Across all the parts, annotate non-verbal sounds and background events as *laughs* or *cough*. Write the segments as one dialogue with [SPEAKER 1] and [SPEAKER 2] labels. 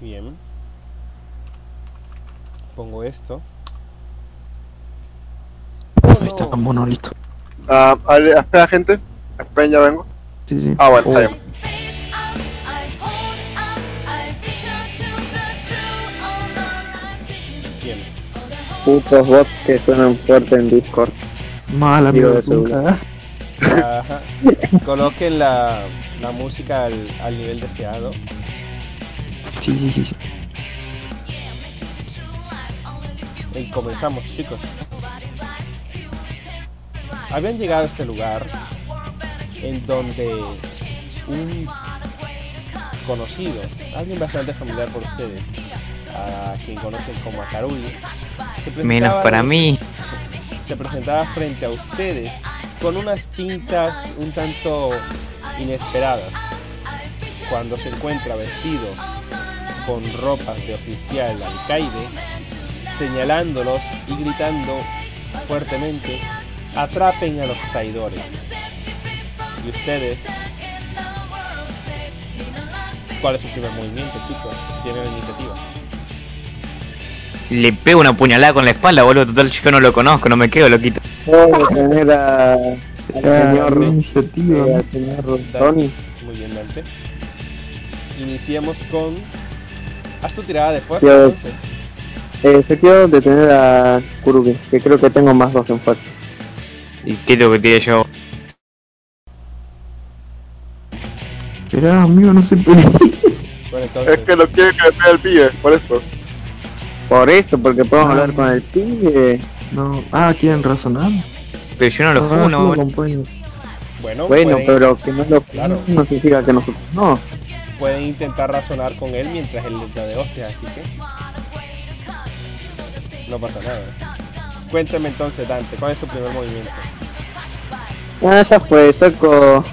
[SPEAKER 1] Bien. Pongo esto.
[SPEAKER 2] Ahí está tan monolito.
[SPEAKER 3] Ah, ale- espera, gente. Esperen, ya vengo.
[SPEAKER 2] Sí, sí.
[SPEAKER 3] Ah, bueno,
[SPEAKER 2] Oh.
[SPEAKER 3] está bien.
[SPEAKER 1] Bien.
[SPEAKER 4] Putos bots que suenan fuerte en Discord.
[SPEAKER 2] Mala
[SPEAKER 4] Digo,
[SPEAKER 2] mierda,
[SPEAKER 4] de seguro.
[SPEAKER 2] nunca.
[SPEAKER 1] Ajá. Coloquen la, la música al, al nivel deseado.
[SPEAKER 2] Sí, sí, sí. sí.
[SPEAKER 1] Y comenzamos, chicos. Habían llegado a este lugar en donde un conocido, alguien bastante familiar por ustedes, a quien conocen como Akarui, se
[SPEAKER 5] Menos
[SPEAKER 1] presentaba-
[SPEAKER 5] para mí.
[SPEAKER 1] se presentaba frente a ustedes con unas pintas un tanto inesperadas. Cuando se encuentra vestido con ropas de oficial alcaide, señalándolos y gritando fuertemente, atrapen a los traidores. Y ustedes, ¿cuál es su primer movimiento, chicos? Tienen la iniciativa.
[SPEAKER 5] Le pego una puñalada con la espalda, boludo. Total, yo no lo conozco, no me quedo, loquito.
[SPEAKER 4] Puedo tener a, al
[SPEAKER 2] Ah,
[SPEAKER 4] señor,
[SPEAKER 2] iniciativa.
[SPEAKER 4] eh, al señor
[SPEAKER 1] Dale.
[SPEAKER 4] Tony.
[SPEAKER 1] Muy bien, Dante. Iniciamos con. Haz tu tirada de fuerza.
[SPEAKER 4] Ya.
[SPEAKER 1] entonces.
[SPEAKER 4] Eh, yo quiero detener a Kurugi, que creo que tengo más dos en fuerza.
[SPEAKER 5] ¿Y qué es lo que tiene yo?
[SPEAKER 2] Esperá, amigo, no se pelee.
[SPEAKER 1] Bueno, entonces.
[SPEAKER 3] Es que lo quiere que le pegue el pibe, por eso.
[SPEAKER 4] Por eso, porque podemos
[SPEAKER 2] Ah.
[SPEAKER 4] hablar con el pibe.
[SPEAKER 2] No. Ah, ¿quieren razonar?
[SPEAKER 5] Pero yo no lo
[SPEAKER 2] Ah,
[SPEAKER 5] funo,
[SPEAKER 2] sí,
[SPEAKER 5] boludo.
[SPEAKER 2] compañero.
[SPEAKER 1] Bueno,
[SPEAKER 4] Bueno,
[SPEAKER 1] pueden,
[SPEAKER 4] pero que no lo
[SPEAKER 1] Claro.
[SPEAKER 4] no significa que nosotros no.
[SPEAKER 1] pueden intentar razonar con él mientras él les da de hostias, así que. No pasa nada. Cuéntame entonces, Dante, ¿cuál es tu primer movimiento?
[SPEAKER 4] Ah, ya fue, saco,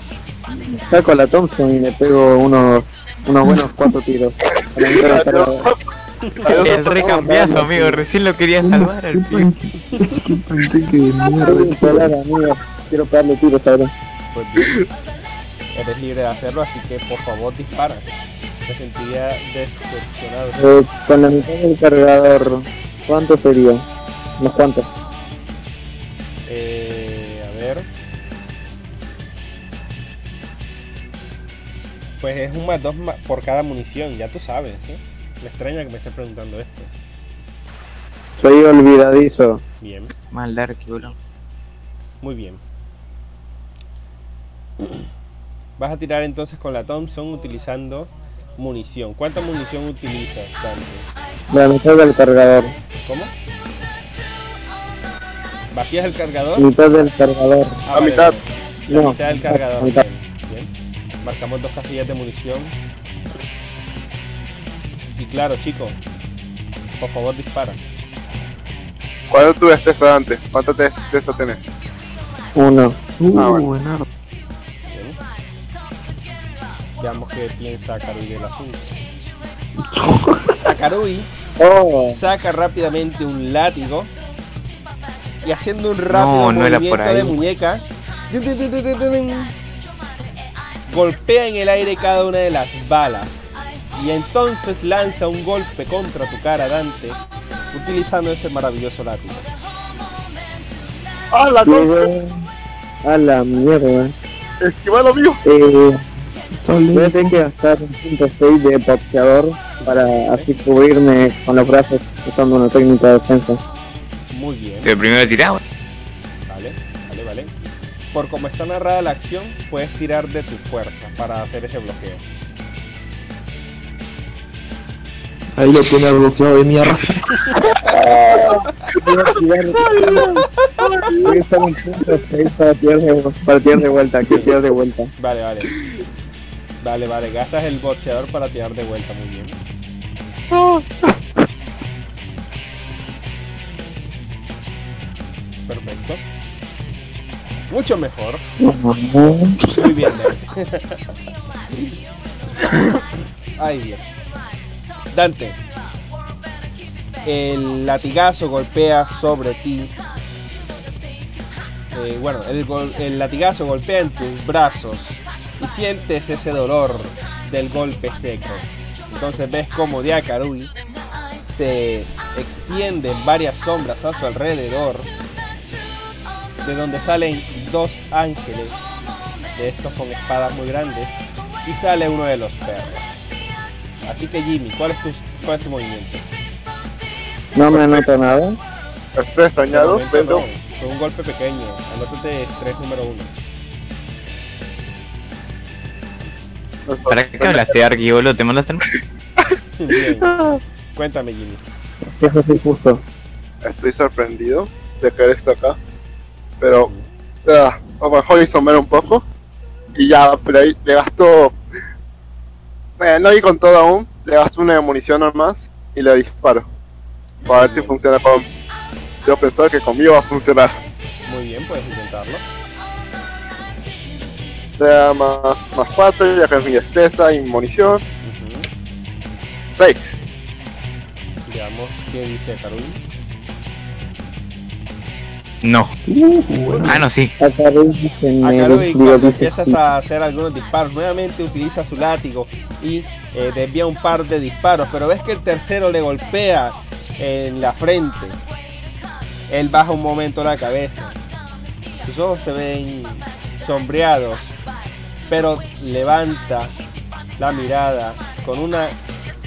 [SPEAKER 4] saco la Thompson y le pego unos, unos buenos cuatro tiros. Para mí, para- para-
[SPEAKER 5] El re cambiazo, amigo. Recién lo quería salvar al
[SPEAKER 2] Qué
[SPEAKER 5] pibe.
[SPEAKER 2] pan- Qué
[SPEAKER 4] *laughs*
[SPEAKER 2] panqueque de
[SPEAKER 1] *laughs*
[SPEAKER 4] Quiero instalar,
[SPEAKER 2] mierda.
[SPEAKER 4] amigo. Quiero pegarle tiros ahora.
[SPEAKER 1] Pues bien, eres libre de hacerlo, así que por favor dispara. Me sentiría decepcionado.
[SPEAKER 4] Eh, con la mitad del cargador, ¿cuánto sería? ¿Unos cuantos?
[SPEAKER 1] Eh, a ver. Pues es un más dos ma- por cada munición, ya tú sabes. ¿eh? Me extraña que me estés preguntando esto.
[SPEAKER 4] Soy olvidadizo.
[SPEAKER 1] Bien,
[SPEAKER 5] Mal darky, boludo.
[SPEAKER 1] muy bien. *clears throat* Vas a tirar entonces con la Thompson utilizando munición. ¿Cuánta munición utilizas, Dante?
[SPEAKER 4] La mitad del cargador.
[SPEAKER 1] ¿Cómo? ¿Vacías el cargador?
[SPEAKER 4] Mitad del cargador.
[SPEAKER 1] Ah,
[SPEAKER 3] A mitad.
[SPEAKER 1] La
[SPEAKER 4] Mm, No,
[SPEAKER 1] mitad del
[SPEAKER 4] a-
[SPEAKER 1] cargador.
[SPEAKER 4] a mitad.
[SPEAKER 1] Bien. Bien. Marcamos dos casillas de munición. Y claro, chicos, por favor dispara.
[SPEAKER 3] ¿Cuál es tu destreza antes? ¿Cuánta te- destreza tenés?
[SPEAKER 4] Uno.
[SPEAKER 2] Uh,
[SPEAKER 3] Ah, bueno.
[SPEAKER 2] buen arte.
[SPEAKER 1] Bien. Veamos qué piensa Karui del
[SPEAKER 4] *laughs*
[SPEAKER 1] asunto. Karui
[SPEAKER 4] Oh,
[SPEAKER 1] saca rápidamente un látigo y haciendo un rápido
[SPEAKER 5] No, no era
[SPEAKER 1] movimiento
[SPEAKER 5] por ahí.
[SPEAKER 1] de muñeca tin, tin, tin, tin, tin, tin, tin, golpea en el aire cada una de las balas y entonces lanza un golpe contra tu cara Dante utilizando ese maravilloso látigo
[SPEAKER 3] ¡Ah, la cosa!
[SPEAKER 4] qué- A la mierda.
[SPEAKER 3] ¡Esquivalo mío!
[SPEAKER 4] Eh, voy a
[SPEAKER 2] Sale.
[SPEAKER 4] tener que gastar un punto 6 de boxeador para así cubrirme con los brazos usando una técnica de
[SPEAKER 1] *laughs*
[SPEAKER 4] defensa.
[SPEAKER 1] muy bien
[SPEAKER 5] Pero primero tiraba.
[SPEAKER 1] vale vale vale por como está narrada la acción puedes tirar de tu fuerza para hacer ese bloqueo
[SPEAKER 2] Ahí lo tiene bloqueado de mierda.
[SPEAKER 4] Voy a tirar- voy a usar un punto 6 para tirar de, para tirar de vuelta, que tirar de vuelta.
[SPEAKER 1] Vale, vale. Vale, vale. Gastas el boxeador para tirar de vuelta. Muy bien. Perfecto. Mucho mejor. Muy bien. Dante. Ay, Dios. Dante. El latigazo golpea sobre ti. Eh, bueno, el, gol- el latigazo golpea en tus brazos y sientes ese dolor del golpe seco. Entonces ves como Diakarui se extienden varias sombras a su alrededor, de donde salen dos ángeles, de estos con espadas muy grandes, y sale uno de los perros. Así que Jimmy, ¿cuál es tu, cuál es tu movimiento?
[SPEAKER 4] No me anota nada.
[SPEAKER 3] Estoy extrañado,
[SPEAKER 1] De momento
[SPEAKER 3] pero
[SPEAKER 1] no, fue un golpe pequeño, anótate estrés número uno.
[SPEAKER 5] ¿Para qué hablaste, Argy, boludo? ¿Te mandaste?
[SPEAKER 1] Bien. Cuéntame Jimmy.
[SPEAKER 4] Eso es injusto.
[SPEAKER 3] estoy sorprendido de que esto acá. Pero, ah, a lo mejor insomero un poco. Y ya, pero ahí le gasto. Eh, no ir con todo aún, le gasto una munición más y le disparo. Para ver si funciona con. Yo pensaba que conmigo va a funcionar.
[SPEAKER 1] Muy bien, puedes intentarlo.
[SPEAKER 3] Le da más, más 4, ya que es mi destreza y munición.
[SPEAKER 1] Ujú.
[SPEAKER 3] 6.
[SPEAKER 1] Veamos qué dice Karui.
[SPEAKER 5] No. Ah, no, sí.
[SPEAKER 4] Acá dice
[SPEAKER 1] A Karui,
[SPEAKER 4] negro,
[SPEAKER 1] Ah, cuando
[SPEAKER 4] digo, dice
[SPEAKER 1] empiezas
[SPEAKER 4] sí.
[SPEAKER 1] a hacer algunos disparos, nuevamente utiliza su látigo y eh, desvía un par de disparos, pero ves que el tercero le golpea en la frente. Él baja un momento la cabeza. Sus ojos se ven sombreados, pero levanta la mirada con una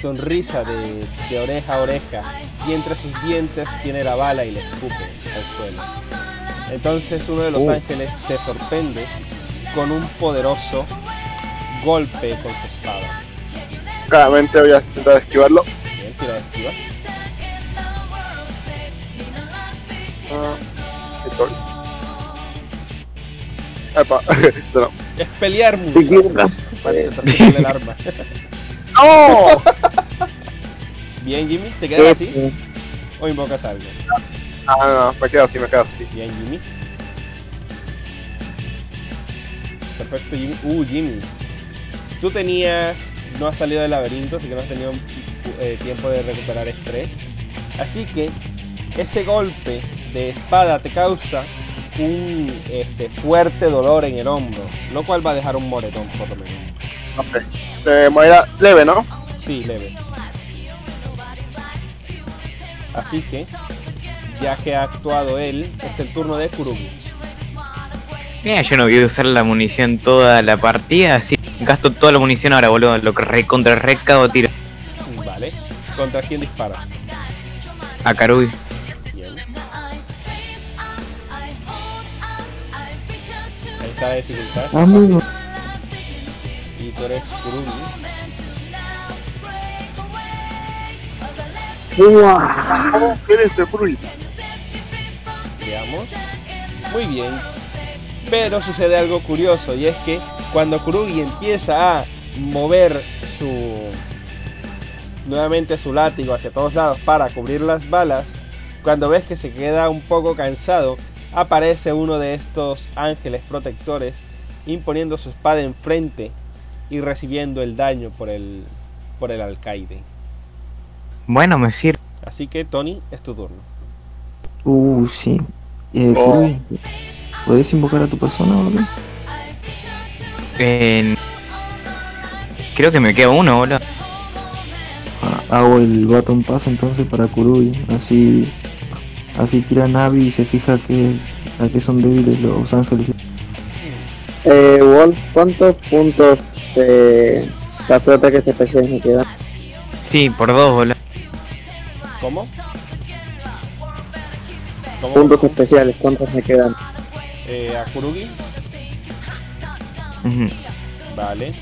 [SPEAKER 1] sonrisa de, de oreja a oreja y entre sus dientes tiene la bala y le escupe al suelo. Entonces uno de los ángeles se sorprende con un poderoso golpe con su espada.
[SPEAKER 3] Claramente voy a intentar esquivarlo.
[SPEAKER 1] Bien, tira de esquiva.
[SPEAKER 3] Ah, qué sol. Epa, *laughs* no.
[SPEAKER 1] Es pelear mucho.
[SPEAKER 4] Si quieres,
[SPEAKER 1] Parece sacarle el arma.
[SPEAKER 3] ¡No!
[SPEAKER 1] *laughs* Bien, Jimmy, ¿te quedas así
[SPEAKER 4] eh,
[SPEAKER 1] o invocas algo?
[SPEAKER 3] Ah, no, me quedo así, me quedo así.
[SPEAKER 1] Bien, Jimmy. Perfecto, Jimmy. Uh, Jimmy. Tú tenías. No has salido del laberinto, así que no has tenido eh, tiempo de recuperar estrés. Así que ese golpe de espada te causa un este, fuerte dolor en el hombro, lo cual va a dejar un moretón por lo menos.
[SPEAKER 3] Ok. Eh, manera leve, ¿no?
[SPEAKER 1] Sí, leve. Así que, ya que ha actuado él, es el turno de Kurugi.
[SPEAKER 5] Mira, yo no voy a usar la munición toda la partida, así gasto toda la munición ahora, boludo. Lo que re contra re cago tiro.
[SPEAKER 1] Vale. ¿Contra quién dispara?
[SPEAKER 5] A Karui.
[SPEAKER 1] Bien. Ahí está la dificultad.
[SPEAKER 2] Amigo.
[SPEAKER 1] Y tú eres Kurugi.
[SPEAKER 3] ¿Cómo quieres de fruit?
[SPEAKER 1] Veamos. Muy bien. Pero sucede algo curioso y es que cuando Kurugi empieza a mover su nuevamente su látigo hacia todos lados para cubrir las balas, cuando ves que se queda un poco cansado, aparece uno de estos ángeles protectores imponiendo su espada enfrente y recibiendo el daño por el por el alcaide.
[SPEAKER 5] Bueno, me sirve.
[SPEAKER 1] Así que Tony, es tu turno.
[SPEAKER 2] Uh, sí. Eh,
[SPEAKER 3] Oh.
[SPEAKER 2] Kurui, ¿Puedes invocar a tu persona o algo?
[SPEAKER 5] Eh, Creo que me queda uno, boludo.
[SPEAKER 2] Ah, hago el baton paso entonces para Kurui. Así así tira Navi y se fija que es, a qué son débiles los ángeles.
[SPEAKER 4] eh, Wolf, ¿cuántos puntos de las ataques especiales me quedan?
[SPEAKER 5] Sí, por dos, boludo.
[SPEAKER 1] ¿Cómo? ¿Cómo?
[SPEAKER 4] Puntos especiales, ¿cuántos me quedan?
[SPEAKER 1] Eh, a Kurugi,
[SPEAKER 5] Ujú.
[SPEAKER 1] vale.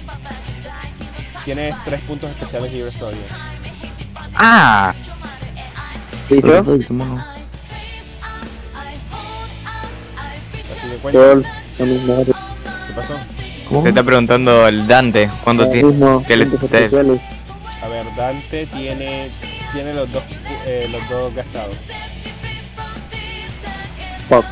[SPEAKER 1] Tienes tres puntos especiales libres todavía.
[SPEAKER 5] Ah,
[SPEAKER 4] ¿Y yo?
[SPEAKER 2] Perfecto, mono.
[SPEAKER 1] Así que cuenta.
[SPEAKER 4] Wolf, lo mismo.
[SPEAKER 1] ¿Qué pasó?
[SPEAKER 2] ¿Cómo?
[SPEAKER 5] te está preguntando el Dante cuánto
[SPEAKER 4] Lo mismo,
[SPEAKER 5] tiene. Que le-
[SPEAKER 4] puntos
[SPEAKER 5] te-
[SPEAKER 4] especiales.
[SPEAKER 1] A ver, Dante tiene tiene los dos eh, los dos gastados.
[SPEAKER 4] Fuck.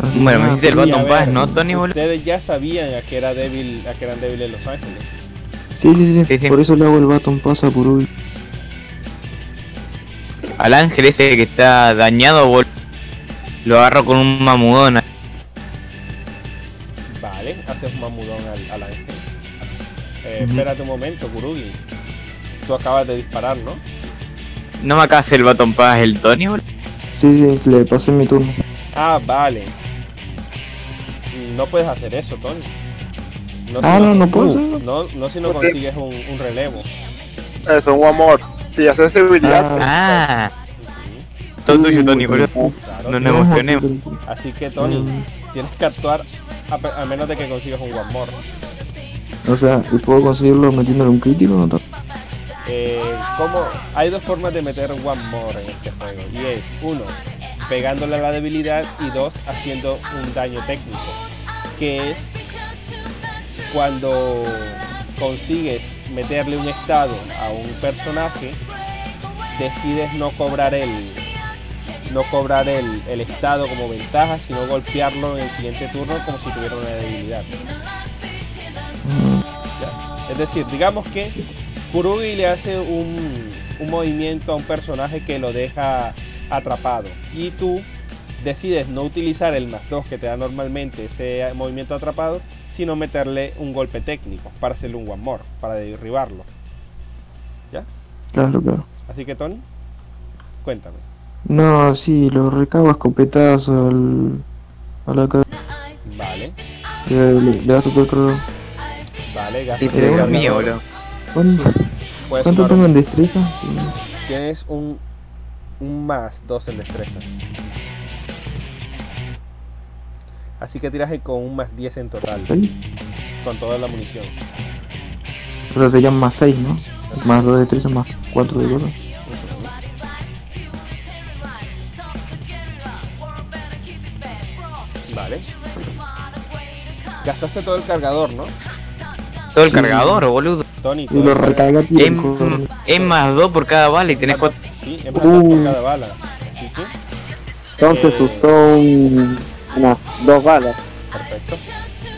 [SPEAKER 2] Así
[SPEAKER 5] Bueno, me
[SPEAKER 2] nada,
[SPEAKER 5] hiciste el
[SPEAKER 2] Ah, Kurui.
[SPEAKER 1] Y a
[SPEAKER 5] Quantum
[SPEAKER 1] ver,
[SPEAKER 5] Pass, ¿no, Tony, boludo?
[SPEAKER 1] Ustedes ya sabían a que era débil, a que eran débiles Los Ángeles.
[SPEAKER 2] Sí, sí, sí,
[SPEAKER 5] Sí, sí.
[SPEAKER 2] Por eso le hago el baton paso a Kurui.
[SPEAKER 5] al ángel ese que está dañado, boludo. Lo agarro con un mamudón.
[SPEAKER 1] Vale, haz haces mamudón al- a, la gente. Eh, Espérate un momento, Kurugi. Tú acabas de disparar, ¿no?
[SPEAKER 5] ¿No me acabas el Baton Pass el Tony, boludo?
[SPEAKER 2] Sí, sí, le pasé mi turno.
[SPEAKER 1] Ah, vale. No puedes hacer eso, Tony. No,
[SPEAKER 2] Ah,
[SPEAKER 1] si
[SPEAKER 2] no, no puedo hacerlo.
[SPEAKER 1] No, no si no
[SPEAKER 3] ¿Por qué?
[SPEAKER 1] consigues un, un relevo.
[SPEAKER 3] Eso, un amor. Si haces seguridad,
[SPEAKER 5] Ah, todo tuyo, Tony, boludo. No nos emocionemos.
[SPEAKER 1] Así que, Tony,
[SPEAKER 2] Mm.
[SPEAKER 1] tienes que actuar a, pe- a menos de que consigas un one more.
[SPEAKER 2] O sea, ¿y puedo conseguirlo metiéndole un crítico? No, tam-
[SPEAKER 1] Eh, ¿cómo? Hay dos formas de meter one more en este juego. Y es, uno, pegándole a la debilidad y dos, haciendo un daño técnico. Que es cuando consigues meterle un estado a un personaje, decides no cobrar el no cobrar el, el estado como ventaja, sino golpearlo en el siguiente turno como si tuviera una debilidad.
[SPEAKER 2] Mm,
[SPEAKER 1] Ya. Es decir, digamos que Kurugi le hace un, un movimiento a un personaje que lo deja atrapado y tú decides no utilizar el más 2 que te da normalmente ese movimiento atrapado, sino meterle un golpe técnico para hacerle un one more, para derribarlo. ¿Ya?
[SPEAKER 2] claro, claro.
[SPEAKER 1] Así que Tony, cuéntame.
[SPEAKER 2] No, sí, lo recabo a escopetazo al... a la cara.
[SPEAKER 1] Vale,
[SPEAKER 2] Le, le- le das tu cuatro...
[SPEAKER 1] vale,
[SPEAKER 5] Sí,
[SPEAKER 1] gastas
[SPEAKER 5] pero
[SPEAKER 1] un
[SPEAKER 2] Dios
[SPEAKER 5] Dios mío,
[SPEAKER 1] cargador.
[SPEAKER 5] boludo.
[SPEAKER 2] ¿Cuánto,
[SPEAKER 1] Puedes
[SPEAKER 2] ¿cuánto
[SPEAKER 1] sumar
[SPEAKER 2] tengo en
[SPEAKER 1] un-
[SPEAKER 2] destreza?
[SPEAKER 1] Tienes un, un más 2 en destreza. Así que tiraje con un más 10 en total,
[SPEAKER 2] ¿Seis?
[SPEAKER 1] con toda la munición.
[SPEAKER 2] O sea, serían más 6, ¿no? Más 2 de destreza, más 4 de gordo.
[SPEAKER 1] Vale. Gastaste todo el cargador, ¿no?
[SPEAKER 5] Todo el cargador, boludo.
[SPEAKER 1] Tony,
[SPEAKER 2] Y lo recarga tío.
[SPEAKER 5] Es
[SPEAKER 2] mm,
[SPEAKER 5] es más 2 por cada bala y tenés 4.
[SPEAKER 1] Sí, en plan, por
[SPEAKER 4] Uh.
[SPEAKER 1] cada bala. Así que,
[SPEAKER 4] Entonces
[SPEAKER 1] Eh.
[SPEAKER 4] usó un, unas dos balas.
[SPEAKER 1] perfecto.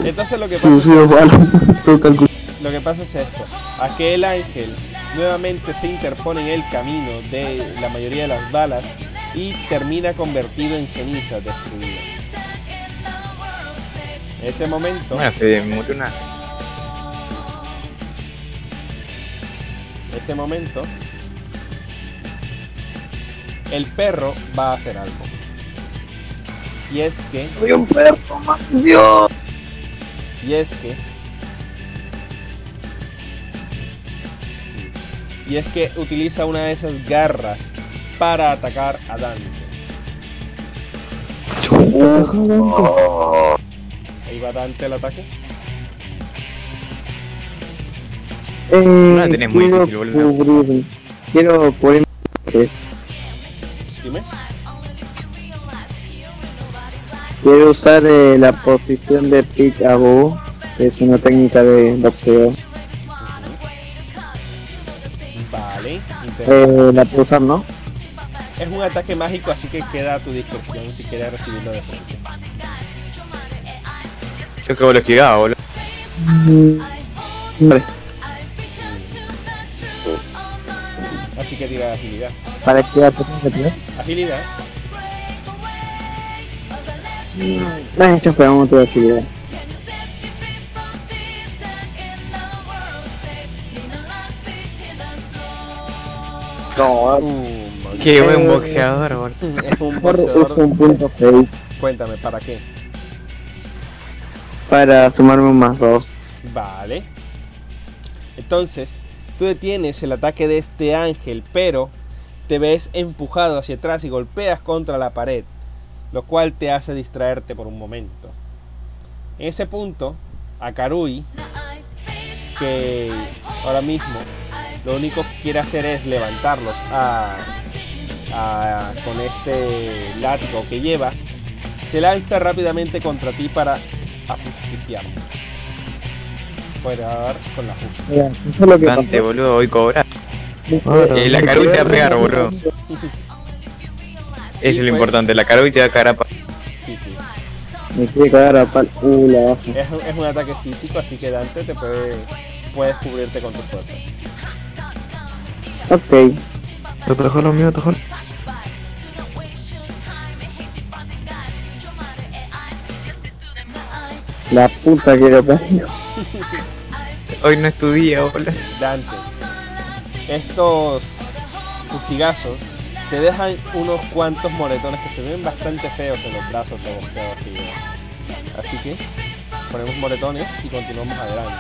[SPEAKER 1] Entonces lo que pasa
[SPEAKER 2] Sí,
[SPEAKER 1] es
[SPEAKER 2] sí, *laughs* ojalá. Todo calculado.
[SPEAKER 1] Lo que pasa es esto, aquel ángel nuevamente se interpone en el camino de la mayoría de las balas y termina convertido en cenizas destruidas. En ese momento,
[SPEAKER 5] Bueno, se murió una.
[SPEAKER 1] en ese este momento, el perro va a hacer algo. Y es que,
[SPEAKER 4] Soy un perro, man, Dios.
[SPEAKER 1] y es que, y es que utiliza una de esas garras para atacar a Dante. Ahí va Dante al ataque.
[SPEAKER 4] Eh,
[SPEAKER 5] la tenés muy
[SPEAKER 4] quiero
[SPEAKER 5] difícil, boludo.
[SPEAKER 4] cubrir- Quiero cubrir. eh,
[SPEAKER 1] Dime.
[SPEAKER 4] Quiero usar eh, la posición de pick a bow, que es una técnica de boxeo.
[SPEAKER 1] Vale. interesante.
[SPEAKER 4] Eh, la puedo usar, ¿no?
[SPEAKER 1] Es un ataque mágico, así que queda a tu discreción si quieres recibirlo de frente.
[SPEAKER 5] Yo que lo esquivaba, boludo.
[SPEAKER 4] Mm, Hombre,
[SPEAKER 1] Así que tira agilidad.
[SPEAKER 4] para que la técnica tiene.
[SPEAKER 1] Agilidad.
[SPEAKER 4] Mm. Las hechas pegamos toda actividad. Ah,
[SPEAKER 3] no.
[SPEAKER 1] Uh,
[SPEAKER 5] Qué buen boxeador, boludo.
[SPEAKER 1] es un
[SPEAKER 4] Por es un
[SPEAKER 1] boxeador.
[SPEAKER 4] punto 6
[SPEAKER 1] Cuéntame, ¿para qué?
[SPEAKER 4] para sumarme un más 2.
[SPEAKER 1] Vale. Entonces, tú detienes el ataque de este ángel, pero te ves empujado hacia atrás y golpeas contra la pared, lo cual te hace distraerte por un momento. En ese punto, a Karui, que ahora mismo lo único que quiere hacer es levantarlos a- a- con este látigo que lleva, se lanza rápidamente contra ti para ajusticiarte. Para dar con la justa.
[SPEAKER 4] Mira, eso es lo que
[SPEAKER 5] Dante,
[SPEAKER 4] pasó.
[SPEAKER 5] boludo, voy a cobrar.
[SPEAKER 2] Ahora,
[SPEAKER 5] Eh,
[SPEAKER 4] Ah,
[SPEAKER 5] la Karui te va a pegar, boludo. Eso es lo importante, la Karui te va a cagar a pa-
[SPEAKER 1] Sí, sí.
[SPEAKER 4] Me quiere cagar a pal. Uh, la baja.
[SPEAKER 1] Es, es un ataque físico, así que Dante te puede puedes cubrirte con tu fuerza.
[SPEAKER 4] Ok.
[SPEAKER 2] Lo atajó lo mío, atajó.
[SPEAKER 4] La puta que lo parió.
[SPEAKER 5] Hoy no estudia, boludo.
[SPEAKER 1] Dante. Estos futigazos te dejan unos cuantos moretones que se ven bastante feos en los brazos de boxeador Figueroa. Así que ponemos moretones y continuamos adelante.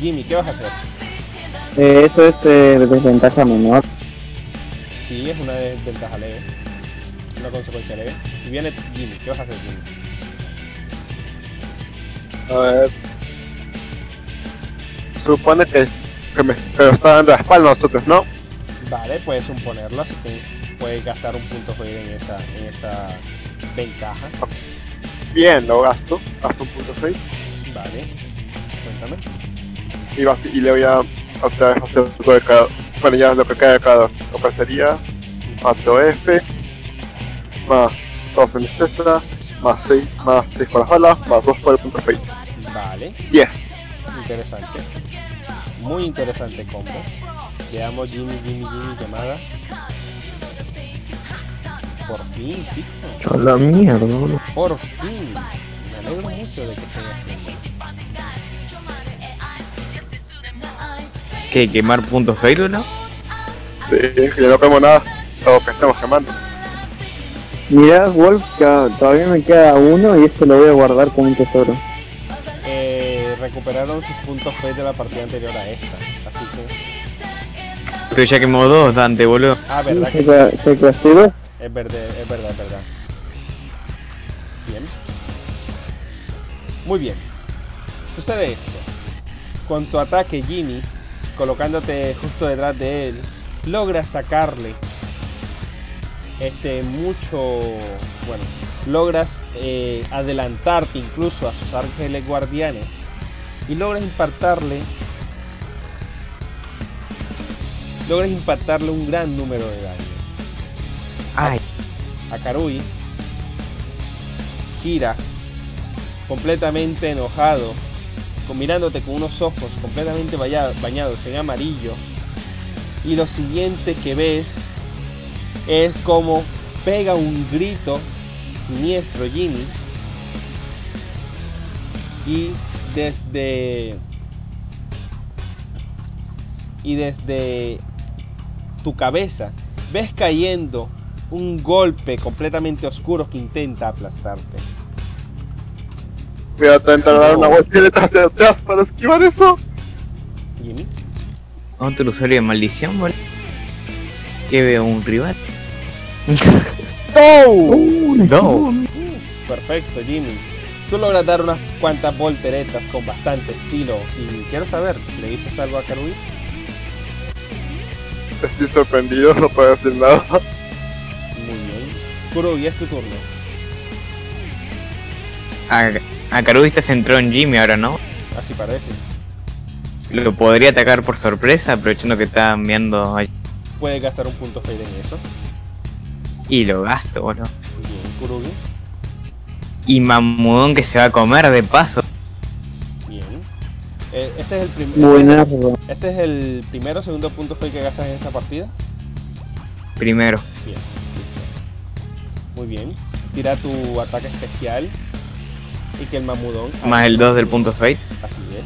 [SPEAKER 1] Jimmy, ¿qué vas a hacer?
[SPEAKER 4] Eh, eso es eh, desventaja menor.
[SPEAKER 1] Sí, es una desventaja leve. Una consecuencia leve. Y viene Jimmy, ¿qué vas a hacer Jimmy?
[SPEAKER 3] A ver. Supone que, que me pero está dando la espalda a nosotros, ¿no?
[SPEAKER 1] Vale, puedes suponerlo, así que puedes gastar un punto fluido en esa, en esa ventaja.
[SPEAKER 3] Bien, lo gasto. Gasto un punto 6.
[SPEAKER 1] Vale, cuéntame.
[SPEAKER 3] Y, va- y le voy a otra vez hacer otro de cada. Bueno, ya lo que queda de cada. Lo que sería 4F. Más 2 en extra. Más 6, más 6 por las balas. Más 2 por el punto 6.
[SPEAKER 1] Vale,
[SPEAKER 3] 10.
[SPEAKER 1] interesante. Muy interesante combo. Veamos Jimmy, Jimmy, Jimmy, llamada. Por fin, chico.
[SPEAKER 2] A la mierda, boludo.
[SPEAKER 1] Por fin. Me alegro mucho de que estés haciendo.
[SPEAKER 5] ¿Qué? ¿Quemar puntos Facebook, no?
[SPEAKER 3] Sí, ya no vemos nada. Lo que estamos quemando.
[SPEAKER 4] Mirá, Wolf, ca- todavía me queda uno y este lo voy a guardar como un tesoro.
[SPEAKER 1] Eh, recuperaron sus puntos fe de la partida anterior a esta. Así que.
[SPEAKER 5] Pero ya quemó dos, Dante, boludo.
[SPEAKER 1] Ah,
[SPEAKER 4] Sí,
[SPEAKER 1] verdad
[SPEAKER 4] ¿Se,
[SPEAKER 1] que
[SPEAKER 4] cla- se clasificó?
[SPEAKER 1] Es verdad, es verdad, es verdad. Bien. Muy bien. Sucede esto. Con tu ataque, Jimmy, colocándote justo detrás de él, logras sacarle este mucho. Bueno, logras eh, adelantarte incluso a sus ángeles guardianes y logras impactarle. Logras impactarle un gran número de daños
[SPEAKER 5] Ay,
[SPEAKER 1] a Karui, gira completamente enojado, con- mirándote con unos ojos completamente baya- bañados en amarillo, y lo siguiente que ves es como pega un grito siniestro Jimmy, y desde... Y desde tu cabeza, ves cayendo un golpe completamente oscuro que intenta aplastarte.
[SPEAKER 3] Voy a intentar dar una voltereta hacia atrás para esquivar eso.
[SPEAKER 1] Jimmy,
[SPEAKER 5] otro usuario de maldición, boludo. ¿Qué veo? ¿Un rival? No.
[SPEAKER 1] perfecto, Jimmy. Tú logras dar unas cuantas volteretas con bastante estilo y quiero saber, ¿le dices algo a Karui?
[SPEAKER 3] Estoy sorprendido, no puedo decir nada.
[SPEAKER 1] Muy bien. Kurui, es tu turno.
[SPEAKER 5] A, a Carudista se entró en Jimmy ahora, ¿no?
[SPEAKER 1] Así parece.
[SPEAKER 5] Lo podría atacar por sorpresa, aprovechando que está enviando a...
[SPEAKER 1] Puedes gastar un punto fade en eso.
[SPEAKER 5] Y lo gasto, boludo.
[SPEAKER 1] Bien, Kurui.
[SPEAKER 5] Y mamudón que se va a comer de paso.
[SPEAKER 1] Bien. Eh, este es el primero.
[SPEAKER 4] Buenazo.
[SPEAKER 1] Este es el primero, segundo punto fade que gastas en esta partida.
[SPEAKER 5] Primero.
[SPEAKER 1] Bien, listo. Muy bien. Tira tu ataque especial y que el mamudón.
[SPEAKER 5] Más el 2 del punto face.
[SPEAKER 1] Así es.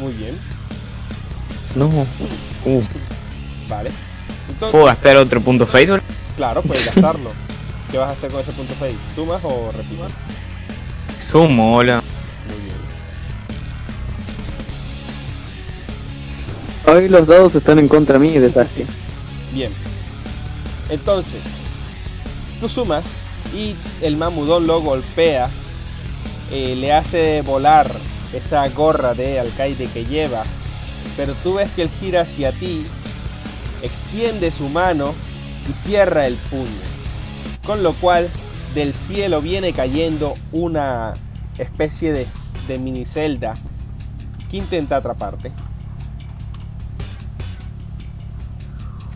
[SPEAKER 1] Muy bien.
[SPEAKER 2] No.
[SPEAKER 5] Uh.
[SPEAKER 2] Uf.
[SPEAKER 1] Vale.
[SPEAKER 5] ¿Puedo
[SPEAKER 1] Entonces,
[SPEAKER 5] gastar otro punto face, boludo?
[SPEAKER 1] claro,
[SPEAKER 5] *laughs*
[SPEAKER 1] puedes gastarlo. ¿Qué vas a hacer con ese punto 6? ¿Sumas o retiras?
[SPEAKER 5] Sumo, boludo.
[SPEAKER 1] Muy bien.
[SPEAKER 4] Hoy los dados están en contra mí, desastre.
[SPEAKER 1] Bien. Entonces, tú sumas y el mamudón lo golpea, eh, le hace volar esa gorra de alcaide que lleva, pero tú ves que él gira hacia ti, extiende su mano y cierra el puño, con lo cual del cielo viene cayendo una especie de, de minicelda que intenta atraparte.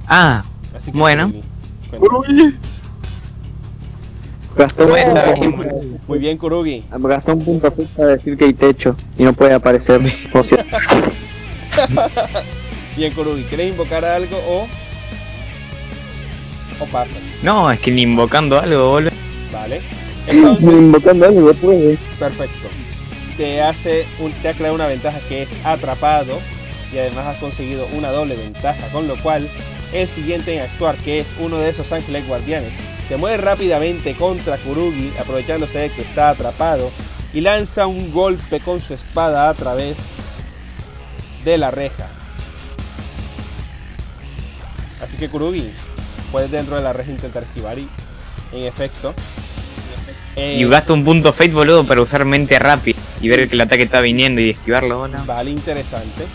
[SPEAKER 5] Ah,
[SPEAKER 1] Así
[SPEAKER 5] Bueno.
[SPEAKER 1] Jimmy, cuéntame.
[SPEAKER 3] Uy,
[SPEAKER 4] Gastó un,
[SPEAKER 5] Bueno,
[SPEAKER 4] punto,
[SPEAKER 1] Muy bien, Kurugi.
[SPEAKER 4] gastó un punto azul para decir que hay techo y no puede
[SPEAKER 1] *laughs*
[SPEAKER 4] aparecer. por cierto.
[SPEAKER 1] Bien, Kurugi, ¿quieres invocar algo o o pasa.
[SPEAKER 5] No, es que ni invocando algo, boludo.
[SPEAKER 1] Vale.
[SPEAKER 4] Me
[SPEAKER 1] Entonces,
[SPEAKER 4] invocando algo, pues.
[SPEAKER 1] perfecto. Te hace un, te ha creado una ventaja que es atrapado y además has conseguido una doble ventaja, con lo cual el siguiente en actuar, que es uno de esos ángeles guardianes, se mueve rápidamente contra Kurugi, aprovechándose de que está atrapado y lanza un golpe con su espada a través de la reja. Así que Kurugi, puedes dentro de la reja intentar esquivar y, en efecto. eh,
[SPEAKER 5] Y gasto un punto fate, boludo, para usar mente rápida y ver que el ataque está viniendo y esquivarlo, boludo.
[SPEAKER 1] Vale, interesante.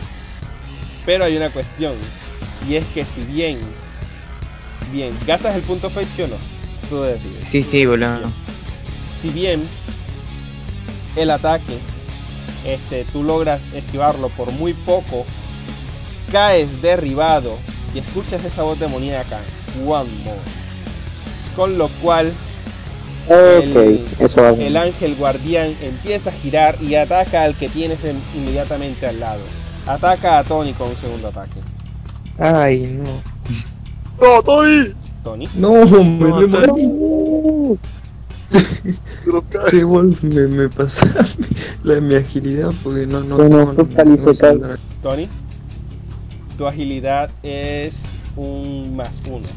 [SPEAKER 1] Pero hay una cuestión. Y es que si bien... Bien, gastas el punto fate, ¿sí o no? Tú decides.
[SPEAKER 5] Sí, sí, boludo.
[SPEAKER 1] Si bien el ataque, este, tú logras esquivarlo por muy poco, caes derribado y escuchas esa voz demoníaca. One more. Con lo cual el,
[SPEAKER 4] Ok, eso hace.
[SPEAKER 1] el ángel guardián empieza a girar y ataca al que tienes en- inmediatamente al lado. Ataca a Tony con un segundo ataque.
[SPEAKER 2] Ay, no.
[SPEAKER 3] ¡No, Tony!
[SPEAKER 1] Tony,
[SPEAKER 2] No, hombre,
[SPEAKER 5] No,
[SPEAKER 2] le
[SPEAKER 5] no.
[SPEAKER 2] morí.
[SPEAKER 3] ¡Te lo
[SPEAKER 2] Qué
[SPEAKER 3] caes!
[SPEAKER 2] gol me, me pasaste *laughs* la de mi agilidad porque no, no, no,
[SPEAKER 4] Bueno, tú saliste
[SPEAKER 2] no sé
[SPEAKER 4] tal.
[SPEAKER 2] nada.
[SPEAKER 1] Tony, tu agilidad es un más uno.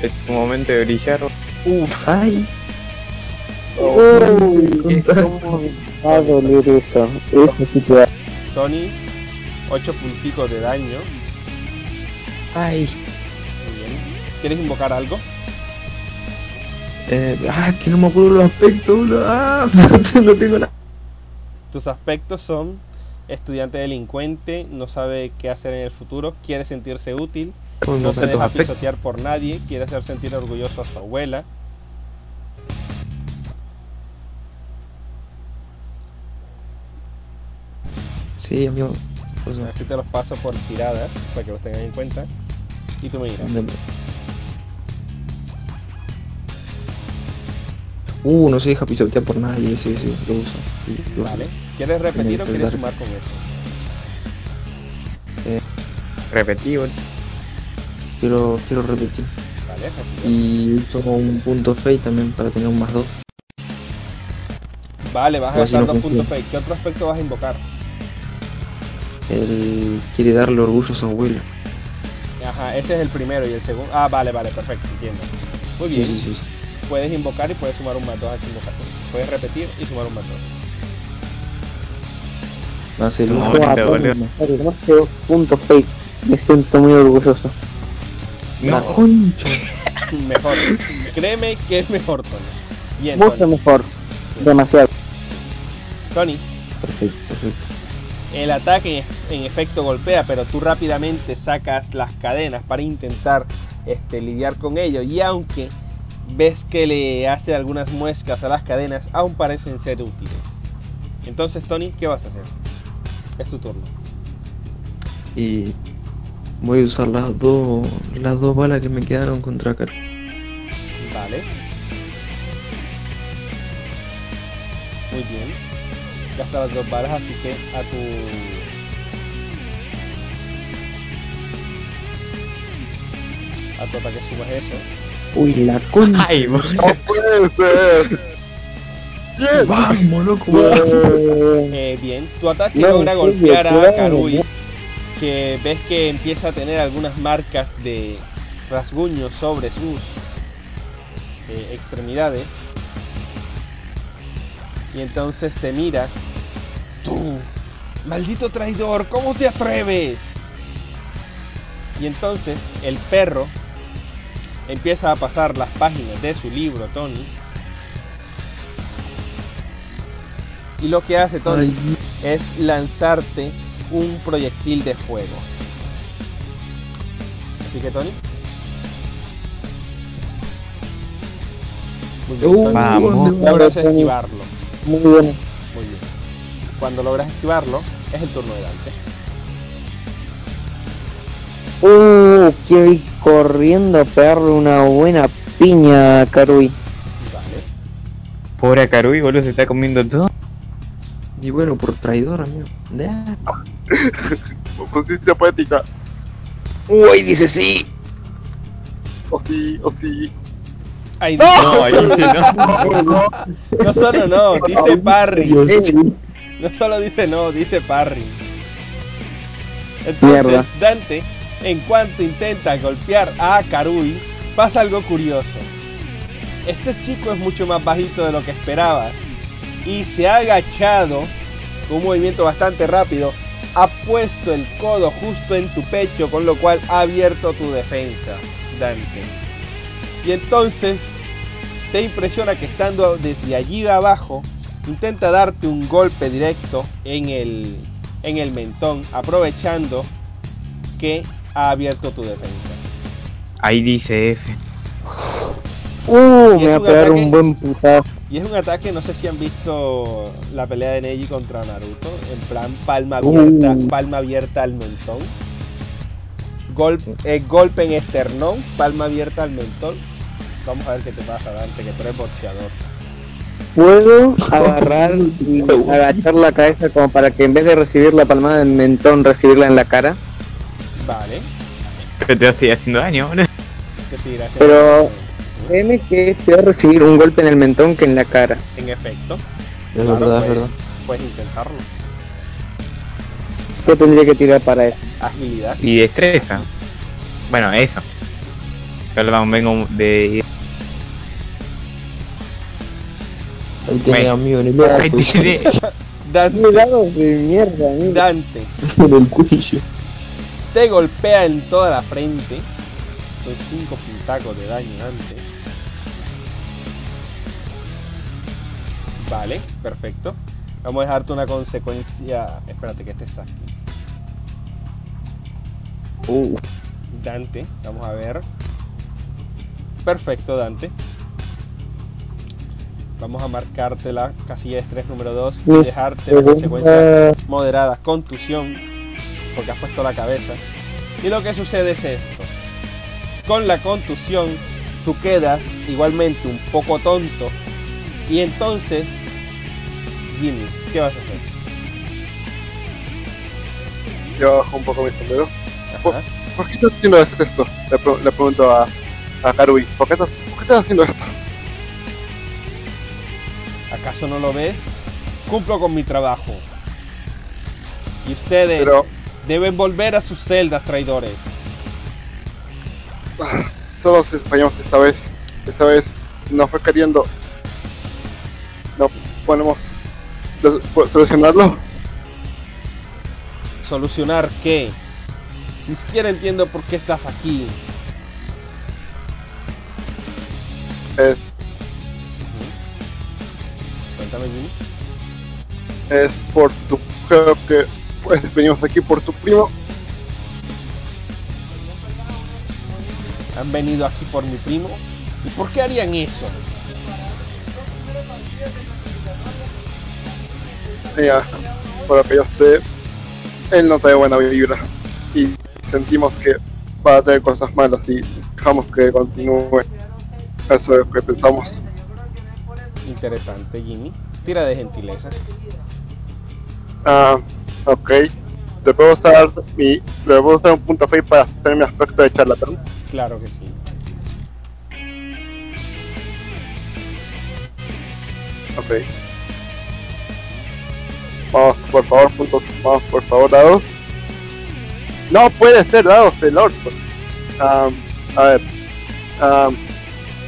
[SPEAKER 5] Es tu momento de brillar.
[SPEAKER 1] Uf,
[SPEAKER 2] Ay,
[SPEAKER 4] Uy,
[SPEAKER 2] contacto.
[SPEAKER 4] cómo me va a doler eso. Eso sí te va.
[SPEAKER 1] Tony, 8 punticos de daño.
[SPEAKER 2] ay.
[SPEAKER 1] Muy bien. ¿Quieres invocar algo?
[SPEAKER 2] Eh, ah, que no me acuerdo los aspectos, boludo. Ah, *laughs* no tengo nada.
[SPEAKER 1] Tus aspectos son estudiante delincuente, no sabe qué hacer en el futuro, quiere sentirse útil, no se deja pisotear por nadie, quiere hacer sentir orgulloso a su abuela.
[SPEAKER 2] Sí, amigo. Pues,
[SPEAKER 1] Así te los paso por tiradas para que los tengas en cuenta. Y tú me dirás.
[SPEAKER 2] ándale. Uh, no se deja pisotear por nadie, sí, sí, lo uso. Sí, lo uso.
[SPEAKER 1] Vale. ¿Quieres repetir o quieres sumar con eso?
[SPEAKER 2] Eh,
[SPEAKER 5] Repetí, boludo.
[SPEAKER 2] quiero, quiero repetir.
[SPEAKER 1] Vale, repito.
[SPEAKER 2] Y uso un punto fey también para tener un más dos.
[SPEAKER 1] Vale, vas a
[SPEAKER 2] Pues si
[SPEAKER 1] gastar
[SPEAKER 2] no
[SPEAKER 1] dos puntos
[SPEAKER 2] funciona.
[SPEAKER 1] fake. ¿Qué otro aspecto vas a invocar?
[SPEAKER 2] Él quiere darle orgullo a su abuela.
[SPEAKER 1] Ajá, ese es el primero y el segundo. Ah, vale, vale, perfecto, entiendo. Muy
[SPEAKER 2] Sí,
[SPEAKER 1] bien.
[SPEAKER 2] sí, sí. sí.
[SPEAKER 1] Puedes invocar y puedes sumar un más 2 a tu invocación. Puedes repetir y sumar un más 2.
[SPEAKER 2] Va a ser
[SPEAKER 5] No,
[SPEAKER 2] un
[SPEAKER 5] ahorita,
[SPEAKER 4] Ah,
[SPEAKER 5] boludo.
[SPEAKER 4] bueno, además quedó punto fake. Me siento muy orgulloso.
[SPEAKER 2] La
[SPEAKER 5] No.
[SPEAKER 2] concha. *laughs*
[SPEAKER 1] Mejor. Créeme que es mejor, Tony. Bien,
[SPEAKER 4] Mucho
[SPEAKER 1] Tony.
[SPEAKER 4] mejor. Demasiado.
[SPEAKER 1] Tony,
[SPEAKER 2] Perfecto, perfecto.
[SPEAKER 1] el ataque en efecto golpea, pero tú rápidamente sacas las cadenas para intentar este, lidiar con ello. Y aunque ves que le hace algunas muescas a las cadenas, aún parecen ser útiles. Entonces, Tony, ¿qué vas a hacer? Es tu turno.
[SPEAKER 2] Y voy a usar las dos, las dos balas que me quedaron contra Car.
[SPEAKER 1] Vale. Muy bien. Gasta las dos balas, así que a tu. A tu ataque subas eso.
[SPEAKER 2] Uy, la concha.
[SPEAKER 5] Ay, boludo.
[SPEAKER 3] ¡No puede ser! ¡Bien!
[SPEAKER 2] Vamos, loco.
[SPEAKER 4] Eh,
[SPEAKER 1] Eh, bien, tu ataque
[SPEAKER 4] No,
[SPEAKER 1] logra
[SPEAKER 4] sí,
[SPEAKER 1] golpear
[SPEAKER 4] claro,
[SPEAKER 1] a Karui,
[SPEAKER 4] ¿no?
[SPEAKER 1] que ves que empieza a tener algunas marcas de rasguños sobre sus eh, extremidades. Y entonces te mira. ¡Tú! ¡Maldito traidor! ¿Cómo te atreves? Y entonces el perro empieza a pasar las páginas de su libro, Tony. Y lo que hace Tony
[SPEAKER 2] Ay,
[SPEAKER 1] es lanzarte un proyectil de fuego. Así que Tony. Muy bien,
[SPEAKER 2] Uh,
[SPEAKER 1] Tony.
[SPEAKER 5] Vamos.
[SPEAKER 1] Logras esquivarlo.
[SPEAKER 4] Muy bien.
[SPEAKER 1] Muy bien. Cuando logras esquivarlo, es el turno de Dante.
[SPEAKER 4] Uh, quiero ir corriendo a pegarle una buena piña a Karui.
[SPEAKER 1] Vale.
[SPEAKER 5] Pobre Karui, boludo, se está comiendo todo.
[SPEAKER 2] y bueno, por traidor, amigo. Ya.
[SPEAKER 3] Pusiste poética.
[SPEAKER 2] Uy, dice sí.
[SPEAKER 3] O si, o si.
[SPEAKER 1] Ay,
[SPEAKER 3] ¡No!
[SPEAKER 5] No, ahí dice no.
[SPEAKER 1] No solo no, dice Parry. No solo dice no, dice Parry. Entonces,
[SPEAKER 4] Mierda.
[SPEAKER 1] Dante, en cuanto intenta golpear a Karui, pasa algo curioso. Este chico es mucho más bajito de lo que esperabas y se ha agachado con un movimiento bastante rápido. Ha puesto el codo justo en tu pecho, con lo cual ha abierto tu defensa, Dante. Y entonces te impresiona que estando desde allí abajo, intenta darte un golpe directo en el, en el mentón, aprovechando que ha abierto tu defensa.
[SPEAKER 5] Ahí dice F.
[SPEAKER 4] Uh,
[SPEAKER 1] ¿Y
[SPEAKER 4] me va
[SPEAKER 1] es
[SPEAKER 4] a
[SPEAKER 1] un
[SPEAKER 4] pegar
[SPEAKER 1] ataque?
[SPEAKER 4] un buen putazo.
[SPEAKER 1] Y es un ataque, no sé si han visto la pelea de Neji contra Naruto, en plan palma
[SPEAKER 4] Uh.
[SPEAKER 1] abierta, palma abierta al mentón. Golpe, golpe en esternón, palma abierta al mentón. Vamos a ver qué te pasa, Dante, que tú eres boxeador.
[SPEAKER 4] Puedo *laughs* agarrar y agachar la cabeza como para que en vez de recibir la palmada en el mentón, recibirla en la cara.
[SPEAKER 1] Vale,
[SPEAKER 5] Pero te va a seguir haciendo daño, boludo.
[SPEAKER 1] que te irá haciendo-
[SPEAKER 4] Pero créeme que es peor recibir un golpe en el mentón que en la cara.
[SPEAKER 1] En efecto,
[SPEAKER 2] Es
[SPEAKER 1] Claro,
[SPEAKER 2] verdad, es
[SPEAKER 1] puedes-
[SPEAKER 2] verdad.
[SPEAKER 1] Puedes intentarlo.
[SPEAKER 4] Yo tendría que tirar para eso.
[SPEAKER 1] Agilidad.
[SPEAKER 5] Y destreza. Bueno, eso. Perdón, vengo de.
[SPEAKER 2] Ahí tiene
[SPEAKER 5] Güey.
[SPEAKER 2] amigo pues. en el
[SPEAKER 5] Ahí
[SPEAKER 2] cuello. *laughs*
[SPEAKER 5] tiene-
[SPEAKER 1] Dante,
[SPEAKER 4] Mirados de mierda, mira.
[SPEAKER 1] Dante
[SPEAKER 2] en el cuello.
[SPEAKER 1] te golpea en toda la frente. Son 5 puntacos de daño, Dante. Vale, perfecto. Vamos a dejarte una consecuencia. Espérate que este está aquí.
[SPEAKER 4] Uh,
[SPEAKER 1] Dante, vamos a ver. Perfecto, Dante. Vamos a marcarte la casilla de estrés número 2 y
[SPEAKER 4] Sí.
[SPEAKER 1] dejarte la consecuencia
[SPEAKER 4] segunda-
[SPEAKER 1] moderada, contusión, porque has puesto la cabeza. Y lo que sucede es esto. Con la contusión, tú quedas igualmente un poco tonto. Y entonces, Jimmy, ¿qué vas a hacer?
[SPEAKER 3] Yo bajo un poco mi sombrero.
[SPEAKER 1] Ajá.
[SPEAKER 3] ¿Por qué estás haciendo esto? Le, pre- le pregunto a, a Karui. ¿Por qué, estás, ¿Por qué estás haciendo esto?
[SPEAKER 1] ¿Acaso no lo ves? Cumplo con mi trabajo. Y ustedes
[SPEAKER 3] Pero
[SPEAKER 1] deben volver a sus celdas, traidores.
[SPEAKER 3] ah, solo nos españoles esta vez. Esta vez no fue queriendo. No podemos lo- po- solucionarlo.
[SPEAKER 1] ¿Solucionar qué? Ni siquiera entiendo por qué estás aquí.
[SPEAKER 3] Es,
[SPEAKER 1] Ujú. Cuéntame, Jimmy.
[SPEAKER 3] es por tu. Creo que pues, venimos aquí por tu primo.
[SPEAKER 1] Han venido aquí por mi primo. ¿Y por qué harían eso?
[SPEAKER 3] Mira, por lo que yo sé, él no trae buena vibra. Y sentimos que va a traer cosas malas y dejamos que continúe. Eso es lo que pensamos.
[SPEAKER 1] Interesante, Jimmy. Tira de gentileza.
[SPEAKER 3] Ah, ok. Le puedo usar mi. Le puedo usar un punto fe para hacer mi aspecto de charlatán.
[SPEAKER 1] Claro que sí.
[SPEAKER 3] Ok. Vamos, por favor, puntos. Vamos, por favor, dados. No puede ser dados el orto. Am, Um, a ver. Am,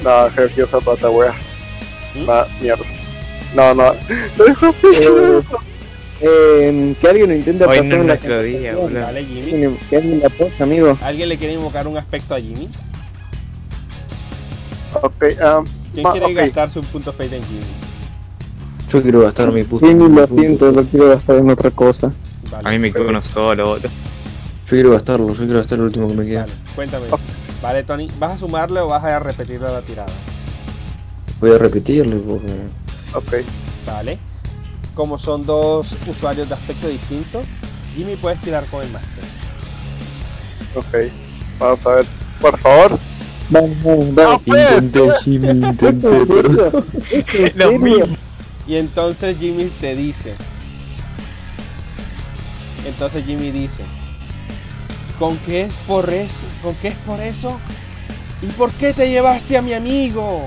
[SPEAKER 3] no, creo que usa pata wea.
[SPEAKER 1] ¿Mm?
[SPEAKER 3] Ma- mierda. No, no. Lo dejo
[SPEAKER 4] Eh, eh, que alguien lo intente
[SPEAKER 5] Hoy
[SPEAKER 4] pasar
[SPEAKER 5] no es
[SPEAKER 4] en la
[SPEAKER 5] nuestro día,
[SPEAKER 4] conversación.
[SPEAKER 5] boludo.
[SPEAKER 1] Dale, Jimmy.
[SPEAKER 4] Que alguien la pose, amigo.
[SPEAKER 1] ¿Alguien le quiere invocar un aspecto a Jimmy?
[SPEAKER 3] Ok, am,
[SPEAKER 1] ¿Quién
[SPEAKER 3] ma-
[SPEAKER 1] quiere
[SPEAKER 3] ok.
[SPEAKER 1] gastarse un punto fate en Jimmy?
[SPEAKER 2] Yo quiero gastar mi puto.
[SPEAKER 4] Jimmy, lo siento, lo quiero gastar en otra cosa.
[SPEAKER 1] Vale.
[SPEAKER 5] A mí me quedó uno solo, boludo.
[SPEAKER 2] Yo quiero gastarlo, yo quiero gastar el último que me queda.
[SPEAKER 1] Vale, cuéntame. Vale, Tony, ¿vas a sumarle o vas a repetirle la tirada?
[SPEAKER 2] Voy a repetirlo porque.
[SPEAKER 3] Ok.
[SPEAKER 1] Vale. Como son dos usuarios de aspecto distinto, Jimmy puedes tirar con el máster.
[SPEAKER 3] Ok. Vamos a ver. Por favor.
[SPEAKER 4] Vamos, vamos,
[SPEAKER 3] No
[SPEAKER 4] vamos.
[SPEAKER 3] puede ser.
[SPEAKER 2] Jimmy, *laughs* intenté,
[SPEAKER 5] *laughs*
[SPEAKER 4] pero-
[SPEAKER 5] Lo mismo.
[SPEAKER 1] Y entonces Jimmy te dice. Entonces Jimmy dice. ¿Con qué es por eso? ¿Con qué es por eso? ¿Y por qué te llevaste a mi amigo?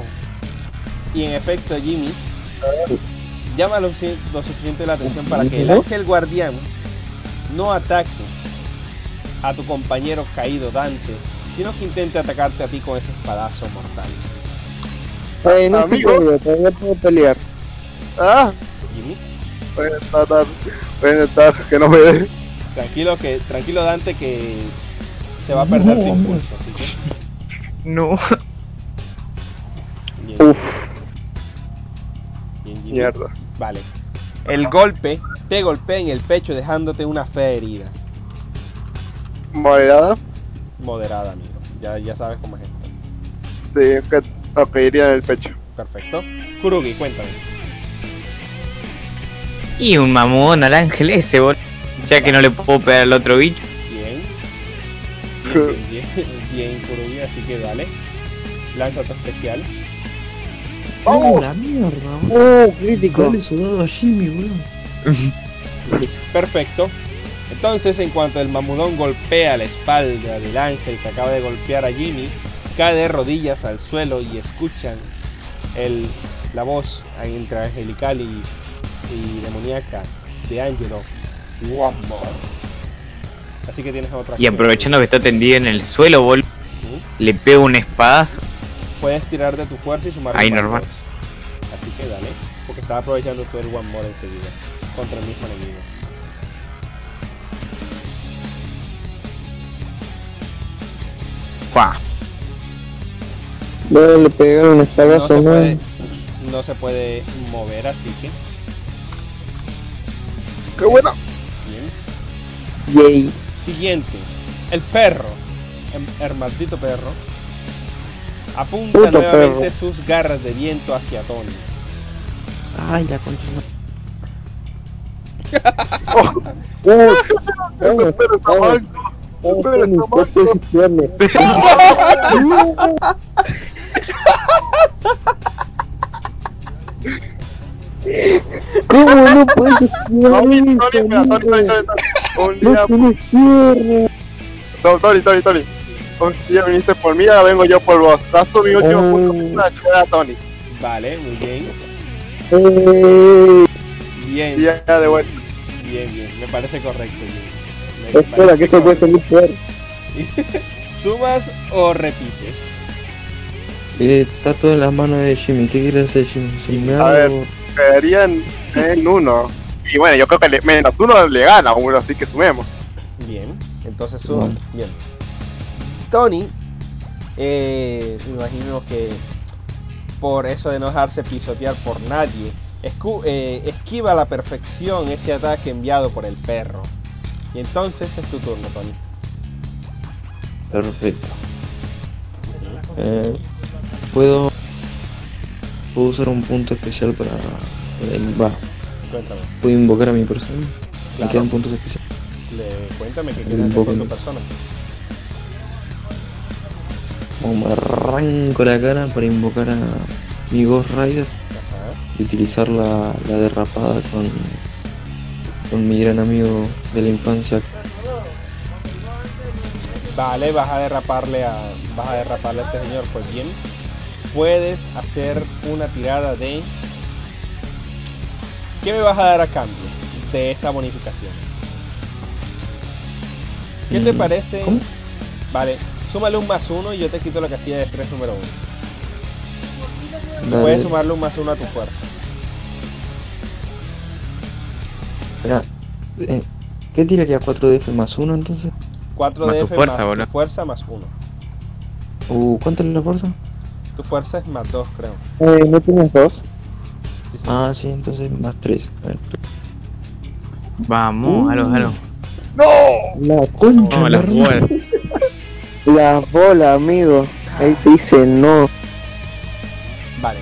[SPEAKER 1] Y en efecto, Jimmy llama lo, sufic- lo suficiente la atención para que el ángel guardián no ataque a tu compañero caído Dante, sino que intente atacarte a ti con ese espadazo mortal.
[SPEAKER 4] Oye, no
[SPEAKER 3] Amigo.
[SPEAKER 4] se puede, todavía puedo pelear.
[SPEAKER 3] Ah,
[SPEAKER 1] Jimmy,
[SPEAKER 3] voy a intentar, voy a intentar que no me dé.
[SPEAKER 1] tranquilo que tranquilo Dante que se va a perder tu impulso. así que-
[SPEAKER 5] No.
[SPEAKER 1] bien,
[SPEAKER 3] Uf,
[SPEAKER 1] bien, Jimmy.
[SPEAKER 3] mierda.
[SPEAKER 1] Vale. El golpe te golpea en el pecho dejándote una fea herida.
[SPEAKER 3] Moderada.
[SPEAKER 1] Moderada, amigo. Ya, ya sabes cómo es esto.
[SPEAKER 3] Sí, que, ok, iría en el pecho.
[SPEAKER 1] Perfecto. Kurugi, cuéntame.
[SPEAKER 5] Y un mamón al ángel ese, boludo. Ya que no le puedo pegar al otro bicho.
[SPEAKER 1] Bien. Bien, bien, bien, bien, Kurugi, así que dale. Lanza tu especial.
[SPEAKER 2] ¡Oh, la mierda! boludo.
[SPEAKER 4] Uh, crítico.
[SPEAKER 2] Dale su dado a Jimmy, boludo.
[SPEAKER 1] Perfecto. Entonces, en cuanto el mamudón golpea la espalda del ángel que acaba de golpear a Jimmy, cae de rodillas al suelo y escuchan el, la voz entre angelical y, y demoníaca de Angelo. One more. Así que tienes otra.
[SPEAKER 5] Y
[SPEAKER 1] acción.
[SPEAKER 5] aprovechando que está tendido en el suelo, boludo,
[SPEAKER 1] Ujú.
[SPEAKER 5] le pego un espadazo.
[SPEAKER 1] Puedes tirar de tu fuerza y sumar
[SPEAKER 5] Ahí
[SPEAKER 1] más
[SPEAKER 5] normal.
[SPEAKER 1] dos. Así que dale, porque estaba aprovechando todo el one more enseguida contra el mismo enemigo.
[SPEAKER 5] Fua.
[SPEAKER 4] Luego le pegaron un
[SPEAKER 1] No se,
[SPEAKER 4] espadazo, ¿no?
[SPEAKER 1] puede, no se puede mover, así que
[SPEAKER 3] ¡Qué bueno!
[SPEAKER 1] bien.
[SPEAKER 4] Yay.
[SPEAKER 1] Siguiente, el perro, em- el maldito perro, apunta
[SPEAKER 4] Puto
[SPEAKER 1] nuevamente sus garras de viento hacia Tony.
[SPEAKER 2] Ay, la concha.
[SPEAKER 3] ¡Oh!
[SPEAKER 4] Uh,
[SPEAKER 3] ¡Ese perro está
[SPEAKER 4] oh,
[SPEAKER 3] mal!
[SPEAKER 4] oh,
[SPEAKER 3] ¡Ese perro
[SPEAKER 4] mis
[SPEAKER 3] está
[SPEAKER 4] propios
[SPEAKER 3] mal!
[SPEAKER 4] infiernos.
[SPEAKER 3] *laughs*
[SPEAKER 4] ¿Cómo no puedes
[SPEAKER 3] No, Tony,
[SPEAKER 4] esquivar esto,
[SPEAKER 3] Tony, espera, Tony, Tony,
[SPEAKER 4] hombre?
[SPEAKER 3] Tony, Tony. Un día
[SPEAKER 4] No tienes cierre.
[SPEAKER 3] No, Tony,
[SPEAKER 4] oh,
[SPEAKER 3] Tony, Tony. Un día viniste por mí, ahora vengo yo por vos. Das tu mi último
[SPEAKER 4] Oh.
[SPEAKER 3] punto para ayudar a Tony.
[SPEAKER 1] Vale, muy bien.
[SPEAKER 4] Eh,
[SPEAKER 1] Bien,
[SPEAKER 3] Y ya de vuelta.
[SPEAKER 1] bien, bien, me parece correcto. Jimmy. Me
[SPEAKER 4] espera,
[SPEAKER 1] parece
[SPEAKER 4] que eso puede
[SPEAKER 1] correcto.
[SPEAKER 4] ser muy peor.
[SPEAKER 1] ¿Sumas o repites?
[SPEAKER 2] Eh, está todo en las manos de Jimmy. ¿Qué quieres hacer, Jimmy? ¿Sumar
[SPEAKER 3] A ver,
[SPEAKER 2] o-
[SPEAKER 3] caería en, en uno. Y bueno, yo creo que le- menos uno le gana a uno, así que sumemos.
[SPEAKER 1] Bien, entonces
[SPEAKER 2] suma.
[SPEAKER 1] suma. Bien. Tony, eh, me imagino que por eso de no dejarse pisotear por nadie, escu- eh, esquiva a la perfección ese ataque enviado por el perro. Y entonces es tu turno, Tony.
[SPEAKER 2] Perfecto. Eh, puedo. Puedo usar un punto especial para. eh, Va,
[SPEAKER 1] Cuéntame.
[SPEAKER 2] puedo invocar a mi persona. Me
[SPEAKER 1] Claro.
[SPEAKER 2] quedan puntos especiales.
[SPEAKER 1] Le- cuéntame qué
[SPEAKER 2] Un
[SPEAKER 1] quieres hacer con
[SPEAKER 2] poco.
[SPEAKER 1] tu persona.
[SPEAKER 2] Como me arranco la cara para invocar a mi Ghost Rider
[SPEAKER 1] Ajá.
[SPEAKER 2] y utilizar la, la derrapada con. con mi gran amigo de la infancia.
[SPEAKER 1] Vale, vas a derraparle a, vas a derraparle a este señor. Pues bien, puedes hacer una tirada de. ¿Qué me vas a dar a cambio de esta bonificación? ¿Qué te
[SPEAKER 2] Mm,
[SPEAKER 1] parece?
[SPEAKER 2] ¿cómo?
[SPEAKER 1] Vale, súmale un más uno y yo te quito la casilla de estrés número uno.
[SPEAKER 2] La
[SPEAKER 1] Puedes
[SPEAKER 2] de-
[SPEAKER 1] sumarle un más uno a tu fuerza.
[SPEAKER 2] Espera, eh, ¿Qué tiraría 4DF más 1 entonces?
[SPEAKER 1] 4
[SPEAKER 5] Más tu
[SPEAKER 1] DF
[SPEAKER 5] fuerza,
[SPEAKER 1] más
[SPEAKER 5] boludo.
[SPEAKER 1] tu fuerza más uno.
[SPEAKER 2] Uh, ¿Cuánto es la fuerza?
[SPEAKER 1] Tu fuerza es más dos, creo.
[SPEAKER 4] Eh, ¿no tienes dos?
[SPEAKER 1] Sí, sí.
[SPEAKER 2] Ah, sí, entonces más 3.
[SPEAKER 5] Vamos, aló, aló.
[SPEAKER 4] La
[SPEAKER 2] concha.
[SPEAKER 5] No, la jugada.
[SPEAKER 4] La bola, amigo. Ahí te dice no.
[SPEAKER 1] Vale.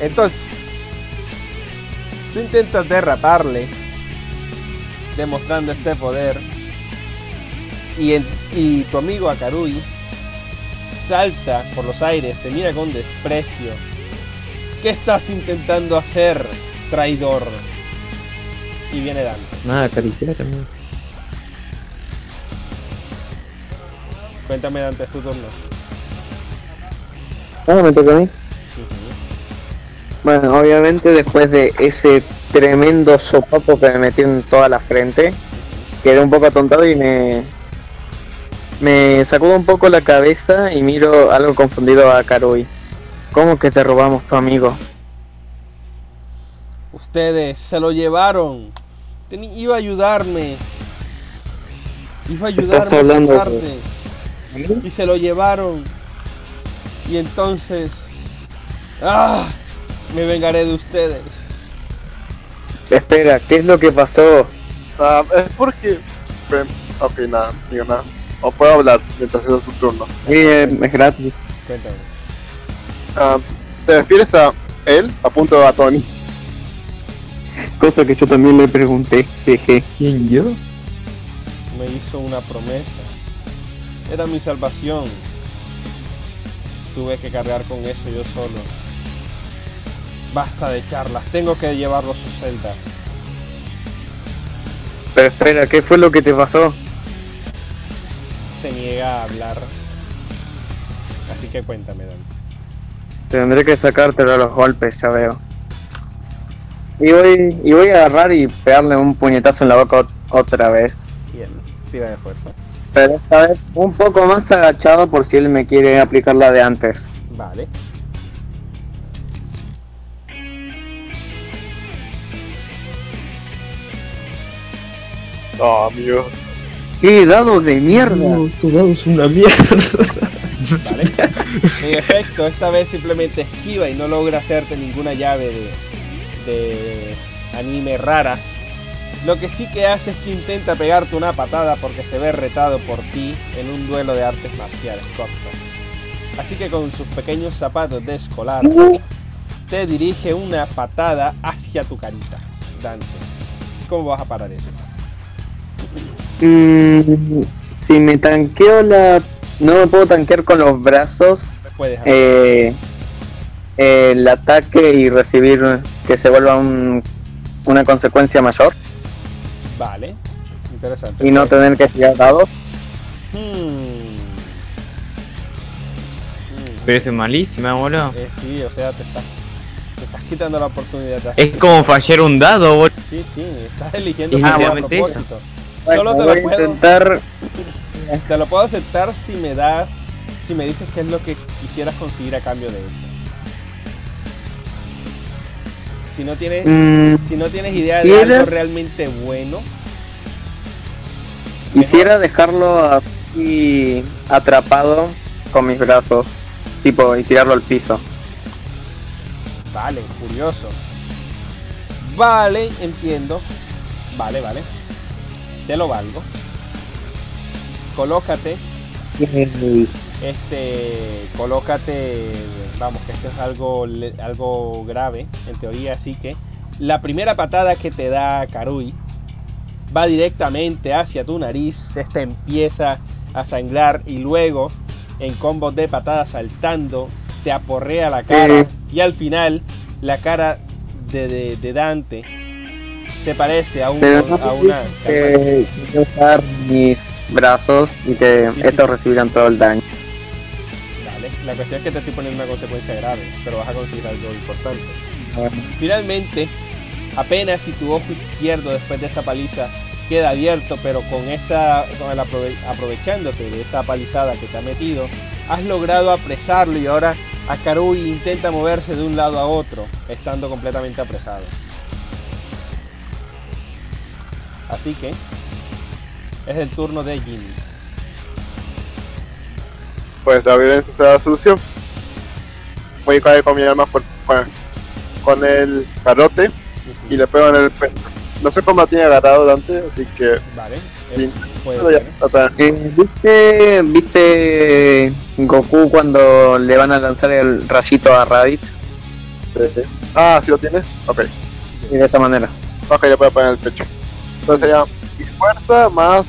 [SPEAKER 1] Entonces, tú intentas derraparle, demostrando este poder, y, en- y tu amigo Akarui salta por los aires, te mira con desprecio. ¿Qué estás intentando hacer, traidor? Y viene Dante.
[SPEAKER 2] Nada, Ah, acariciar también.
[SPEAKER 1] Cuéntame, Dante, es tu turno.
[SPEAKER 4] Ah, me toca a mí.
[SPEAKER 1] Ujú.
[SPEAKER 4] Bueno, obviamente después de ese tremendo sopapo que me metió en toda la frente, quedé un poco atontado y me me sacudo un poco la cabeza y miro algo confundido a Karui. ¿Cómo que te robamos tu amigo?
[SPEAKER 1] Ustedes se lo llevaron. Teni- iba a ayudarme. Iba a ayudarme
[SPEAKER 4] Estás hablando,
[SPEAKER 1] a ayudarte. Y se lo llevaron. Y entonces... ¡Ah! Me vengaré de ustedes.
[SPEAKER 4] Espera, ¿qué es lo que pasó?
[SPEAKER 3] Ah, es porque... pre- Ok, nada, digo nada. O puedo hablar mientras es su turno.
[SPEAKER 4] Eh, es gratis.
[SPEAKER 1] Cuéntame.
[SPEAKER 3] Ah, ¿Te refieres a él? Apunto a Tony.
[SPEAKER 4] Cosa que yo también le pregunté, jeje.
[SPEAKER 2] ¿Quién yo?
[SPEAKER 1] Me hizo una promesa. Era mi salvación. Tuve que cargar con eso yo solo. Basta de charlas. Tengo que llevarlo a su celda.
[SPEAKER 4] Pero espera, ¿qué fue lo que te pasó?
[SPEAKER 1] se niega a hablar. Así que cuéntame, Dante.
[SPEAKER 4] Tendré que sacártelo a los golpes, ya veo. Y voy, y voy a agarrar y pegarle un puñetazo en la boca ot- otra vez.
[SPEAKER 1] Bien, tira de fuerza.
[SPEAKER 4] Pero esta vez un poco más agachado por si él me quiere aplicar la de antes.
[SPEAKER 1] Vale.
[SPEAKER 3] No, amigo.
[SPEAKER 4] ¡Qué dado de
[SPEAKER 2] No,
[SPEAKER 4] mierda!
[SPEAKER 2] tu dado Uh, es una mierda. *laughs*
[SPEAKER 1] Vale. En efecto, esta vez simplemente esquiva y no logra hacerte ninguna llave de, de anime rara. Lo que sí que hace es que intenta pegarte una patada porque se ve retado por ti en un duelo de artes marciales cortas. Así que con sus pequeños zapatos de escolar, te dirige una patada hacia tu carita, Dante. ¿Cómo vas a parar eso?
[SPEAKER 4] Mm, si me tanqueo la... No me puedo tanquear con los brazos.
[SPEAKER 1] Puedes hacer.
[SPEAKER 4] eh, el ataque y recibir que se vuelva un- una consecuencia mayor.
[SPEAKER 1] Vale, interesante.
[SPEAKER 4] Y no
[SPEAKER 1] Pues,
[SPEAKER 4] tener que tirar dados.
[SPEAKER 1] hmm. Hmm.
[SPEAKER 5] Pero eso es malísima, boludo.
[SPEAKER 1] Eh, sí, o sea, te estás, te estás quitando la oportunidad. te
[SPEAKER 5] Es
[SPEAKER 1] estás-
[SPEAKER 5] como fallar un dado, boludo.
[SPEAKER 1] Sí, sí, estás eligiendo
[SPEAKER 5] Es
[SPEAKER 1] fallar a
[SPEAKER 5] literalmente eso.
[SPEAKER 1] propósito.
[SPEAKER 4] Bueno,
[SPEAKER 1] Solo te
[SPEAKER 4] voy a
[SPEAKER 1] lo, puedo,
[SPEAKER 4] intentar...
[SPEAKER 1] te lo puedo aceptar si me das, si me dices qué es lo que quisieras conseguir a cambio de eso. Si no tienes,
[SPEAKER 4] mm,
[SPEAKER 1] si no tienes idea de
[SPEAKER 4] quisiera-
[SPEAKER 1] algo realmente bueno,
[SPEAKER 4] Quisiera dejarlo así atrapado con mis brazos, tipo, y tirarlo al piso.
[SPEAKER 1] Vale, curioso. Vale, entiendo. Vale, vale. Te lo valgo. Colócate, este, colócate, vamos, que esto es algo, le- algo grave, en teoría, así que la primera patada que te da Karui va directamente hacia tu nariz, esta empieza a sangrar y luego en combos de patadas saltando te aporrea la cara
[SPEAKER 4] Ujú.
[SPEAKER 1] y al final la cara de, de- de Dante se parece a, un,
[SPEAKER 4] Pero no
[SPEAKER 1] a una...
[SPEAKER 4] me que que usar mis brazos y que
[SPEAKER 1] Sí, sí.
[SPEAKER 4] estos recibirán todo el daño.
[SPEAKER 1] Dale, la cuestión es que te estoy poniendo una consecuencia grave, pero vas a conseguir algo importante. Finalmente, apenas si tu ojo izquierdo después de esa paliza queda abierto, pero con esta, con el aprove- aprovechándote de esa palizada que te ha metido, has logrado apresarlo y ahora Akarui intenta moverse de un lado a otro, estando completamente apresado. Así que es el turno de Jimmy.
[SPEAKER 3] Pues la violencia será la solución. Voy a caer con mi arma por- con- con el carote y le pego en el pecho. No sé cómo la tiene agarrado Dante, así que...
[SPEAKER 1] Vale,
[SPEAKER 3] Sí.
[SPEAKER 1] eh, puede
[SPEAKER 3] Pero ya,
[SPEAKER 1] ser.
[SPEAKER 3] o sea,
[SPEAKER 4] Eh, ¿Viste viste Goku cuando le van a lanzar el rayito a Raditz?
[SPEAKER 3] sí, sí. Ah, si lo tienes. Ok.
[SPEAKER 4] Y de esa manera.
[SPEAKER 3] Ok, le voy a poner en el pecho. Entonces sería mi fuerza más...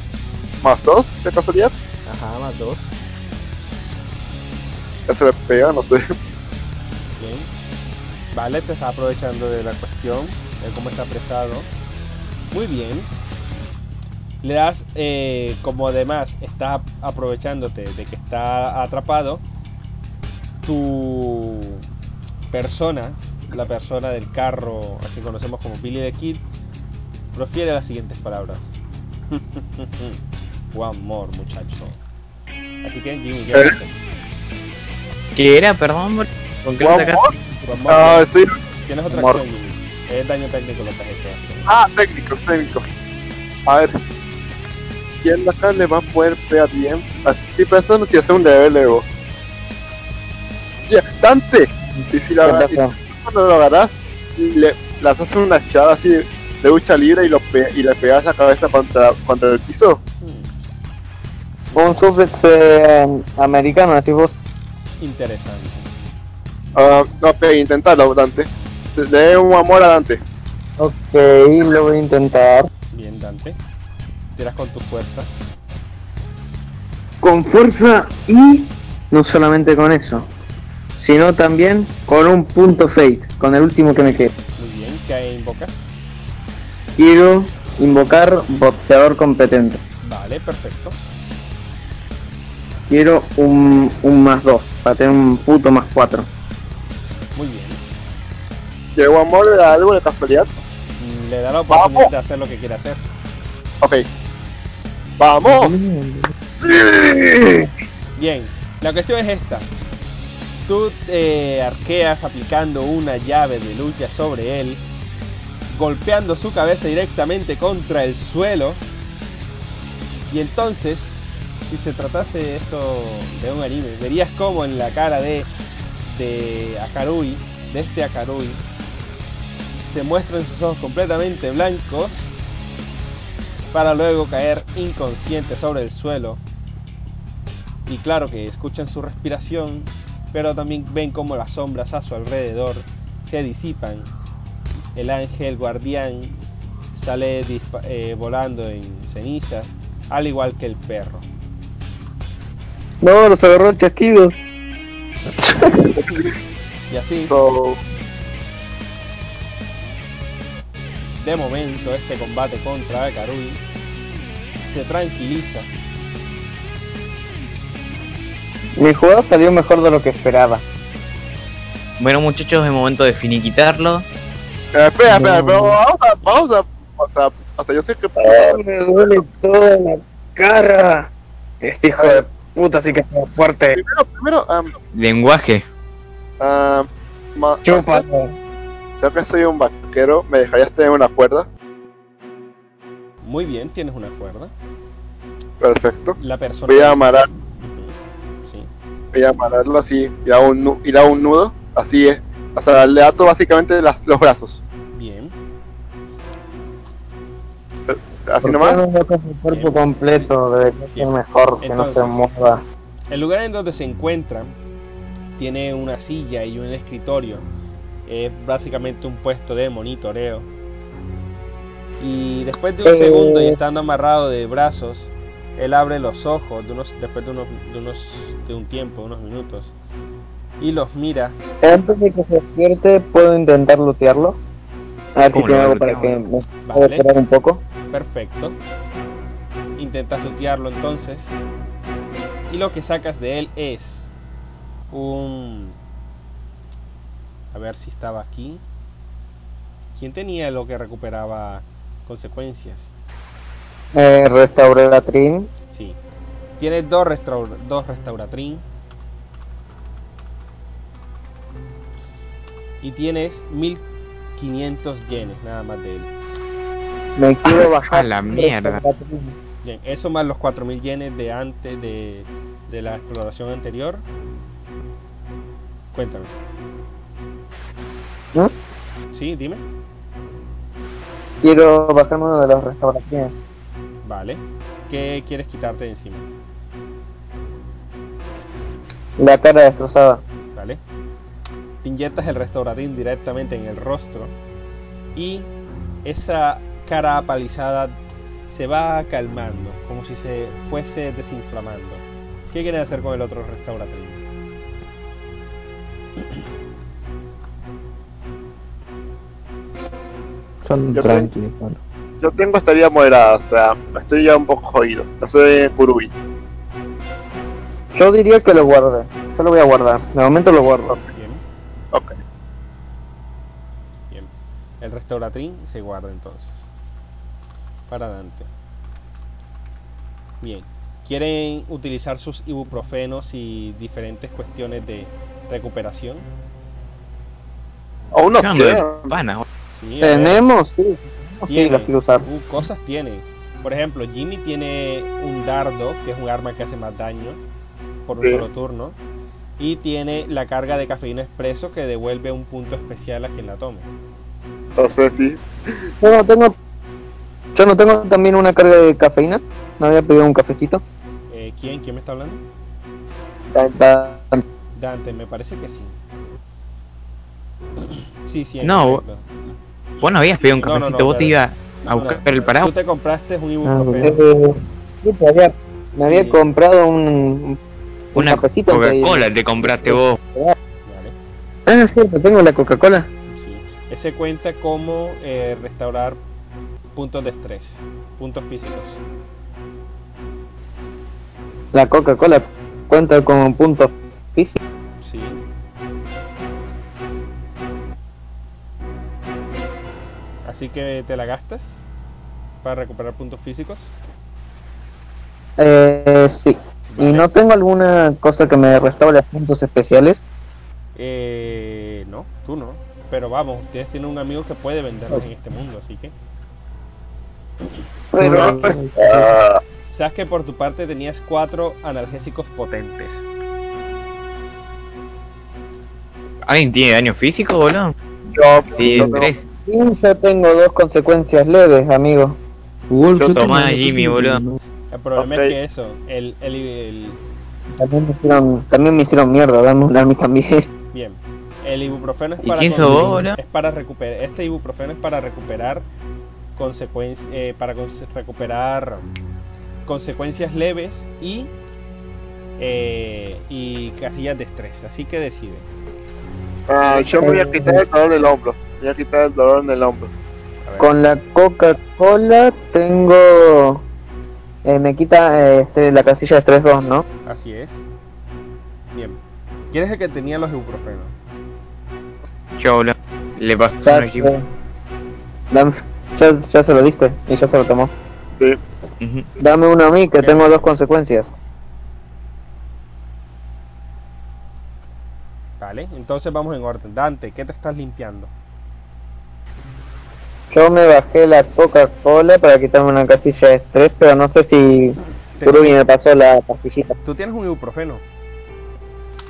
[SPEAKER 3] Más dos, de casualidad.
[SPEAKER 1] Ajá, más dos.
[SPEAKER 3] Ya se le pega, no sé.
[SPEAKER 1] Bien. Vale, te está aprovechando de la cuestión, de cómo está apresado. Muy bien. Le das, eh, como además está aprovechándote de que está atrapado, su persona, la persona del carro, así conocemos como Billy the Kid, profiere las siguientes palabras. *laughs* One more, muchacho. Así que Jimmy, ¿qué
[SPEAKER 3] ¿Eh?
[SPEAKER 1] haces?
[SPEAKER 5] ¿Qué era? Perdón, bol- ¿con qué lo
[SPEAKER 3] One
[SPEAKER 5] sacaste?
[SPEAKER 1] One more.
[SPEAKER 3] Ah, estoy...
[SPEAKER 1] Tienes otra
[SPEAKER 3] Mor-
[SPEAKER 1] acción, Jimmy. Es daño técnico lo que has hecho.
[SPEAKER 3] Ah, técnico, técnico. A ver. ¿Quién de acá le va a poder pegar bien? Así pensando si hace un level ego. Ya, E Dante. Y si la
[SPEAKER 4] ¿Qué
[SPEAKER 3] agarras,
[SPEAKER 4] pasó?
[SPEAKER 3] cuando lo agarras, y le lanzas una echada así de lucha libre y, lo pe- y le pegas la cabeza contra, contra el piso.
[SPEAKER 1] Hmm,
[SPEAKER 4] Un subes eh, americano, así vos.
[SPEAKER 1] Interesante.
[SPEAKER 3] Ah, no, ok, intentalo, Dante. Le un amor a Dante.
[SPEAKER 4] Ok, lo voy a intentar.
[SPEAKER 1] Bien, Dante. Tiras con tu fuerza.
[SPEAKER 4] Con fuerza y no solamente con eso, sino también con un punto fate, con el último que me quede.
[SPEAKER 1] Muy bien, cae en boca.
[SPEAKER 4] Quiero invocar boxeador competente.
[SPEAKER 1] Vale, perfecto.
[SPEAKER 4] Quiero un, un más dos, para tener un puto más cuatro.
[SPEAKER 1] Muy bien.
[SPEAKER 3] ¿Llegó amor a algo de casualidad?
[SPEAKER 1] Le da la oportunidad
[SPEAKER 3] Vamos.
[SPEAKER 1] de hacer lo que quiere hacer.
[SPEAKER 3] Ok.
[SPEAKER 2] Oh.
[SPEAKER 3] ¡Vamos!
[SPEAKER 4] Mm.
[SPEAKER 1] Bien, la cuestión es esta. Tú eh, arqueas aplicando una llave de lucha sobre él, golpeando su cabeza directamente contra el suelo. Y entonces, si se tratase esto de un anime, verías como en la cara de, de Akarui, de este Akarui, se muestran sus ojos completamente blancos para luego caer inconsciente sobre el suelo y claro que escuchan su respiración, pero también ven como las sombras a su alrededor se disipan. El ángel guardián sale dispa- eh, volando en cenizas, al igual que el perro.
[SPEAKER 4] No, los agarró el chasquido.
[SPEAKER 1] Y así,
[SPEAKER 3] So,
[SPEAKER 1] de momento, este combate contra Akarui se tranquiliza.
[SPEAKER 4] Mi jugada salió mejor de lo que esperaba.
[SPEAKER 5] Bueno, muchachos, es momento de finiquitarlo.
[SPEAKER 3] Eh, espera, espera,
[SPEAKER 2] No.
[SPEAKER 3] pero vamos a, vamos a, o sea, hasta yo sé que
[SPEAKER 4] Oh, me duele toda la cara. Este hijo de puta sí que es fuerte.
[SPEAKER 3] primero, primero, am,
[SPEAKER 5] Lenguaje.
[SPEAKER 3] am, ma-
[SPEAKER 4] Chupa.
[SPEAKER 3] yo que soy un vaquero, ¿me dejarías tener una cuerda?
[SPEAKER 1] Muy bien, tienes una cuerda.
[SPEAKER 3] Perfecto.
[SPEAKER 1] La persona.
[SPEAKER 3] Voy a amarrar,
[SPEAKER 1] Ujú, sí.
[SPEAKER 3] voy a amarrarlo así, y le hago un, nu- y le hago un nudo, así es. O sea, le ato básicamente las, los brazos.
[SPEAKER 1] Bien.
[SPEAKER 3] Así
[SPEAKER 4] ¿Por qué
[SPEAKER 3] nomás.
[SPEAKER 4] no botas el cuerpo completo? Debería ser mejor que no se mueva.
[SPEAKER 1] El lugar en donde se encuentran tiene una silla y un escritorio. Es básicamente un puesto de monitoreo. Y después de un
[SPEAKER 4] Eh.
[SPEAKER 1] segundo y estando amarrado de brazos, él abre los ojos de unos, después de, unos, de, unos- de un tiempo, unos minutos, y los mira.
[SPEAKER 4] Antes de que se despierte, ¿puedo intentar lutearlo? A ver si
[SPEAKER 5] ¿Cómo
[SPEAKER 4] tiene
[SPEAKER 5] lo
[SPEAKER 4] algo para que
[SPEAKER 5] looteamos?
[SPEAKER 4] me pueda
[SPEAKER 1] Vale.
[SPEAKER 4] esperar un poco.
[SPEAKER 1] Perfecto. Intentas lutearlo entonces. Y lo que sacas de él es un... A ver si estaba aquí. ¿Quién tenía lo que recuperaba consecuencias?
[SPEAKER 4] Eh, restauré la trim.
[SPEAKER 1] Sí. Tienes dos, restaur dos restauratrín. Y tienes 1500 yenes nada más de él.
[SPEAKER 4] Me
[SPEAKER 5] *laughs*
[SPEAKER 4] quiero bajar.
[SPEAKER 5] Ah, la mierda.
[SPEAKER 4] Restauratrim.
[SPEAKER 1] Bien, eso más los 4.000 yenes de antes de, de la exploración anterior. Cuéntame.
[SPEAKER 4] ¿Mm?
[SPEAKER 1] Sí, dime.
[SPEAKER 4] Quiero bajarme uno de los restauraciones.
[SPEAKER 1] Vale. ¿Qué quieres quitarte de encima?
[SPEAKER 4] La cara destrozada.
[SPEAKER 1] ¿Vale? Te inyectas el restauratín directamente en el rostro y esa cara apalizada se va calmando, como si se fuese desinflamando. ¿Qué quieres hacer con el otro restauratín?
[SPEAKER 2] Son
[SPEAKER 3] Yo
[SPEAKER 2] tranquilos, bueno.
[SPEAKER 3] Yo tengo estaría moderada, o sea, estoy ya un poco jodido. No soy curubi.
[SPEAKER 4] Yo diría que lo guarde. Yo lo voy a guardar. De momento lo guardo.
[SPEAKER 1] Bien,
[SPEAKER 3] Ok.
[SPEAKER 1] bien. El restauratrín se guarda entonces. Para Dante. Bien. ¿Quieren utilizar sus ibuprofenos y diferentes cuestiones de recuperación?
[SPEAKER 3] Aún no ¿eh?
[SPEAKER 5] ¿Qué onda?
[SPEAKER 3] quedan.
[SPEAKER 5] Pana,
[SPEAKER 1] Sí, a ver.
[SPEAKER 4] ¿Tenemos? Sí. Sí, las quiero usar.
[SPEAKER 1] Uh, cosas tiene. Por ejemplo, Jimmy tiene un dardo, que es un arma que hace más daño por un
[SPEAKER 3] Sí.
[SPEAKER 1] solo turno. Y tiene la carga de cafeína expreso que devuelve un punto especial a quien la tome.
[SPEAKER 3] Entonces sí.
[SPEAKER 4] Yo no tengo. Yo no tengo también una carga de cafeína. No había pedido un cafecito.
[SPEAKER 1] Eh, ¿Quién? ¿Quién me está hablando?
[SPEAKER 4] Ta- ta-
[SPEAKER 1] Dante, me parece que sí. *clears throat* Sí, sí. en
[SPEAKER 5] No,
[SPEAKER 1] efecto.
[SPEAKER 5] vos no habías pedido un
[SPEAKER 1] No, no,
[SPEAKER 5] cafecito,
[SPEAKER 1] no,
[SPEAKER 5] vos te
[SPEAKER 1] claro.
[SPEAKER 5] ibas a
[SPEAKER 1] No, no,
[SPEAKER 5] buscar el parado.
[SPEAKER 1] Tú te compraste un
[SPEAKER 5] Ah,
[SPEAKER 4] Eh,
[SPEAKER 1] ibuprofeno.
[SPEAKER 4] sí, me había, me había
[SPEAKER 1] Sí.
[SPEAKER 4] comprado un, un
[SPEAKER 5] Una
[SPEAKER 4] cafecito que-
[SPEAKER 5] Coca-Cola te compraste vos.
[SPEAKER 1] Vale,
[SPEAKER 4] Ah, sí, yo tengo la Coca-Cola.
[SPEAKER 1] sí. Ese cuenta como eh, restaurar puntos de estrés, puntos físicos.
[SPEAKER 4] La Coca-Cola cuenta con un punto físico.
[SPEAKER 1] Sí. Así que te la gastas para recuperar puntos físicos.
[SPEAKER 4] Eh, sí.
[SPEAKER 1] Vale.
[SPEAKER 4] ¿Y no tengo alguna cosa que me restaure puntos especiales?
[SPEAKER 1] Eh, no, tú no. Pero vamos, ustedes tienen un amigo que puede venderlos en este mundo, así que.
[SPEAKER 4] Pero-
[SPEAKER 3] Ah,
[SPEAKER 1] Sabes que por tu parte tenías cuatro analgésicos potentes.
[SPEAKER 5] ¿Alguien tiene daño físico, boludo?
[SPEAKER 3] yo,
[SPEAKER 5] Sí,
[SPEAKER 3] yo tengo-
[SPEAKER 5] tres.
[SPEAKER 4] Sí, yo tengo dos consecuencias leves, amigo.
[SPEAKER 2] Wolf,
[SPEAKER 3] Yo
[SPEAKER 2] yo
[SPEAKER 5] tomá,
[SPEAKER 2] tengo-
[SPEAKER 5] Jimmy, boludo.
[SPEAKER 1] El problema
[SPEAKER 3] Ok.
[SPEAKER 1] es que eso, el, el, el-
[SPEAKER 4] También me hicieron, también me hicieron mierda, dame un army
[SPEAKER 5] *laughs*
[SPEAKER 4] también.
[SPEAKER 1] bien, el ibuprofeno es
[SPEAKER 5] ¿Y
[SPEAKER 1] para
[SPEAKER 5] quién sos
[SPEAKER 1] conseguir-
[SPEAKER 5] vos, boludo?
[SPEAKER 1] es para recuperar, este ibuprofeno es para recuperar consecuencias, para conse- recuperar consecuencias leves y eh, y casillas de estrés, así que decide.
[SPEAKER 3] ah, yo me voy a quitar el dolor del hombro. Me voy a quitar el dolor en el hombro.
[SPEAKER 1] A ver,
[SPEAKER 4] Con la Coca-Cola tengo... eh, me quita eh, este, la casilla de 3-2, ¿no?
[SPEAKER 1] Así es. Bien. ¿Quién es el que tenía los ibuprofenos?
[SPEAKER 5] Yo, boludo. Le pasó
[SPEAKER 4] Ya,
[SPEAKER 5] uno a Jimmy.
[SPEAKER 4] eh, dame- ya, ya se lo diste y ya se lo tomó.
[SPEAKER 3] Sí.
[SPEAKER 5] Ujú.
[SPEAKER 4] Dame uno a mí, que
[SPEAKER 1] Ok.
[SPEAKER 4] tengo dos consecuencias.
[SPEAKER 1] Vale, entonces vamos en orden. Dante, ¿qué te estás limpiando?
[SPEAKER 4] Yo me bajé la Coca-Cola para quitarme una casilla de estrés, pero no sé si Kurugi me pasó la pastillita.
[SPEAKER 1] Tú tienes un ibuprofeno.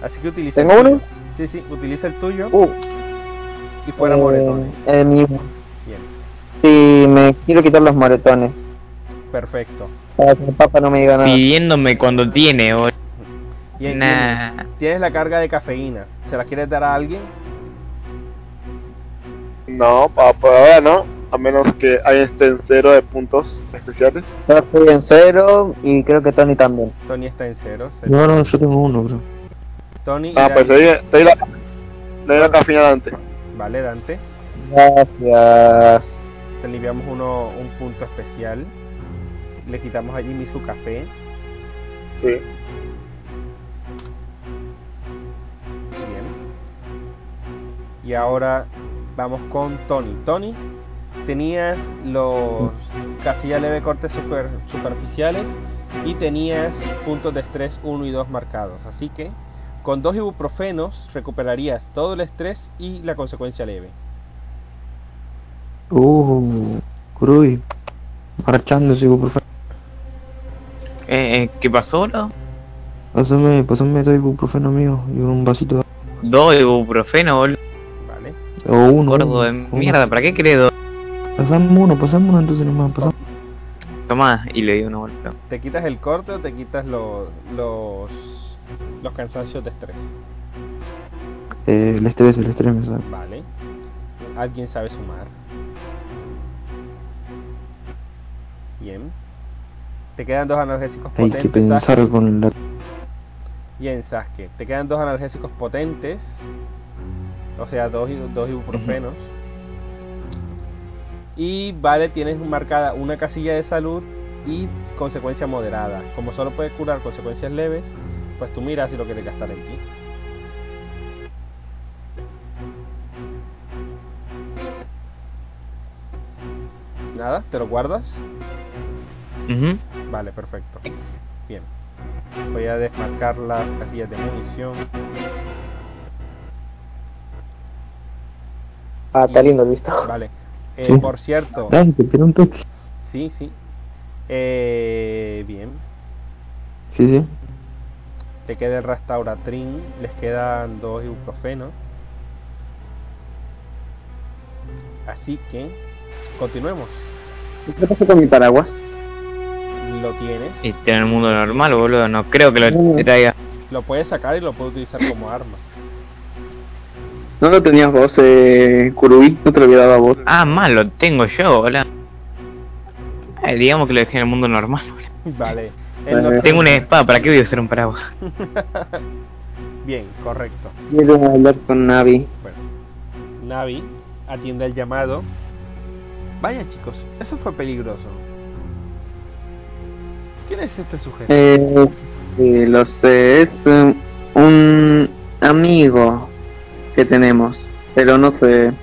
[SPEAKER 1] Así que utiliza.
[SPEAKER 4] ¿Tengo
[SPEAKER 1] el
[SPEAKER 4] uno?
[SPEAKER 1] tuyo. Sí, sí, utiliza el tuyo
[SPEAKER 4] Uh,
[SPEAKER 1] y fuera
[SPEAKER 4] eh,
[SPEAKER 1] moretones.
[SPEAKER 4] eh, mi-
[SPEAKER 1] Bien,
[SPEAKER 4] sí, me quiero quitar los moretones.
[SPEAKER 1] perfecto.
[SPEAKER 4] Para que el papá no me
[SPEAKER 5] Ah.
[SPEAKER 4] diga nada.
[SPEAKER 5] Pidiéndome cuando tiene, boludo.
[SPEAKER 1] Bien,
[SPEAKER 5] Nah.
[SPEAKER 1] Jimmy, Tienes la carga de cafeína. ¿Se la quieres dar a alguien?
[SPEAKER 3] No, pa- por ahora no. A menos que ahí esté en cero de puntos especiales.
[SPEAKER 4] Yo estoy en cero y creo que Tony también.
[SPEAKER 1] Tony está en cero. se-
[SPEAKER 2] No, no, yo tengo uno, bro.
[SPEAKER 1] Tony y
[SPEAKER 3] Ah, pues
[SPEAKER 1] Dante.
[SPEAKER 3] le di- le di la, le di la cafeína adelante.
[SPEAKER 1] Vale, Dante.
[SPEAKER 4] Gracias.
[SPEAKER 1] Te aliviamos uno, un punto especial. Le quitamos a Jimmy su café.
[SPEAKER 3] Sí.
[SPEAKER 1] Bien. Y ahora vamos con Tony. Tony, tenías los casillas leve cortes super- superficiales y tenías puntos de estrés 1 y 2 marcados. Así que con dos ibuprofenos recuperarías todo el estrés y la consecuencia leve.
[SPEAKER 2] Uh, Kurui. Marchándose, ibuprofeno.
[SPEAKER 5] Eh, eh, ¿Qué pasó, boludo?
[SPEAKER 2] Pásame, pásame dos ibuprofeno, amigo. Y un vasito de...
[SPEAKER 5] Dos ibuprofeno, boludo.
[SPEAKER 1] ¿Vale?
[SPEAKER 2] O uno.
[SPEAKER 5] Gordo de
[SPEAKER 2] uno.
[SPEAKER 5] mierda, ¿para qué querés dos?
[SPEAKER 2] Pasame uno, pasame uno entonces nomás. Pasame.
[SPEAKER 5] Tomá, y le di uno, boludo.
[SPEAKER 1] ¿Te quitas el corte o te quitas lo- los, los cansancios de estrés?
[SPEAKER 2] Eh, el estrés, el estrés me saca.
[SPEAKER 1] ¿Vale? ¿Alguien sabe sumar? Bien. Te quedan dos analgésicos
[SPEAKER 2] Hay
[SPEAKER 1] potentes.
[SPEAKER 2] que pensar
[SPEAKER 1] Sasuke.
[SPEAKER 2] con la...
[SPEAKER 1] Bien, Sasuke. Te quedan dos analgésicos potentes. O sea, dos, i- dos ibuprofenos. Y vale, tienes marcada una casilla de salud y consecuencia moderada. Como solo puedes curar consecuencias leves, pues tú miras si lo quieres gastar en ti. Nada, ¿te lo guardas?
[SPEAKER 5] Ujú.
[SPEAKER 1] Vale, perfecto. Bien. Voy a desmarcar las casillas de munición.
[SPEAKER 4] Ah, está lindo el visto.
[SPEAKER 1] Vale. Eh,
[SPEAKER 2] Sí.
[SPEAKER 1] Por cierto,
[SPEAKER 2] Ay, Ah, te quiero un toque.
[SPEAKER 1] sí, sí. Eh, bien.
[SPEAKER 2] Sí, sí.
[SPEAKER 1] Te queda el restauratrin, les quedan dos ibuprofenos. Así que, continuemos.
[SPEAKER 4] ¿Qué pasó con mi paraguas?
[SPEAKER 1] Lo tienes,
[SPEAKER 5] Y está en el mundo normal, boludo. No creo que lo
[SPEAKER 4] Uh.
[SPEAKER 5] traiga.
[SPEAKER 1] lo puedes sacar y lo puedes utilizar como arma. *laughs*
[SPEAKER 4] No lo tenías vos, eh, Kurui, no te lo había dado a vos.
[SPEAKER 5] Ah, mal, lo tengo yo, boludo. Eh, digamos que lo dejé en el mundo normal, boludo.
[SPEAKER 1] Vale.
[SPEAKER 4] Vale.
[SPEAKER 1] norte-
[SPEAKER 5] Tengo E. una espada, ¿para qué voy a usar un paraguas?
[SPEAKER 1] Bien, correcto.
[SPEAKER 4] Quiero hablar con Navi.
[SPEAKER 1] Bueno, Navi atiende el llamado. Vaya chicos, eso fue peligroso. ¿Quién es este sujeto?
[SPEAKER 4] Eh, sí, lo sé, es eh, un amigo que tenemos, pero no sé.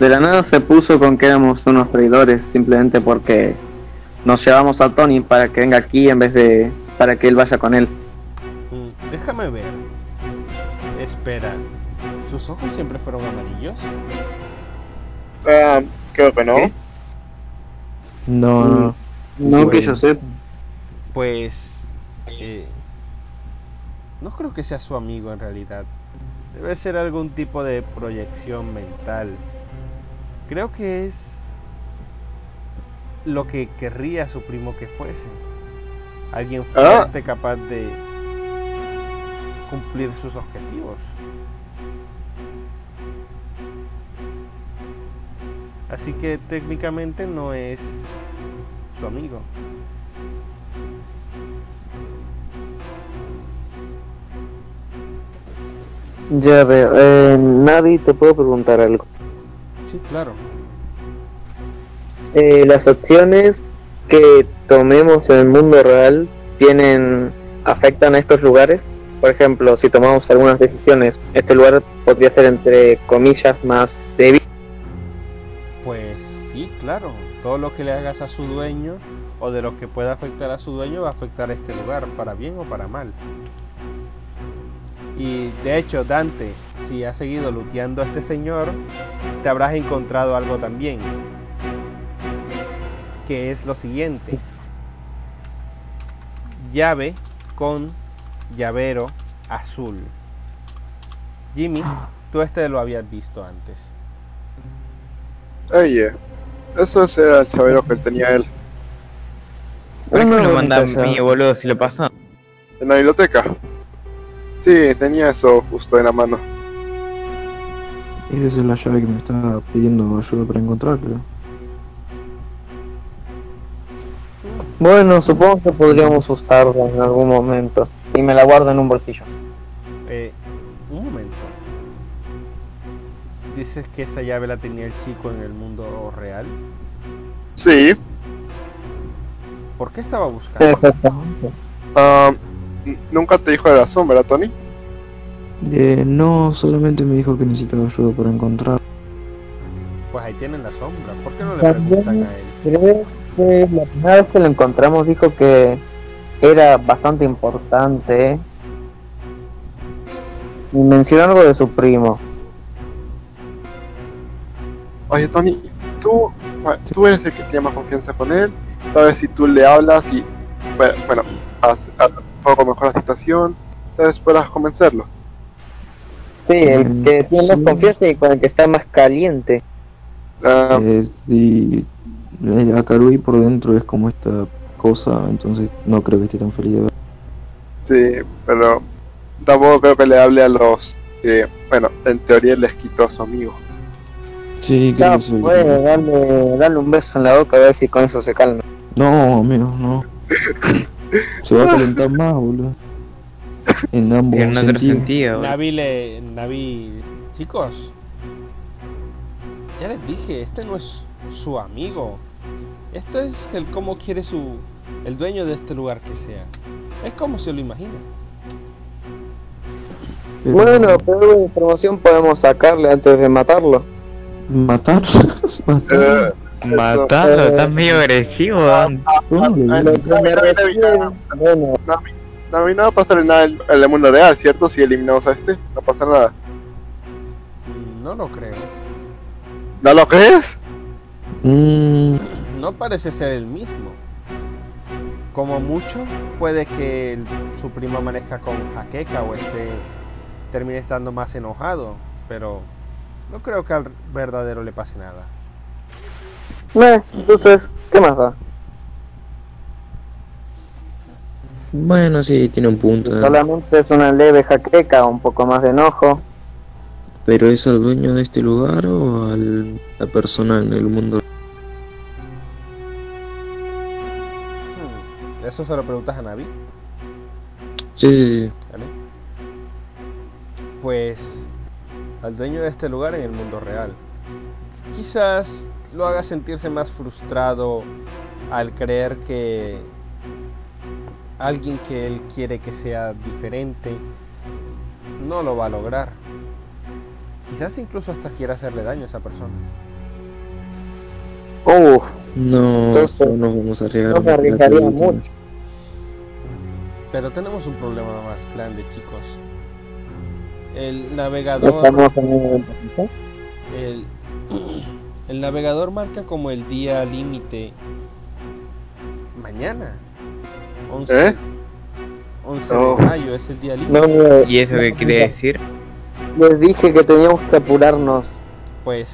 [SPEAKER 4] De la nada se puso con que éramos unos traidores, simplemente porque nos llevamos a Tony para que venga aquí en vez de para que él vaya con él.
[SPEAKER 1] Mm, Déjame ver. Espera. ¿Sus ojos siempre fueron amarillos?
[SPEAKER 3] Ah, creo que no.
[SPEAKER 1] ¿Qué?
[SPEAKER 2] No, no, no.
[SPEAKER 4] Mm, No que
[SPEAKER 2] Bueno.
[SPEAKER 4] yo sé.
[SPEAKER 1] Pues... eh, no creo que sea su amigo en realidad. Debe ser algún tipo de proyección mental. Creo que es lo que querría su primo que fuese. Alguien
[SPEAKER 3] Ah.
[SPEAKER 1] fuerte capaz de cumplir sus objetivos. Así que técnicamente no es su amigo.
[SPEAKER 4] Ya veo. Eh, Navi, te puedo preguntar algo.
[SPEAKER 1] Sí, claro.
[SPEAKER 4] Eh, las acciones que tomemos en el mundo real tienen afectan a estos lugares. Por ejemplo, si tomamos algunas decisiones, este lugar podría ser entre comillas más débil.
[SPEAKER 1] Pues sí, claro. Todo lo que le hagas a su dueño o de lo que pueda afectar a su dueño va a afectar a este lugar, para bien o para mal. Y de hecho, Dante, si has seguido luteando a este señor, te habrás encontrado algo también. Que es lo siguiente. Llave con llavero azul. Jimmy, tú este lo habías visto antes.
[SPEAKER 3] Oye, eso era el chavero que tenía él
[SPEAKER 5] ¿Por qué
[SPEAKER 4] Una
[SPEAKER 5] me lo manda a
[SPEAKER 4] bonita
[SPEAKER 5] mí,
[SPEAKER 4] llave.
[SPEAKER 5] boludo, si lo pasó?
[SPEAKER 3] en la biblioteca. Sí, tenía eso justo en la mano.
[SPEAKER 2] Esa es la llave que me estaba pidiendo ayuda para encontrarla.
[SPEAKER 4] Bueno, supongo que podríamos usarla en algún momento. Y me la guardo en un bolsillo.
[SPEAKER 1] Eh, un momento. Dices que esa llave la tenía el chico en el mundo real.
[SPEAKER 3] Sí,
[SPEAKER 1] ¿Por qué estaba buscando?
[SPEAKER 4] Exactamente.
[SPEAKER 3] ah, n- nunca te dijo de razón, ¿verdad, Tony?
[SPEAKER 2] Eh, no, solamente me dijo que necesitaba ayuda para encontrar.
[SPEAKER 1] Pues ahí tienen la sombra. ¿Por qué no le
[SPEAKER 4] También
[SPEAKER 1] preguntan a él?
[SPEAKER 4] creo que la primera vez que lo encontramos dijo que era bastante importante. Y mencionó algo de su primo.
[SPEAKER 3] Oye, Tony, tú, bueno, tú eres el que tiene más confianza con él. Tal vez si tú le hablas y, bueno, bueno haz- haz un poco mejor la situación, tal vez puedas convencerlo.
[SPEAKER 4] Sí, el
[SPEAKER 2] Mm,
[SPEAKER 4] que tiene más
[SPEAKER 2] sí.
[SPEAKER 4] confianza y con el que está más caliente.
[SPEAKER 3] Ah,
[SPEAKER 2] Eh, si eh, a Karui por dentro es como esta cosa, entonces no creo que esté tan feliz de ver.
[SPEAKER 3] Sí, pero tampoco creo que le hable a los que, bueno, en teoría les quitó a su amigo.
[SPEAKER 2] Sí,
[SPEAKER 4] Ya
[SPEAKER 2] creo que sí.
[SPEAKER 4] puede darle, darle un beso en la boca a ver si con eso se calma.
[SPEAKER 2] No, amigo, *laughs* no. Se va a calentar más, boludo. En ambos
[SPEAKER 5] Tiene otro
[SPEAKER 2] sentidos.
[SPEAKER 5] sentido, boludo.
[SPEAKER 1] Navi le. Navi. Chicos. Ya les dije, este no es su amigo. Este es el cómo quiere su. el dueño de este lugar que sea. Es como se lo imagina.
[SPEAKER 2] Pero-
[SPEAKER 4] Bueno,
[SPEAKER 2] pues.
[SPEAKER 4] pero algo de información podemos sacarle antes de matarlo.
[SPEAKER 2] *laughs* Matar. matar.
[SPEAKER 3] Eh,
[SPEAKER 5] Matando, estás medio agresivo, ah. Dan.
[SPEAKER 2] Ah,
[SPEAKER 4] Bueno,
[SPEAKER 3] No, a mí- no, a mí no va a pasar nada en en el mundo real, ¿cierto? Si eliminamos a este, no pasa nada.
[SPEAKER 6] No lo creo.
[SPEAKER 3] ¿No lo crees?
[SPEAKER 2] Mm,
[SPEAKER 1] No parece ser el mismo. Como mucho, puede que el- su primo amanezca con jaqueca o este termine estando más enojado, pero no creo que al verdadero le pase nada.
[SPEAKER 4] meh, entonces, ¿qué más da?
[SPEAKER 2] bueno, sí, tiene un punto. Dan.
[SPEAKER 4] Solamente es una leve jaqueca, un poco más de enojo.
[SPEAKER 2] Pero ¿es al dueño de este lugar o a la persona en el mundo?
[SPEAKER 1] Hmm, Eso se lo preguntas a Navi.
[SPEAKER 2] Sí, sí, sí.
[SPEAKER 1] ¿vale? Pues al dueño de este lugar en el mundo real. Quizás lo haga sentirse más frustrado al creer que alguien que él quiere que sea diferente no lo va a lograr. Quizás incluso hasta quiera hacerle daño a esa persona.
[SPEAKER 4] Uf,
[SPEAKER 2] No,
[SPEAKER 4] Entonces,
[SPEAKER 2] no nos vamos a arriesgar.
[SPEAKER 4] no me
[SPEAKER 2] la
[SPEAKER 4] arriesgaría
[SPEAKER 2] pelota.
[SPEAKER 4] mucho.
[SPEAKER 1] Pero tenemos un problema más grande, chicos. El navegador
[SPEAKER 4] estamos en un...
[SPEAKER 1] El, *clears throat* el navegador marca como el día límite mañana. 11,
[SPEAKER 3] ¿Eh?
[SPEAKER 1] 11
[SPEAKER 3] No.
[SPEAKER 1] de mayo es el día límite.
[SPEAKER 4] No, no,
[SPEAKER 5] ¿Y eso qué
[SPEAKER 4] no,
[SPEAKER 5] quiere decir?
[SPEAKER 4] Les dije que teníamos que apurarnos.
[SPEAKER 1] Pues,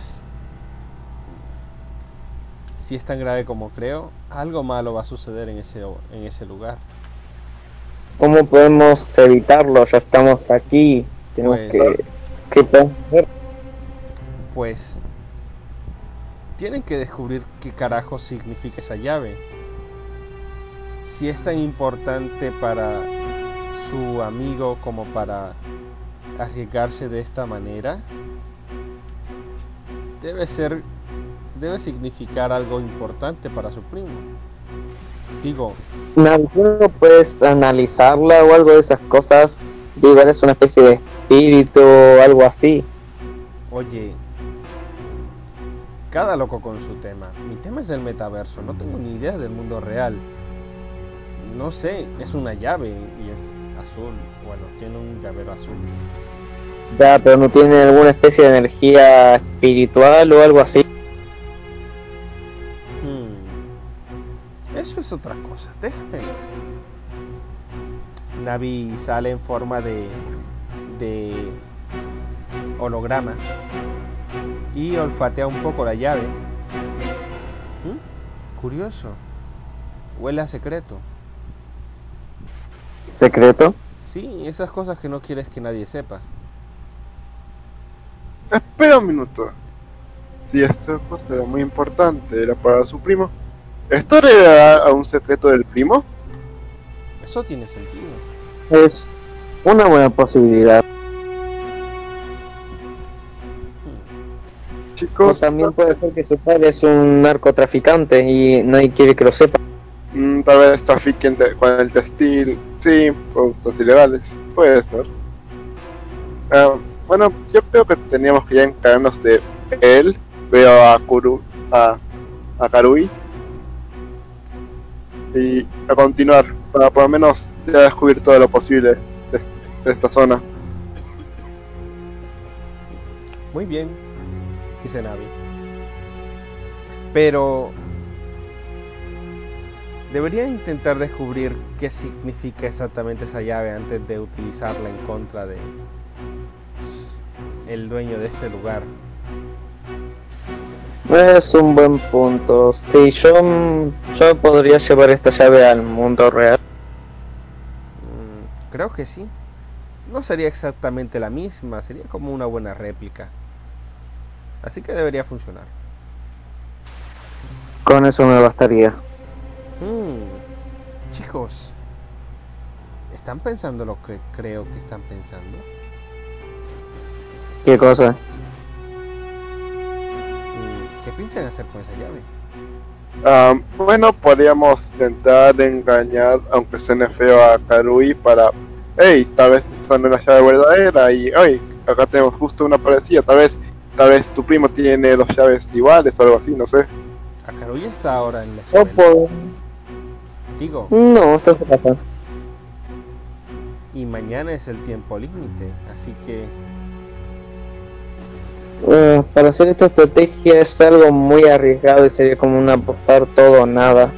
[SPEAKER 1] si es tan grave como creo, algo malo va a suceder en ese, o- en ese lugar.
[SPEAKER 4] ¿Cómo podemos evitarlo? Ya estamos aquí. Tenemos
[SPEAKER 1] Pues-
[SPEAKER 4] que... ¿Qué podemos hacer?
[SPEAKER 1] Pues, tienen que descubrir qué carajo significa esa llave. Si es tan importante para su amigo como para arriesgarse de esta manera, debe ser, debe significar algo importante para su primo. Digo,
[SPEAKER 4] ¿No puedes analizarla o algo de esas cosas? Digo, eres una especie de espíritu o algo así.
[SPEAKER 1] oye, cada loco con su tema. Mi tema es el metaverso, no tengo ni idea del mundo real. No sé, es una llave y es azul. Bueno, tiene un llavero azul.
[SPEAKER 4] Ya, pero no tiene alguna especie de energía espiritual o algo así.
[SPEAKER 1] Hmm. Eso es otra cosa, déjame ver. Navi sale en forma de, de holograma y olfatea un poco la llave. ¿Mm? Curioso. Huele a secreto.
[SPEAKER 4] ¿Secreto?
[SPEAKER 1] Sí, esas cosas que no quieres que nadie sepa.
[SPEAKER 3] Espera un minuto. Si esta cosa era muy importante, era para su primo. ¿Esto le da a un secreto del primo?
[SPEAKER 1] Eso tiene sentido.
[SPEAKER 4] Es una buena posibilidad. O
[SPEAKER 3] Chicos,
[SPEAKER 4] también puede ser que su padre es un narcotraficante y nadie quiere que lo sepa.
[SPEAKER 3] mm, tal vez trafiquen de- con el textil, sí, productos ilegales, puede ser. Ah, bueno, yo creo que teníamos que ya encargarnos de él. Veo a Kuru, a, a Karui. Y a continuar, para por lo menos ya descubrir todo lo posible de- de esta zona.
[SPEAKER 1] Muy bien, dice Navi. Pero debería intentar descubrir qué significa exactamente esa llave antes de utilizarla en contra de el dueño de este lugar.
[SPEAKER 4] Es un buen punto. Sí, yo, mm, yo podría llevar esta llave al mundo real.
[SPEAKER 1] Mm, Creo que sí. No sería exactamente la misma, sería como una buena réplica. Así que debería funcionar.
[SPEAKER 4] Con eso me bastaría.
[SPEAKER 1] Mm, Chicos, ¿están pensando lo que creo que están pensando?
[SPEAKER 4] ¿Qué cosa?
[SPEAKER 1] Mm, ¿Qué piensan hacer con esa llave?
[SPEAKER 3] Ah, bueno, podríamos intentar engañar, aunque suene feo, a Karui para. Hey, tal vez esa no es la llave verdadera y. Hey, acá tenemos justo una parecida. Tal vez tal vez tu primo tiene dos llaves iguales o algo así, no sé. *laughs*
[SPEAKER 1] Kakarui está ahora en la
[SPEAKER 4] No
[SPEAKER 1] escuela.
[SPEAKER 4] puedo.
[SPEAKER 1] Digo,
[SPEAKER 4] No, esto se pasa.
[SPEAKER 1] y mañana es el tiempo límite, así que
[SPEAKER 4] Eh, para hacer esta estrategia es algo muy arriesgado y sería como un apostar todo o nada.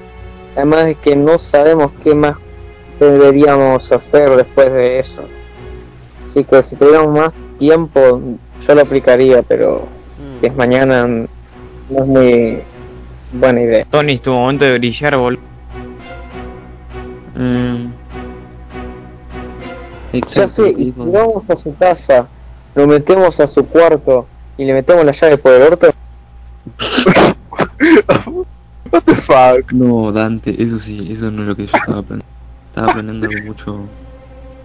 [SPEAKER 4] Además es que no sabemos qué más deberíamos hacer después de eso. Así que si tuviéramos más tiempo yo lo aplicaría, pero
[SPEAKER 1] mm,
[SPEAKER 4] si es mañana no es muy buena idea.
[SPEAKER 5] Tony es tu momento de brillar, boludo.
[SPEAKER 2] Mm.
[SPEAKER 4] Ya
[SPEAKER 2] Exacto.
[SPEAKER 4] sé, y
[SPEAKER 2] y
[SPEAKER 4] si
[SPEAKER 2] con-
[SPEAKER 4] vamos a su casa, lo metemos a su cuarto y le metemos la llave por el orto,
[SPEAKER 3] What the fuck?
[SPEAKER 2] No, Dante, eso sí, eso no es lo que yo estaba aprendiendo. Estaba aprendiendo algo mucho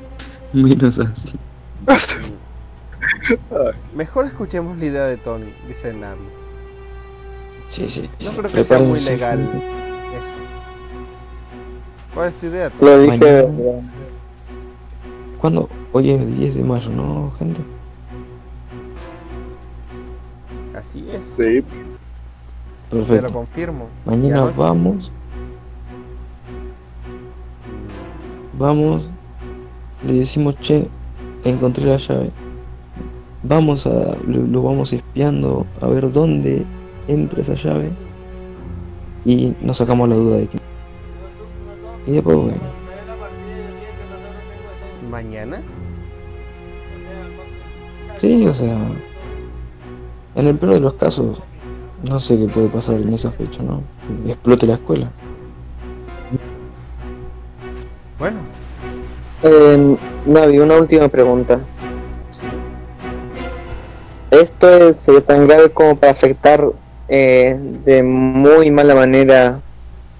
[SPEAKER 2] *laughs* menos así.
[SPEAKER 1] mejor escuchemos la idea de Tony, dice Nami.
[SPEAKER 2] Sí, sí.
[SPEAKER 1] No creo que sea muy
[SPEAKER 2] Prepárense,
[SPEAKER 1] legal
[SPEAKER 2] gente.
[SPEAKER 1] eso. ¿Cuál es tu idea? Tony?
[SPEAKER 4] lo dice...
[SPEAKER 2] Mañana. ¿Cuándo? Hoy es el 10 de mayo, ¿no, gente?
[SPEAKER 1] Así es,
[SPEAKER 3] Sí.
[SPEAKER 1] te lo
[SPEAKER 2] Perfecto.
[SPEAKER 1] confirmo.
[SPEAKER 2] Mañana
[SPEAKER 1] Ya, pues. ¿no?
[SPEAKER 2] vamos, vamos, le decimos, che, encontré la llave. Vamos a, lo, lo vamos espiando a ver dónde entra esa llave y nos sacamos la duda de que... Y después, bueno,
[SPEAKER 1] ¿Mañana?
[SPEAKER 2] sí, o sea, en el peor de los casos, no sé qué puede pasar en esa fecha, ¿no? Que Explote la escuela.
[SPEAKER 1] Bueno,
[SPEAKER 4] Eh, Navi, una última pregunta. ¿Esto es eh, tan grave como para afectar eh, de muy mala manera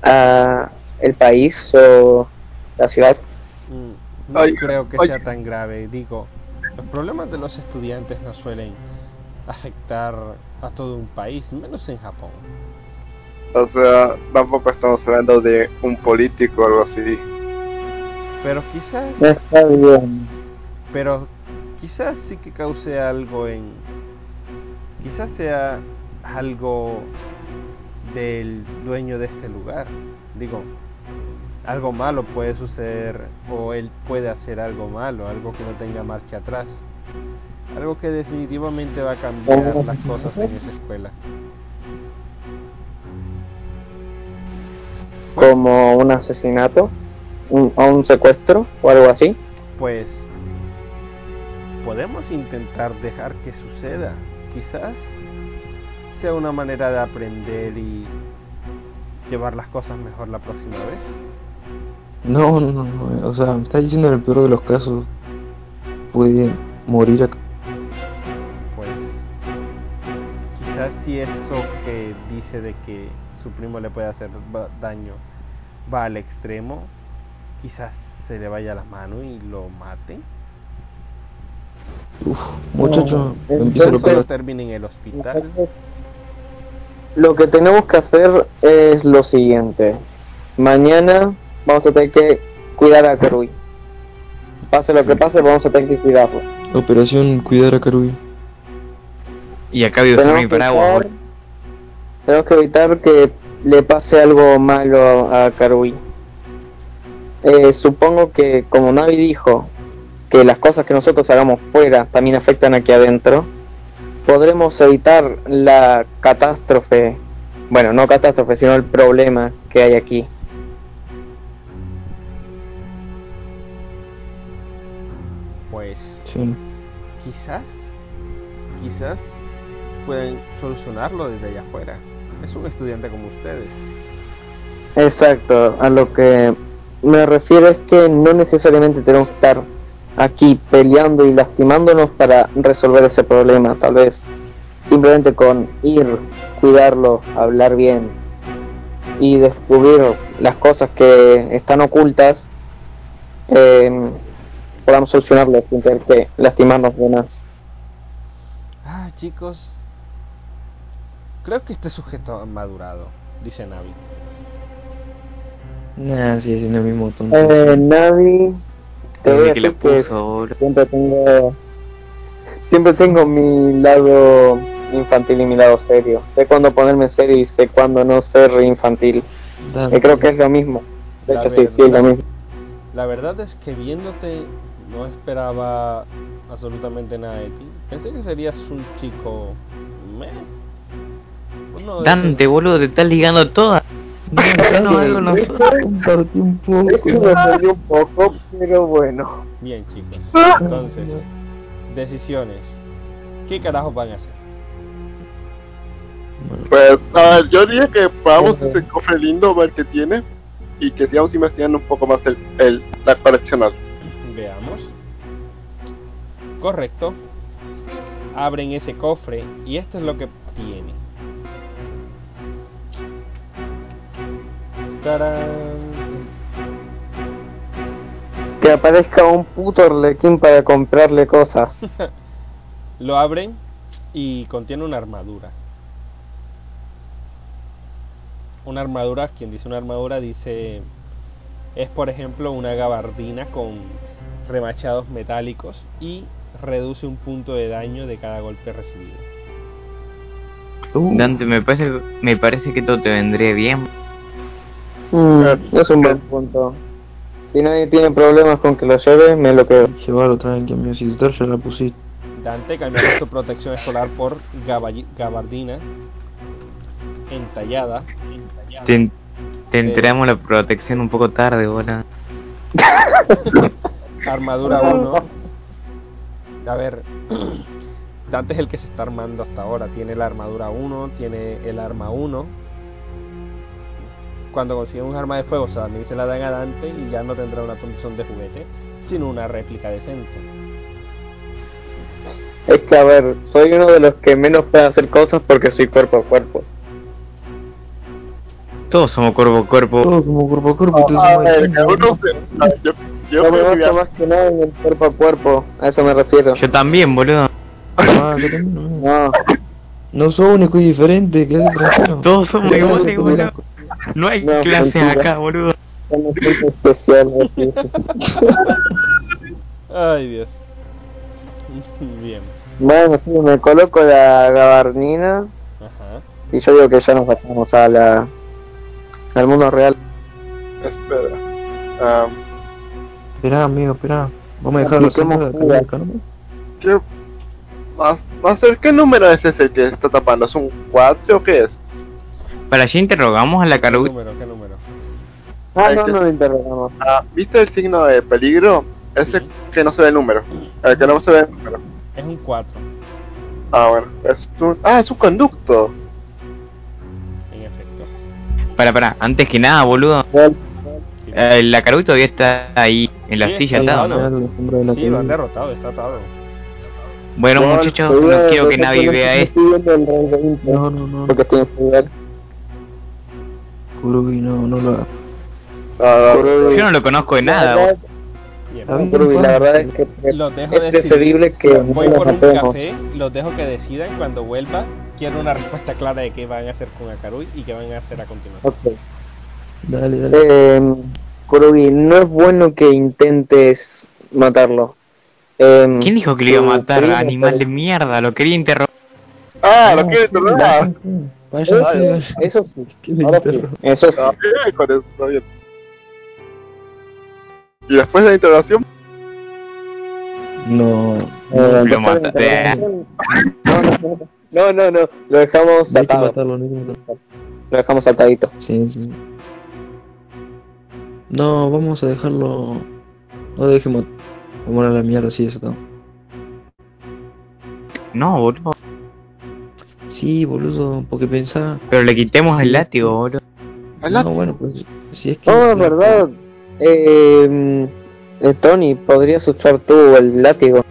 [SPEAKER 4] a el país o la ciudad?
[SPEAKER 1] mm, no
[SPEAKER 3] Ay,
[SPEAKER 1] creo que
[SPEAKER 3] ay.
[SPEAKER 1] sea tan grave. Digo, los problemas de los estudiantes no suelen afectar a todo un país, menos en Japón.
[SPEAKER 3] O sea, tampoco estamos hablando de un político o algo así.
[SPEAKER 1] Pero quizás,
[SPEAKER 4] No está bien.
[SPEAKER 1] pero quizás sí que cause algo en... Quizás sea algo del dueño de este lugar. Digo, algo malo puede suceder o él puede hacer algo malo, algo que no tenga marcha atrás. Algo que definitivamente va a cambiar las cosas en esa escuela.
[SPEAKER 4] ¿Como un asesinato? Un, ¿O un secuestro? ¿O algo así?
[SPEAKER 1] Pues podemos intentar dejar que suceda. Quizás sea una manera de aprender y llevar las cosas mejor la próxima vez.
[SPEAKER 2] No, no, no, no, eh, o sea, me estás diciendo en el peor de los casos puede morir acá.
[SPEAKER 1] Pues quizás si eso que dice de que su primo le puede hacer ba- daño va al extremo, quizás se le vaya la mano y lo mate.
[SPEAKER 2] Uf, muchacho,
[SPEAKER 4] No,
[SPEAKER 2] empiezo lo
[SPEAKER 4] entonces-
[SPEAKER 1] Pero
[SPEAKER 2] peor.
[SPEAKER 1] termine en el hospital.
[SPEAKER 4] Lo que tenemos que hacer es lo siguiente. Mañana vamos a tener que cuidar a Krui. Pase lo que pase, vamos a tener que cuidarlo.
[SPEAKER 2] Operación Cuidar a Karubi.
[SPEAKER 5] Y acá vivo sin mi paraguas,
[SPEAKER 4] evitar,
[SPEAKER 5] boludo.
[SPEAKER 4] tenemos que evitar que le pase algo malo a Karui. Eh, supongo que, como Navi dijo, que las cosas que nosotros hagamos fuera también afectan aquí adentro, podremos evitar la catástrofe, bueno, no catástrofe, sino el problema que hay aquí.
[SPEAKER 1] Pues
[SPEAKER 2] Sí.
[SPEAKER 1] quizás, quizás pueden solucionarlo desde allá afuera. Es un estudiante como ustedes.
[SPEAKER 4] Exacto, a lo que me refiero es que no necesariamente tenemos que estar aquí peleando y lastimándonos para resolver ese problema, tal vez simplemente con ir, cuidarlo, hablar bien y descubrir las cosas que están ocultas, eh, podamos solucionarlas sin tener que lastimarnos de más.
[SPEAKER 1] Ah, chicos, creo que este sujeto ha madurado, dice Navi.
[SPEAKER 2] Nah, sigue siendo el mismo tonto.
[SPEAKER 4] Eh, Navi, te voy a
[SPEAKER 5] Desde que
[SPEAKER 4] decir
[SPEAKER 5] la
[SPEAKER 4] que
[SPEAKER 5] puso, boludo.
[SPEAKER 4] siempre tengo siempre tengo mi lado infantil y mi lado serio. Sé cuándo ponerme serio y sé cuándo no ser infantil.
[SPEAKER 2] Dante.
[SPEAKER 4] Que eh, creo que es lo mismo. De
[SPEAKER 1] La
[SPEAKER 4] hecho, sí,
[SPEAKER 1] verdad.
[SPEAKER 4] sí, es lo mismo.
[SPEAKER 1] La verdad es que viéndote no esperaba absolutamente nada de ti. Pensé que serías un chico... meh. Pues este, Uno de
[SPEAKER 5] Dante,
[SPEAKER 1] esos-
[SPEAKER 5] boludo, te estás ligando todas.
[SPEAKER 2] Dante,
[SPEAKER 4] *laughs*
[SPEAKER 5] No, algo no sé.
[SPEAKER 2] compartí un poco.
[SPEAKER 4] Es que me perdí un poco, pero bueno.
[SPEAKER 1] Bien chicos. Entonces, decisiones. ¿Qué carajos van a hacer?
[SPEAKER 3] Pues, a ver, yo diría que probamos ese cofre lindo, ver qué tiene, y que sigamos investigando un poco más el, el la correccional.
[SPEAKER 1] Veamos. Correcto. Abren ese cofre y esto es lo que tiene. Tarán.
[SPEAKER 4] Que aparezca un puto arlequín para comprarle cosas.
[SPEAKER 1] Lo abren y contiene una armadura. Una armadura, quien dice una armadura dice es por ejemplo una gabardina con remachados metálicos y reduce un punto de daño de cada golpe recibido.
[SPEAKER 4] *laughs*
[SPEAKER 2] Uh,
[SPEAKER 5] Dante, me parece, me parece que todo te vendría bien.
[SPEAKER 4] Mm,
[SPEAKER 3] Claro.
[SPEAKER 4] es un buen punto. Si nadie tiene problemas con que lo lleve, me lo quedo.
[SPEAKER 2] Llevarlo tranqui, amigo. Si total ya la pusiste.
[SPEAKER 1] Dante cambiará su protección escolar por gaballi- gabardina entallada.
[SPEAKER 5] Te, te enteramos la protección un poco tarde, boludo.
[SPEAKER 1] Armadura 1. A ver, *clears throat* Dante es el que se está armando hasta ahora. Tiene la armadura 1, tiene el arma 1. Cuando consigue un arma de fuego, se la- se la dan a Dante y ya no tendrá una tonción de juguete, sino una réplica decente.
[SPEAKER 4] Es que, a ver, soy uno de los que menos puede hacer cosas porque soy cuerpo a cuerpo.
[SPEAKER 5] Todos somos cuerpo a cuerpo.
[SPEAKER 2] Todo como cuerpo a
[SPEAKER 4] Ah,
[SPEAKER 2] cuerpo.
[SPEAKER 3] A, a ver,
[SPEAKER 4] eh,
[SPEAKER 2] entonces,
[SPEAKER 3] cada uno se- a ver, yo, yo
[SPEAKER 4] Yo me
[SPEAKER 3] creo que
[SPEAKER 4] baso
[SPEAKER 3] ya-
[SPEAKER 4] más que nada en el cuerpo a cuerpo, a eso me refiero.
[SPEAKER 5] Yo también, boludo.
[SPEAKER 2] Ah, que también, no.
[SPEAKER 4] No,
[SPEAKER 2] No sos único y diferente, quédate
[SPEAKER 4] *laughs*
[SPEAKER 2] tranquilo.
[SPEAKER 5] Todos somos
[SPEAKER 2] Quédate tranquilo.
[SPEAKER 5] iguales, boludo. No hay
[SPEAKER 4] No,
[SPEAKER 5] clases
[SPEAKER 4] mentira.
[SPEAKER 5] acá, boludo.
[SPEAKER 4] yo no soy especial. así.
[SPEAKER 1] Ay, Dios. *laughs* Bien.
[SPEAKER 4] bueno, sí, me coloco la gabardina
[SPEAKER 1] Ajá.
[SPEAKER 4] y yo digo que ya nos pasamos a la, al mundo real.
[SPEAKER 3] Espera. Ah,
[SPEAKER 2] Esperá, amigo, esperá. Vamos a dejarlo sin
[SPEAKER 4] Apliquemos
[SPEAKER 2] duda,
[SPEAKER 4] fuga.
[SPEAKER 2] acá, ¿no?
[SPEAKER 3] ¿qué, más, más cerca, ¿Qué número es ese que está tapando? ¿Es un 4 o qué es?
[SPEAKER 5] Para allá interrogamos a la
[SPEAKER 1] ¿Qué
[SPEAKER 5] cargu...
[SPEAKER 1] número? ¿Qué número?
[SPEAKER 4] Ah,
[SPEAKER 3] Ay,
[SPEAKER 4] no,
[SPEAKER 3] que-
[SPEAKER 4] no lo interrogamos.
[SPEAKER 3] Ah, ¿Viste el signo de peligro? Ese
[SPEAKER 1] Sí.
[SPEAKER 3] que no se ve el número. El que no se ve el número.
[SPEAKER 1] Es un 4,
[SPEAKER 3] Ah, bueno. Es un, ah, es un conducto.
[SPEAKER 1] en efecto.
[SPEAKER 5] Para, para, antes que nada, boludo.
[SPEAKER 4] Real.
[SPEAKER 5] eh, la Caru todavía está ahí en la
[SPEAKER 1] Sí,
[SPEAKER 5] silla
[SPEAKER 1] está
[SPEAKER 5] atada.
[SPEAKER 1] al lado.
[SPEAKER 5] ¿no?
[SPEAKER 2] Real, la sombra de la
[SPEAKER 1] Sí, lo han
[SPEAKER 2] tele.
[SPEAKER 1] derrotado, está atado.
[SPEAKER 5] Bueno, muchachos,
[SPEAKER 4] te digo,
[SPEAKER 5] no quiero que
[SPEAKER 4] yo
[SPEAKER 5] nadie
[SPEAKER 4] eh, no
[SPEAKER 5] vea esto.
[SPEAKER 4] estoy viendo el Real de Inter,
[SPEAKER 2] No, no, no.
[SPEAKER 4] Porque estoy en fútbol.
[SPEAKER 2] Kurugi, no, no lo hagas.
[SPEAKER 3] Ah,
[SPEAKER 5] Yo no lo conozco de nada, boludo.
[SPEAKER 1] Bien.
[SPEAKER 2] A ver.
[SPEAKER 4] Pero la verdad es que pre-
[SPEAKER 1] Los dejo
[SPEAKER 4] Ah, es
[SPEAKER 1] decidir.
[SPEAKER 4] preferible que no
[SPEAKER 1] Voy
[SPEAKER 4] la
[SPEAKER 1] por un
[SPEAKER 4] matemos.
[SPEAKER 1] café, los dejo que decidan cuando vuelva. Quiero una respuesta clara de qué van a hacer con Akarui y qué van a hacer a continuación.
[SPEAKER 4] Ok.
[SPEAKER 2] Dale, dale.
[SPEAKER 4] Eh, Kurogi, no es bueno que intentes matarlo. Eh,
[SPEAKER 5] ¿Quién dijo que le iba a
[SPEAKER 4] tu
[SPEAKER 5] matar?
[SPEAKER 4] primo,
[SPEAKER 5] Animal de
[SPEAKER 4] pero-
[SPEAKER 5] mierda, lo quería interrogar.
[SPEAKER 3] ah, lo quiere tomar.
[SPEAKER 2] Váyanse, váyanse.
[SPEAKER 4] Eso sí,
[SPEAKER 2] Qué lindo
[SPEAKER 4] ahora sí,
[SPEAKER 5] *laughs*
[SPEAKER 2] perro.
[SPEAKER 4] eso sí.
[SPEAKER 3] Ah, bien, con eso, está bien. Y después de la interrogación,
[SPEAKER 2] No.
[SPEAKER 4] Eh,
[SPEAKER 5] Lo
[SPEAKER 4] después de la
[SPEAKER 5] maté.
[SPEAKER 4] intervención- No, no, no, no, no, no, lo dejamos
[SPEAKER 2] No hay que
[SPEAKER 4] atado,
[SPEAKER 2] matarlo, no hay que matarlo.
[SPEAKER 4] lo dejamos atadito.
[SPEAKER 2] Sí, sí. No, vamos a dejarlo. No dejemos. Vamos a la mierda, sí, eso está.
[SPEAKER 5] No, boludo.
[SPEAKER 2] Sí, boludo, porque pensaba.
[SPEAKER 5] Pero le quitemos el látigo, boludo.
[SPEAKER 2] No, bueno, pues. Si es que.
[SPEAKER 4] Oh, es verdad. Eh, eh, Tony, podrías usar tú el látigo.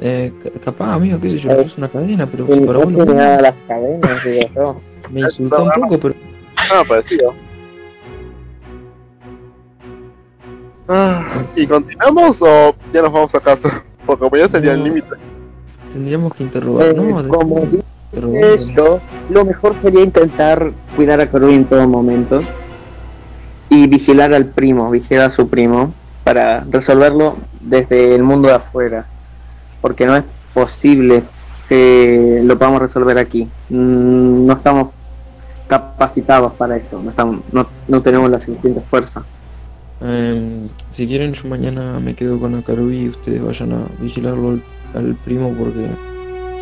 [SPEAKER 2] Eh, ca- capaz, amigo, qué sé yo, es una cadena, pero
[SPEAKER 4] Y
[SPEAKER 2] para
[SPEAKER 4] Eh, no
[SPEAKER 2] uno.
[SPEAKER 4] tiene nada las cadenas, digo yo.
[SPEAKER 2] Me insultó un poco, pero.
[SPEAKER 3] ah, parecido. Ah, ¿Y continuamos o ya nos vamos a casa? *laughs* Porque como ya sería el
[SPEAKER 2] No.
[SPEAKER 3] límite.
[SPEAKER 2] Tendríamos que
[SPEAKER 4] Eh,
[SPEAKER 2] interrogar, ¿no?
[SPEAKER 4] como
[SPEAKER 2] Tendríamos que interrogar.
[SPEAKER 4] Esto, lo mejor sería intentar cuidar a Coruña en todo momento y vigilar al primo, vigilar a su primo para resolverlo desde el mundo de afuera, porque no es posible que lo podamos resolver aquí. Mm, No estamos capacitados para esto, no, estamos, no, no tenemos la suficiente fuerza.
[SPEAKER 2] Em, si quieren, yo mañana me quedo con Akarubi y ustedes vayan a vigilarlo al, al primo porque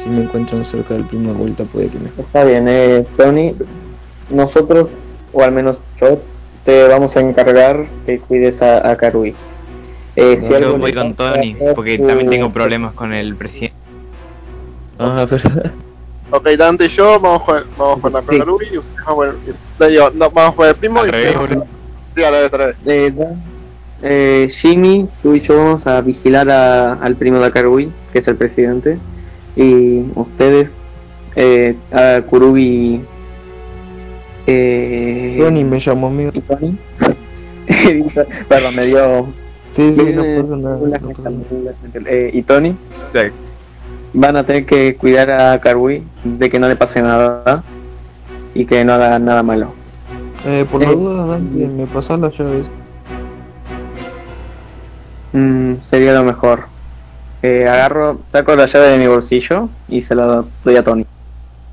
[SPEAKER 2] si me encuentran cerca del primo de vuelta puede que me...
[SPEAKER 4] Está bien, eh, Tony, nosotros, o al menos yo, te vamos a encargar que cuides a, a Karui. Eh, si algo
[SPEAKER 5] Yo
[SPEAKER 4] le
[SPEAKER 5] voy con
[SPEAKER 4] pasa
[SPEAKER 5] Tony,
[SPEAKER 4] a
[SPEAKER 5] porque
[SPEAKER 4] tu-
[SPEAKER 5] también tengo problemas con el presidente.
[SPEAKER 2] Ah, *laughs* verdad.
[SPEAKER 3] Ok, Dante y yo vamos con, vamos con la
[SPEAKER 4] Sí.
[SPEAKER 3] Kakaruri y ustedes van con el- y ustedes- yo- no, vamos con el primo
[SPEAKER 5] Al
[SPEAKER 3] y
[SPEAKER 5] revés,
[SPEAKER 3] ustedes van con- Sí, al revés, al revés.
[SPEAKER 4] Eh, da- eh, Jimmy, tú y yo vamos a vigilar a- al primo de Akarui, que es el presidente, y ustedes, eh, a Kurubi, eh,
[SPEAKER 2] Ronnie me llamó amigo.
[SPEAKER 4] y Tony. *laughs* Perdón, me dio
[SPEAKER 2] Sí, sí, no
[SPEAKER 4] Eh,
[SPEAKER 2] pasa nada.
[SPEAKER 4] una
[SPEAKER 2] no pasa
[SPEAKER 4] cosa
[SPEAKER 2] nada.
[SPEAKER 4] muy lamentable. Eh, y Tony van a tener que cuidar a Karui de que no le pase nada y que no haga nada malo.
[SPEAKER 2] Eh, por las
[SPEAKER 4] Eh,
[SPEAKER 2] dudas, Dante, me pasás las llaves.
[SPEAKER 4] Mm, sería lo mejor. Eh, agarro, saco la llave de mi bolsillo y se la doy a Tony.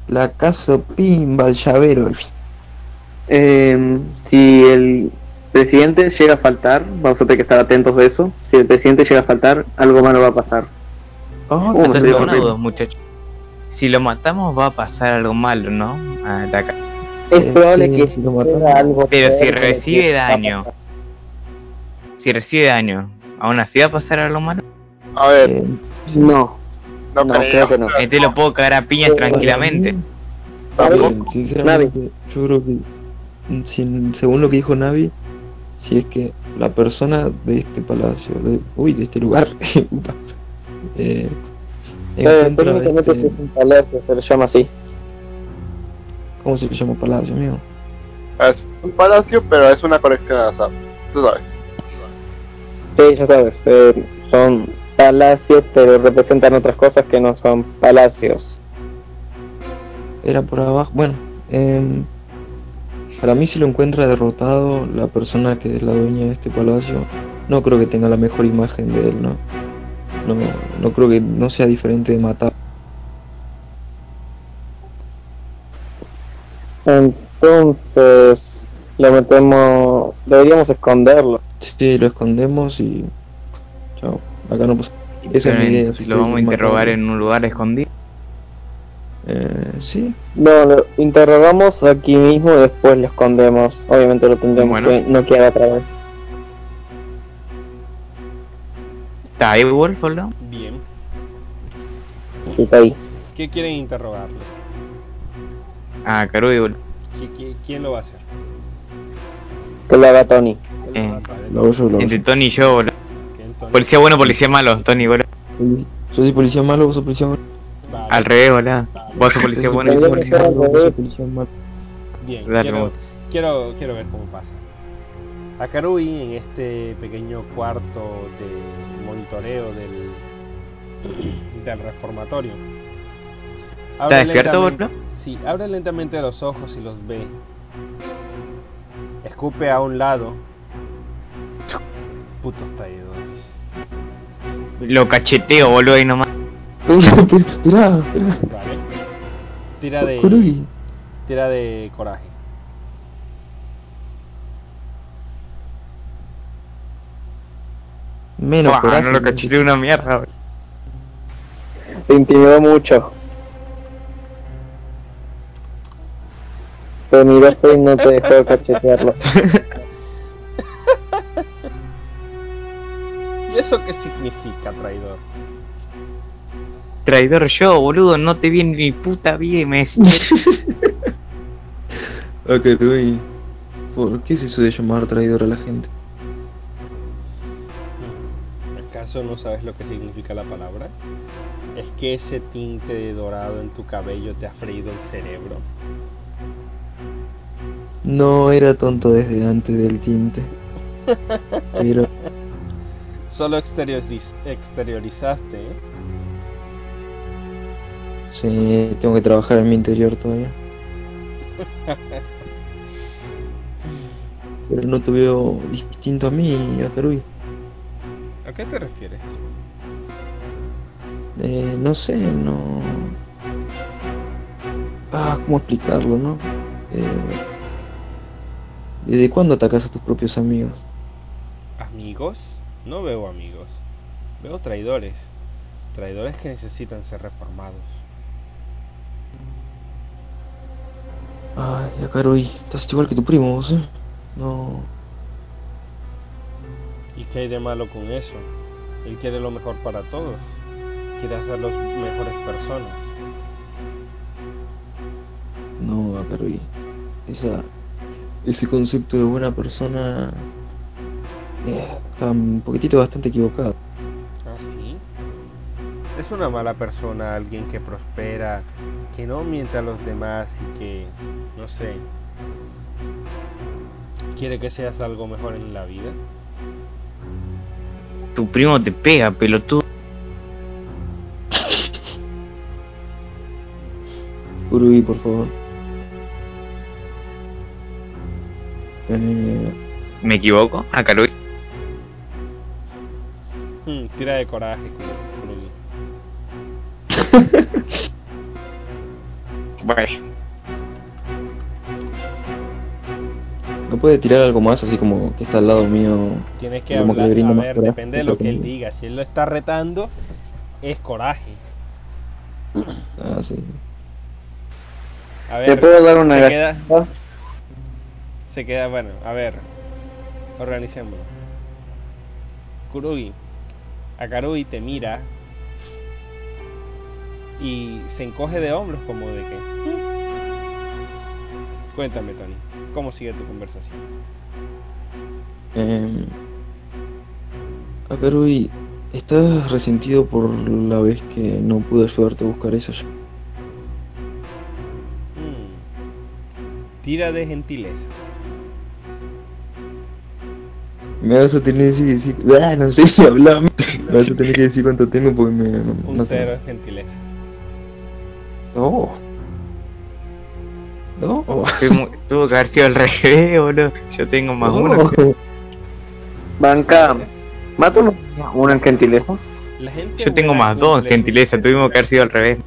[SPEAKER 2] La casa pimba, el llavero.
[SPEAKER 4] Eh, si el presidente llega a faltar, vamos a tener que estar atentos de eso. Si el presidente llega a faltar, algo malo va a pasar.
[SPEAKER 2] Ah,
[SPEAKER 4] Uh,
[SPEAKER 2] te
[SPEAKER 4] sí,
[SPEAKER 2] lo-
[SPEAKER 4] horrible.
[SPEAKER 5] Abandonados, muchachos. Si lo matamos va a pasar algo malo, ¿no? A la ca-
[SPEAKER 4] Es
[SPEAKER 2] Eh,
[SPEAKER 4] probable
[SPEAKER 2] sí,
[SPEAKER 4] que
[SPEAKER 2] si lo
[SPEAKER 4] suceda
[SPEAKER 2] matamos.
[SPEAKER 4] algo
[SPEAKER 5] Pero si
[SPEAKER 4] peor de lo que
[SPEAKER 5] recibe
[SPEAKER 4] va a
[SPEAKER 5] daño.
[SPEAKER 4] pasar.
[SPEAKER 5] Si recibe daño, aún así va a pasar algo malo.
[SPEAKER 3] A ver,
[SPEAKER 2] Eh,
[SPEAKER 4] No,
[SPEAKER 3] no,
[SPEAKER 4] no,
[SPEAKER 3] creo.
[SPEAKER 4] creo que no.
[SPEAKER 5] Este lo puedo cagar a piñas
[SPEAKER 4] Eh,
[SPEAKER 5] tranquilamente.
[SPEAKER 2] para mí,
[SPEAKER 3] Tampoco.
[SPEAKER 2] Sinceramente, yo creo que, mm, sin- según lo que dijo Navi, si es que la persona de este palacio, de, uy, de este lugar, *laughs* eh,
[SPEAKER 4] Eh,
[SPEAKER 2] encuentra
[SPEAKER 4] técnicamente
[SPEAKER 2] este-
[SPEAKER 4] es un palacio, se le llama así.
[SPEAKER 2] ¿Cómo se le llama palacio, amigo?
[SPEAKER 3] Es un palacio, pero es una colección de azar. Tú sabes.
[SPEAKER 4] Sí, ya sabes, eh, son palacios, pero representan otras cosas que no son palacios.
[SPEAKER 2] Era por abajo. Bueno, em, para mí si lo encuentra derrotado, la persona que es la dueña de este palacio, no creo que tenga la mejor imagen de él, ¿no? No, no creo que no sea diferente de matar.
[SPEAKER 4] Entonces, lo metemos, deberíamos esconderlo.
[SPEAKER 2] Sí, lo escondemos y... Chao, acá no pasa. Esa es mi idea. si
[SPEAKER 5] Lo vamos a
[SPEAKER 2] quieres
[SPEAKER 5] interrogar
[SPEAKER 2] matarlo.
[SPEAKER 5] en un lugar escondido.
[SPEAKER 2] Eh, sí,
[SPEAKER 4] No, lo interrogamos aquí mismo y después lo escondemos. Obviamente lo tendremos
[SPEAKER 5] Bueno.
[SPEAKER 4] que no queda otra vez.
[SPEAKER 5] ¿Está ahí Wolf, no?
[SPEAKER 1] Bien.
[SPEAKER 4] Sí, está ahí.
[SPEAKER 1] ¿Qué quieren interrogarle?
[SPEAKER 5] Ah, Karubi, Wolf.
[SPEAKER 1] ¿Qui- qui- ¿Quién lo va a hacer?
[SPEAKER 4] Que lo haga Tony.
[SPEAKER 1] ¿Quién lo va a pagar?
[SPEAKER 2] lo hago yo, lo hago yo.
[SPEAKER 5] Entre Tony y yo, boludo.
[SPEAKER 1] ¿Qué, entonces?
[SPEAKER 5] Policía bueno, policía malo, Tony, boludo.
[SPEAKER 2] Yo soy policía malo, vos sos policía malo.
[SPEAKER 1] Vale,
[SPEAKER 5] Al revés, boludo. Vos
[SPEAKER 2] *laughs*
[SPEAKER 5] sos policía
[SPEAKER 2] Yo soy
[SPEAKER 5] bueno y
[SPEAKER 4] Pero
[SPEAKER 5] yo soy
[SPEAKER 2] policía
[SPEAKER 5] policía
[SPEAKER 4] yo
[SPEAKER 2] malo,
[SPEAKER 4] no
[SPEAKER 2] vos
[SPEAKER 4] puedo.
[SPEAKER 2] sos policía malo. *laughs*
[SPEAKER 1] Bien,
[SPEAKER 5] Dale,
[SPEAKER 1] quiero,
[SPEAKER 5] vos.
[SPEAKER 1] quiero, quiero ver cómo pasa. Akarui en este pequeño cuarto de monitoreo del, del reformatorio.
[SPEAKER 5] ¿Está despierto,
[SPEAKER 1] lentamente-
[SPEAKER 5] boludo?
[SPEAKER 1] Sí, abre lentamente los ojos y los ve. Escupe a un lado. Putos traidores.
[SPEAKER 5] Lo cacheteo, boludo, ahí nomás.
[SPEAKER 2] Mirá, mirá.
[SPEAKER 1] Vale. Tira de,
[SPEAKER 2] Kurugi.
[SPEAKER 1] tira de coraje.
[SPEAKER 2] Menos
[SPEAKER 5] Buah,
[SPEAKER 2] coraje,
[SPEAKER 5] Ah, no lo
[SPEAKER 2] ¿no?
[SPEAKER 5] cacheteo una mierda, boludo.
[SPEAKER 4] Te intimidó mucho. Te miró feo y no
[SPEAKER 1] *laughs*
[SPEAKER 4] te dejó cachetearlo.
[SPEAKER 1] ¿Y eso qué significa, traidor?
[SPEAKER 5] Traidor yo, boludo, no te vi en mi puta vida y me
[SPEAKER 2] *laughs* Ok, Luis. ¿Por qué es eso de llamar traidor a la gente?
[SPEAKER 1] ¿Acaso no sabes lo que significa la palabra? ¿Es que ese tinte de dorado en tu cabello te ha freído el cerebro?
[SPEAKER 2] No era tonto desde antes del tinte. Pero
[SPEAKER 1] Solo exterioriz- exteriorizaste, ¿eh?
[SPEAKER 2] sí, tengo que trabajar en mi interior todavía. Pero no te veo distinto a mí, a Karui.
[SPEAKER 1] ¿A qué te refieres?
[SPEAKER 2] Eh, no sé, no. Ah, ¿cómo explicarlo, no? Eh, ¿Desde cuándo atacas a tus propios amigos?
[SPEAKER 1] ¿Amigos? No veo amigos. Veo traidores. Traidores que necesitan ser reformados.
[SPEAKER 2] Ay, Yakaroi, estás igual que tu primo, vos, ¿eh? No.
[SPEAKER 1] ¿Y qué hay de malo con eso? Él quiere lo mejor para todos. Quiere hacerlos mejores personas.
[SPEAKER 2] No, Yakaroi. Esa. Ese concepto de buena persona. eh, está un poquitito bastante equivocado.
[SPEAKER 1] ¿Ah, sí? Es una mala persona alguien que prospera, que no miente a los demás y que, no sé, quiere que seas algo mejor en la vida.
[SPEAKER 5] Tu primo te pega, pelotudo.
[SPEAKER 2] Urui, por favor. Eh,
[SPEAKER 5] ¿Me equivoco? Ah, ¿A Karui?
[SPEAKER 1] Hmm, tira de coraje, Kuro- Kurogi.
[SPEAKER 5] Bueno,
[SPEAKER 2] ¿No puede tirar algo más así como que está al lado mío?
[SPEAKER 1] Tienes que
[SPEAKER 2] Como que
[SPEAKER 1] hablar,
[SPEAKER 2] le brinda
[SPEAKER 1] a
[SPEAKER 2] más
[SPEAKER 1] ver,
[SPEAKER 2] coraje
[SPEAKER 1] depende de
[SPEAKER 2] que
[SPEAKER 1] lo
[SPEAKER 2] otra
[SPEAKER 1] que él
[SPEAKER 2] cosa.
[SPEAKER 1] diga. Si él lo está retando, es coraje.
[SPEAKER 2] Ah, sí.
[SPEAKER 1] A ver,
[SPEAKER 4] ¿Te puedo dar una
[SPEAKER 1] se queda,
[SPEAKER 4] galleta?
[SPEAKER 1] se queda, bueno, a ver, organicémonos. Kurugi, Akarui te mira y se encoge de hombros como de que... "Mm". Cuéntame, Tony, ¿cómo sigue tu conversación?
[SPEAKER 2] Eh, Akarui, ¿estás resentido por la vez que no pude ayudarte a buscar eso?
[SPEAKER 1] Mm. Tira de gentileza.
[SPEAKER 2] Me vas a tener que decir... Ah, no sé *laughs* si hablamos. Me vas a tener que decir cuánto tengo porque me... No,
[SPEAKER 1] Un
[SPEAKER 2] no
[SPEAKER 1] cero
[SPEAKER 2] sé.
[SPEAKER 1] de gentileza.
[SPEAKER 2] No. No.
[SPEAKER 5] fui muy- tuvo que haber sido al revés, boludo. Yo tengo más
[SPEAKER 2] No.
[SPEAKER 5] uno.
[SPEAKER 4] Banca, mato uno, uno en gentileza.
[SPEAKER 1] La
[SPEAKER 2] Oh.
[SPEAKER 1] gente
[SPEAKER 5] Yo tengo
[SPEAKER 1] buena
[SPEAKER 5] más dos,
[SPEAKER 1] cumple sus
[SPEAKER 5] gentileza. Tuvimos que haber sido al revés.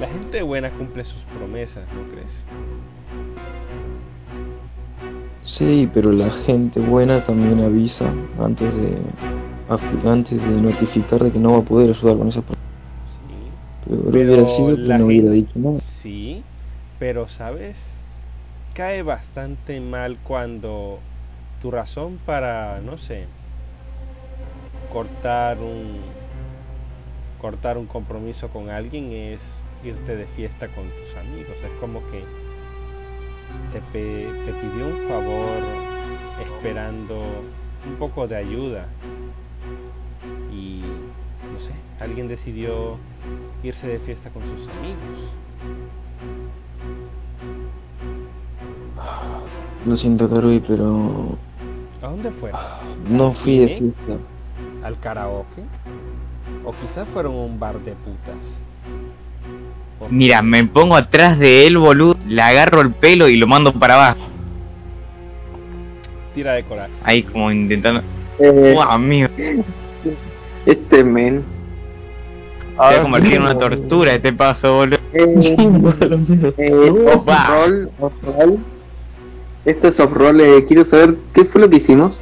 [SPEAKER 1] La gente buena cumple sus promesas, ¿no crees?
[SPEAKER 2] Sí, pero la gente buena también avisa antes de... Antes de notificar de que no va a poder ayudar con esas personas.
[SPEAKER 1] Sí.
[SPEAKER 2] Pero hubiera sido que
[SPEAKER 1] la
[SPEAKER 2] no hubiera
[SPEAKER 1] gente-
[SPEAKER 2] dicho nada.
[SPEAKER 1] Sí, pero sabes, cae bastante mal cuando tu razón para, no sé, cortar un cortar un compromiso con alguien es irte de fiesta con tus amigos. Es como que te, pe- te pidió un favor esperando un poco de ayuda y no sé, alguien decidió irse de fiesta con sus amigos.
[SPEAKER 2] Lo siento, Karui, pero...
[SPEAKER 1] ¿A dónde fue?
[SPEAKER 2] No fui de
[SPEAKER 1] ¿Eh?
[SPEAKER 2] fiesta. *laughs*
[SPEAKER 1] ¿Al karaoke? ¿O quizás fueron a un bar de putas? Porque-
[SPEAKER 5] Mira, me pongo atrás de él, boludo. Le agarro el pelo y lo mando para abajo.
[SPEAKER 1] Tira de coraje.
[SPEAKER 5] Ahí como intentando.
[SPEAKER 4] Eh,
[SPEAKER 5] ¡Wow, amigo!
[SPEAKER 4] Este men.
[SPEAKER 5] Se va a convertir en una tortura este paso, boludo.
[SPEAKER 1] *laughs*
[SPEAKER 4] Eh, eh, off
[SPEAKER 5] Va.
[SPEAKER 4] roll, off roll. Esto es off roll. eh, quiero saber qué fue lo que hicimos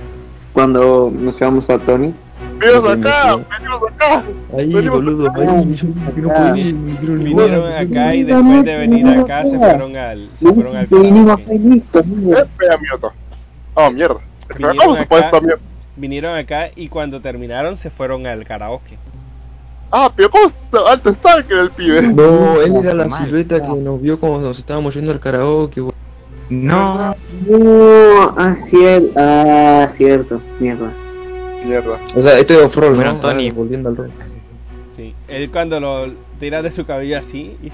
[SPEAKER 4] cuando nos llevamos a Tony.
[SPEAKER 3] ¡Venimos de acá! ¡Venimos de acá!
[SPEAKER 2] Ahí,
[SPEAKER 3] Venimos
[SPEAKER 2] boludo,
[SPEAKER 4] acá.
[SPEAKER 2] ahí, yo que no
[SPEAKER 4] Acá.
[SPEAKER 2] podía ir, me quiero ni
[SPEAKER 1] Vinieron
[SPEAKER 2] nada.
[SPEAKER 1] acá y después de venir acá se fueron al, se fueron al karaoke.
[SPEAKER 3] Espera un minuto. Oh, mierda. Espera,
[SPEAKER 1] Vinieron
[SPEAKER 3] ¿Cómo se puede
[SPEAKER 1] acá.
[SPEAKER 3] estar mierda?
[SPEAKER 1] Vinieron acá y cuando terminaron se fueron al karaoke.
[SPEAKER 3] Ah, pero ¿cómo se- antes estaba que era el pibe?
[SPEAKER 2] No, él era la
[SPEAKER 5] Mal.
[SPEAKER 2] silueta que nos vio cuando nos estábamos yendo al karaoke. bo-
[SPEAKER 5] No,
[SPEAKER 4] No, ah, cier- ah, cierto, mierda.
[SPEAKER 3] Mierda.
[SPEAKER 2] O sea, esto es off-roll, ¿no?
[SPEAKER 5] Bueno, Tony.
[SPEAKER 2] Ahora Volviendo al rol.
[SPEAKER 1] Sí. Él cuando lo tira de su cabello así, y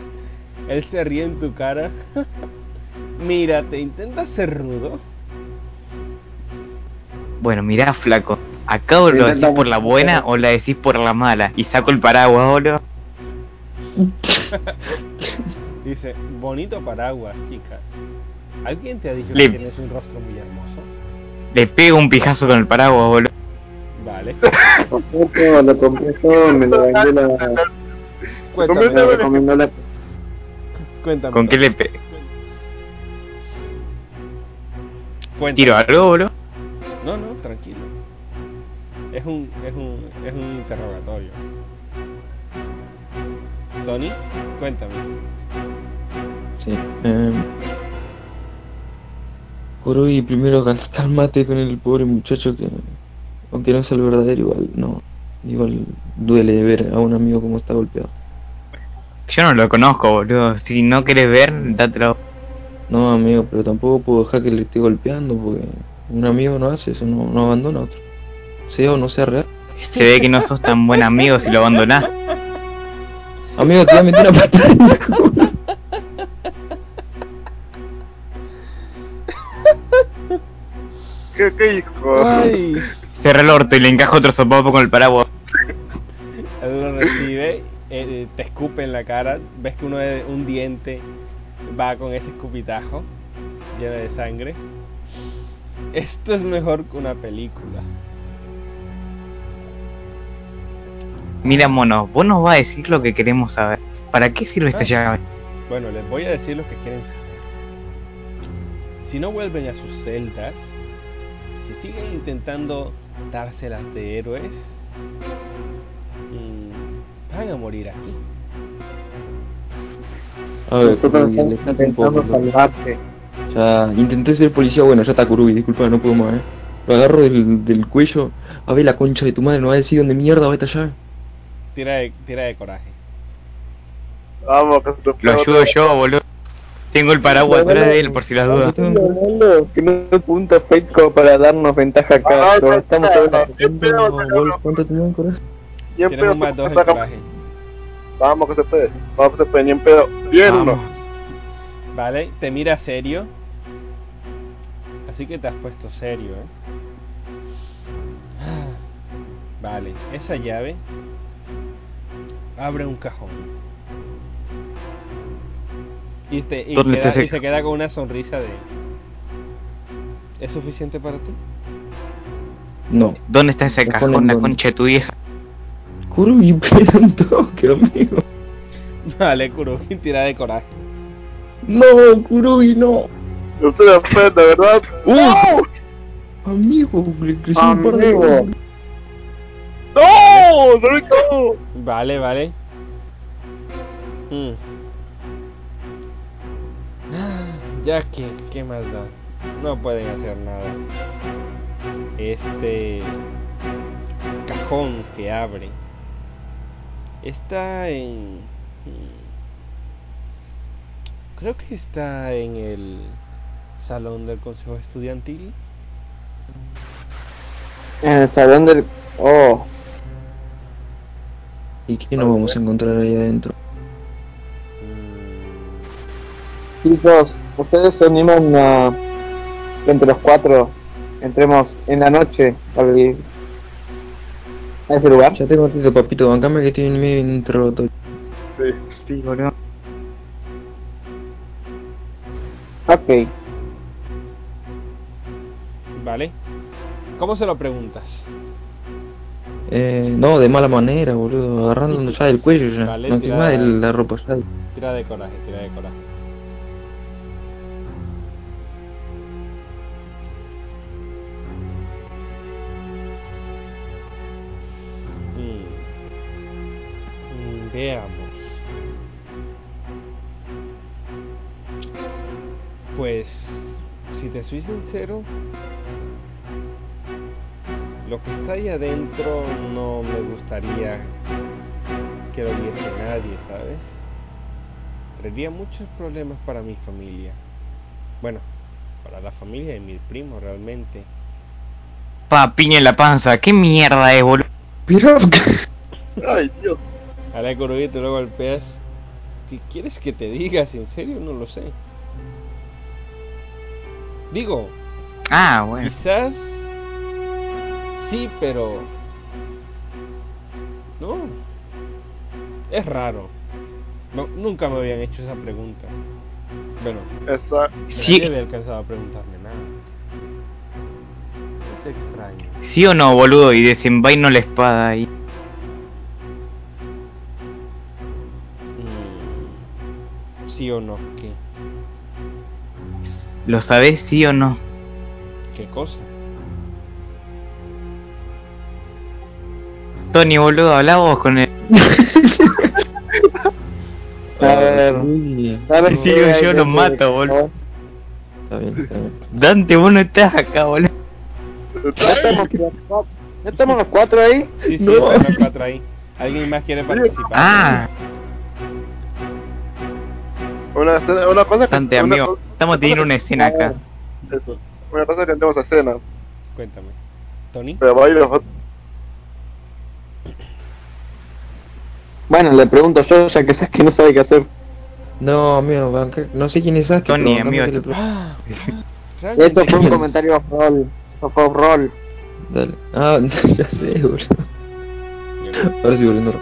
[SPEAKER 1] él se ríe en tu cara. *laughs* Mira, te intenta ser rudo.
[SPEAKER 5] bueno, mirá, flaco. ¿Acá o lo
[SPEAKER 4] Intenta
[SPEAKER 5] decís por la buena o la decís por la mala? Y saco el paraguas, boludo.
[SPEAKER 1] Dice, bonito paraguas, chica. ¿Alguien te ha dicho que
[SPEAKER 5] Lim.
[SPEAKER 1] tienes un rostro muy hermoso?
[SPEAKER 5] Le pego un pijazo con el paraguas, boludo. *laughs*
[SPEAKER 1] Vale.
[SPEAKER 4] Lo compré todo, lo compré todo, me lo vendió la,
[SPEAKER 1] Cuéntame,
[SPEAKER 4] Me recomendó la-
[SPEAKER 1] cuéntame.
[SPEAKER 5] ¿Con qué le pe-
[SPEAKER 1] Cuéntame.
[SPEAKER 5] tiro algo, boludo?
[SPEAKER 1] No, no, tranquilo. Es un, es un, es un interrogatorio. Tony, cuéntame.
[SPEAKER 2] Sí. em. Kurogi, primero cal- cálmate con el pobre muchacho que, aunque no sea el verdadero, igual no. Igual duele de ver a un amigo como está golpeado.
[SPEAKER 5] Yo no lo conozco, boludo. Si no querés ver, dátelo.
[SPEAKER 2] No, amigo, pero tampoco puedo dejar que le esté golpeando porque un amigo no hace eso, no, no abandona a otro. Sea o no sea real.
[SPEAKER 5] Se ve que no sos tan buen amigo si lo abandonás.
[SPEAKER 2] Amigo, te voy a meter una patada en *laughs* la cola.
[SPEAKER 3] ¿Qué, qué hijo?
[SPEAKER 1] Ay,
[SPEAKER 5] Cerra el orto y le encajo otro sopapo con el paraguas.
[SPEAKER 1] *laughs* lo recibe, eh, te escupe en la cara, ves que uno de un diente va con ese escupitajo lleno de sangre. Esto es mejor que una película.
[SPEAKER 5] Mira, mono, vos nos vas a decir lo que queremos saber. ¿Para qué sirve esta
[SPEAKER 1] Ah.
[SPEAKER 5] llave?
[SPEAKER 1] Bueno, les voy a decir lo que quieren saber. Si no vuelven a sus celdas, si siguen intentando dárselas de héroes, mm, van a morir aquí.
[SPEAKER 2] A ver,
[SPEAKER 4] Nosotros
[SPEAKER 2] Kurogi,
[SPEAKER 4] estamos
[SPEAKER 2] alejate un poco.
[SPEAKER 4] intentando salvarte.
[SPEAKER 2] Ya, intenté ser policía, bueno, ya está Kurugi, disculpa, no puedo más, eh. Lo agarro del, del cuello, a ver la concha de tu madre, no va a decir dónde mierda va esta llave.
[SPEAKER 1] Tira de, tira de coraje.
[SPEAKER 3] Vamos, que tu
[SPEAKER 5] Lo ayudo yo, boludo. Tengo el paraguas atrás de él por si las dudas.
[SPEAKER 4] Leonardo, que no es punta fake como para darnos ventaja acá.
[SPEAKER 3] Ah,
[SPEAKER 4] pero
[SPEAKER 3] no,
[SPEAKER 4] estamos
[SPEAKER 3] no,
[SPEAKER 4] todos
[SPEAKER 3] no.
[SPEAKER 2] ¿Cuánto, gol- cuánto te dan, Kurogi?
[SPEAKER 3] Ni en
[SPEAKER 1] Tienes
[SPEAKER 3] pedo
[SPEAKER 1] un
[SPEAKER 3] se
[SPEAKER 1] más dos
[SPEAKER 3] puede
[SPEAKER 1] de
[SPEAKER 3] sacar-
[SPEAKER 1] coraje.
[SPEAKER 3] Vamos que se puede. Vamos que se puede. Ni en pedo. Bien,
[SPEAKER 5] Vamos.
[SPEAKER 3] no.
[SPEAKER 1] Vale, te mira serio. Así que te has puesto serio, ¿eh? *sighs* Vale, esa llave abre un cajón. Y, te, y
[SPEAKER 5] ¿Dónde
[SPEAKER 1] queda-
[SPEAKER 5] está ese
[SPEAKER 1] y se queda con una sonrisa de... ¿Es suficiente para ti? *laughs*
[SPEAKER 2] No.
[SPEAKER 5] ¿Dónde está ese
[SPEAKER 2] Lo
[SPEAKER 5] cajón,
[SPEAKER 2] ponen
[SPEAKER 5] la
[SPEAKER 2] donde.
[SPEAKER 5] concha de tu vieja?
[SPEAKER 2] *laughs* Kurugi, espera un toque, amigo.
[SPEAKER 1] Vale, Kurugi, tira de coraje.
[SPEAKER 2] No, Kurugi, no.
[SPEAKER 3] Usted me ofende, ¿verdad? ¡Uh!
[SPEAKER 2] Amigo, le creció un par de...
[SPEAKER 4] Amigo.
[SPEAKER 3] ¡No! ¡No!
[SPEAKER 1] Vale, vale. Mm. *gasps* Ya que, ¿qué más da? No pueden hacer nada. Este cajón que abre está en... mm, Creo que está en el salón del consejo estudiantil.
[SPEAKER 4] En el salón del. Oh,
[SPEAKER 2] ¿Y qué nos vamos a encontrar ahí adentro?
[SPEAKER 1] Mm,
[SPEAKER 4] chicos, ustedes se animan a. que entre los cuatro entremos en la noche al- a ese lugar.
[SPEAKER 2] Ya te contesto, papito, bancame que estoy en medio de un interrogatorio.
[SPEAKER 3] Ah, Sí.
[SPEAKER 5] Sí, boludo.
[SPEAKER 4] Ok,
[SPEAKER 1] ¿Vale? ¿Cómo se lo preguntas?
[SPEAKER 2] Eh, no, de mala manera, boludo, agarrando ya del cuello ya.
[SPEAKER 1] Vale,
[SPEAKER 2] no estoy
[SPEAKER 1] tira-
[SPEAKER 2] más de la ropa ya.
[SPEAKER 1] Tira de coraje, tira de coraje. Mm. Mm, Veamos. Pues, si te soy sincero, lo que está ahí adentro no me gustaría que lo viese nadie, ¿sabes? traería muchos problemas para mi familia. Bueno, para la familia de mis primos realmente.
[SPEAKER 5] Pa, piña en la panza. ¿Qué mierda es, boludo?
[SPEAKER 2] Pero...
[SPEAKER 3] ¡Ay, Dios!
[SPEAKER 1] Ahora Kurugi tú lo golpeas. ¿Qué quieres que te digas? ¿En serio? No lo sé. Digo,
[SPEAKER 5] Ah, bueno.
[SPEAKER 1] quizás sí, pero no. Es raro. No, nunca me habían hecho esa pregunta. Bueno,
[SPEAKER 3] Esa.
[SPEAKER 1] nadie
[SPEAKER 5] Sí,
[SPEAKER 1] había alcanzado a preguntarme nada. Es extraño.
[SPEAKER 5] sí o no, boludo. Y desenvaino la espada ahí.
[SPEAKER 1] sí o no? ¿Qué,
[SPEAKER 5] ¿Lo sabés sí o no?
[SPEAKER 1] qué cosa?
[SPEAKER 5] Tony, boludo, hablá vos con él.
[SPEAKER 4] A ver.
[SPEAKER 2] Uy,
[SPEAKER 4] a ver
[SPEAKER 5] Ah,
[SPEAKER 4] si
[SPEAKER 5] Si sigo
[SPEAKER 4] hay
[SPEAKER 5] yo,
[SPEAKER 4] gente
[SPEAKER 5] los mato,
[SPEAKER 4] que-
[SPEAKER 5] boludo.
[SPEAKER 2] Está bien, está bien.
[SPEAKER 5] Dante, vos no estás acá, boludo.
[SPEAKER 4] ¿Ya estamos, ya estamos los cuatro ahí?
[SPEAKER 1] Sí, sí,
[SPEAKER 2] No.
[SPEAKER 1] están los cuatro ahí. ¿Alguien más quiere participar?
[SPEAKER 5] Ah,
[SPEAKER 3] Una, escena- una cosa que. *laughs*
[SPEAKER 5] Ah, Dante,
[SPEAKER 3] una
[SPEAKER 5] amigo.
[SPEAKER 3] cosa-
[SPEAKER 5] Estamos teniendo una escena acá.
[SPEAKER 3] Eso. Una cosa que entremos a escena.
[SPEAKER 1] Cuéntame. ¿Tony?
[SPEAKER 3] Pero va a ir a foto.
[SPEAKER 4] Bueno, le pregunto yo, ya que sabes que no sabe qué hacer.
[SPEAKER 2] No, amigo, banca- no sé quién es Sasuke.
[SPEAKER 5] Tony,
[SPEAKER 2] pero bancame
[SPEAKER 5] amigo,
[SPEAKER 2] que le
[SPEAKER 5] esto-
[SPEAKER 2] pregunte.
[SPEAKER 4] Eso fue un comentario off-roll. Eso fue off-roll.
[SPEAKER 2] Dale. Ah, *laughs* ya sé, boludo. Ahora sí, volviendo.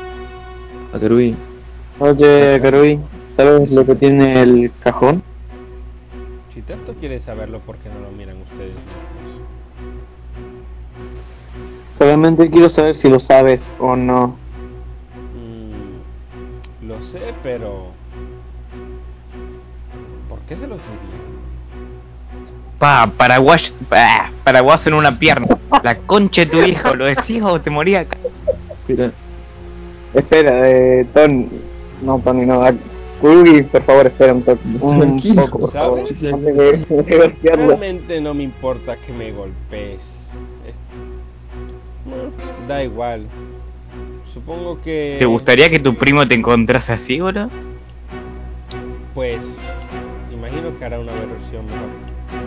[SPEAKER 2] A Kerubin.
[SPEAKER 4] Oye, Karui, ¿sabes lo que tiene el cajón?
[SPEAKER 1] Si tanto quieren saberlo, ¿por qué no lo miran ustedes? mismos?
[SPEAKER 4] Solamente quiero saber si lo sabes o no.
[SPEAKER 1] Mm, lo sé, pero... ¿Por qué se los diría?
[SPEAKER 5] Pa, Paraguay, pa, paraguaso en una pierna. La concha de tu hijo, ¿lo decís o te moría acá?
[SPEAKER 2] Mira,
[SPEAKER 4] Espera, eh, Tony. No, Tony, no. a- Kurugi, por favor, espera un, toque, un
[SPEAKER 2] Tranquilo,
[SPEAKER 4] poco, por favor.
[SPEAKER 1] ¿sabes? *laughs*
[SPEAKER 4] Antes de- *laughs* de golpearlo.
[SPEAKER 1] Realmente no me importa que me golpees. Eh, no, Da igual. Supongo que...
[SPEAKER 5] ¿Te gustaría que tu primo te encontrase así, boludo?
[SPEAKER 1] Pues, imagino que hará una versión mejor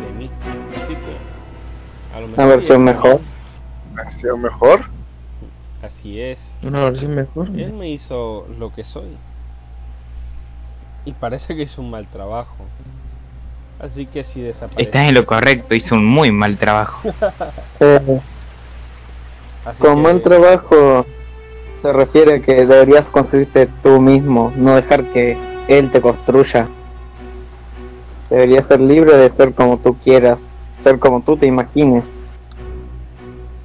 [SPEAKER 1] de mí. Así que, a lo mejor
[SPEAKER 4] Una versión
[SPEAKER 1] llega-
[SPEAKER 4] mejor.
[SPEAKER 3] Acción mejor.
[SPEAKER 1] Así es.
[SPEAKER 2] una versión mejor.
[SPEAKER 1] Él me hizo lo que soy. Y parece que hizo un mal trabajo. Así que si desaparece.
[SPEAKER 5] Estás en lo correcto, hizo un muy mal trabajo.
[SPEAKER 4] Eh,
[SPEAKER 1] Así
[SPEAKER 4] con
[SPEAKER 1] que-
[SPEAKER 4] mal trabajo se refiere a que deberías construirte tú mismo, no dejar que él te construya. Deberías ser libre de ser como tú quieras, ser como tú te imagines.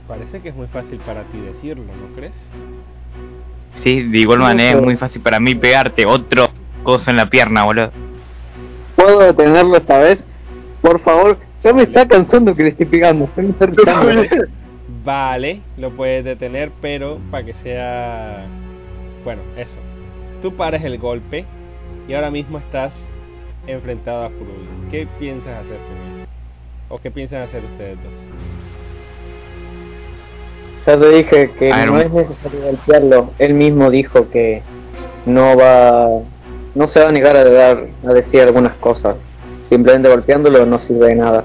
[SPEAKER 1] Parece que es muy fácil para ti decirlo, ¿no crees?
[SPEAKER 5] Sí, de igual manera es muy fácil para mí pegarte otro coso en la pierna, boludo.
[SPEAKER 4] ¿Puedo detenerlo esta vez? Por favor, ya me está cansando que le estoy pegando. Ya me
[SPEAKER 3] *laughs*
[SPEAKER 4] está irritando.
[SPEAKER 1] Vale, lo puedes detener, pero para que sea. Bueno, eso. Tú pares el golpe y ahora mismo estás enfrentado a Kurugi. ¿Qué piensas hacer tú? ¿O qué piensan hacer ustedes dos?
[SPEAKER 4] Ya te dije que
[SPEAKER 5] A ver,
[SPEAKER 4] no
[SPEAKER 5] un-
[SPEAKER 4] es necesario golpearlo. Él mismo dijo que no va, no se va a negar a, dar, a decir algunas cosas. Simplemente golpeándolo no sirve de nada.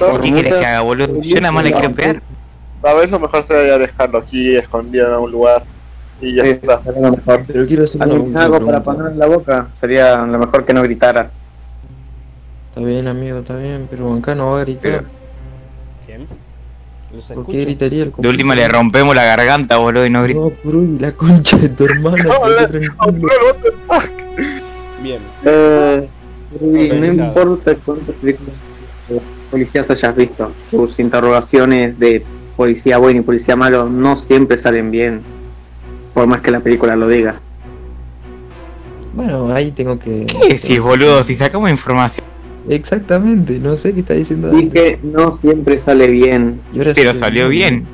[SPEAKER 5] ¿O ¿Qué quieres que haga, boludo? Yo nada más le quiero pegar.
[SPEAKER 3] Tal vez lo mejor sería dejarlo aquí, escondido en algún lugar. Y ya
[SPEAKER 4] Sí,
[SPEAKER 3] está.
[SPEAKER 4] sería lo mejor.
[SPEAKER 2] Pero quiero hacer una
[SPEAKER 4] ¿Algún
[SPEAKER 2] última
[SPEAKER 4] algo para
[SPEAKER 2] pregunta.
[SPEAKER 4] poner en la boca? Sería lo mejor que no gritara.
[SPEAKER 2] Está bien, amigo, está bien, pero acá no va a gritar.
[SPEAKER 5] Pero-
[SPEAKER 1] ¿Quién? Los
[SPEAKER 2] ¿Por
[SPEAKER 1] escucho.
[SPEAKER 2] qué gritaría el
[SPEAKER 5] De última le rompemos la garganta, boludo, y no grita.
[SPEAKER 2] No, Kurui, la concha de tu
[SPEAKER 5] *laughs*
[SPEAKER 2] hermana.
[SPEAKER 3] No,
[SPEAKER 2] quédate
[SPEAKER 3] la-
[SPEAKER 2] tranquilo.
[SPEAKER 3] what the fuck?
[SPEAKER 1] Bien.
[SPEAKER 4] Eh, Rudy, no
[SPEAKER 1] Organizado.
[SPEAKER 4] importa cuántas películas de policías hayas visto, tus interrogaciones de policía bueno y policía malo no siempre salen bien, por más que la película lo diga.
[SPEAKER 2] Bueno, ahí tengo que.
[SPEAKER 5] ¿Qué decís, boludo? Si sacamos información,
[SPEAKER 2] Exactamente, no sé qué está diciendo.
[SPEAKER 4] Y
[SPEAKER 2] Dante.
[SPEAKER 4] que no siempre sale bien.
[SPEAKER 2] Y ahora
[SPEAKER 5] pero
[SPEAKER 2] sí-
[SPEAKER 5] salió bien.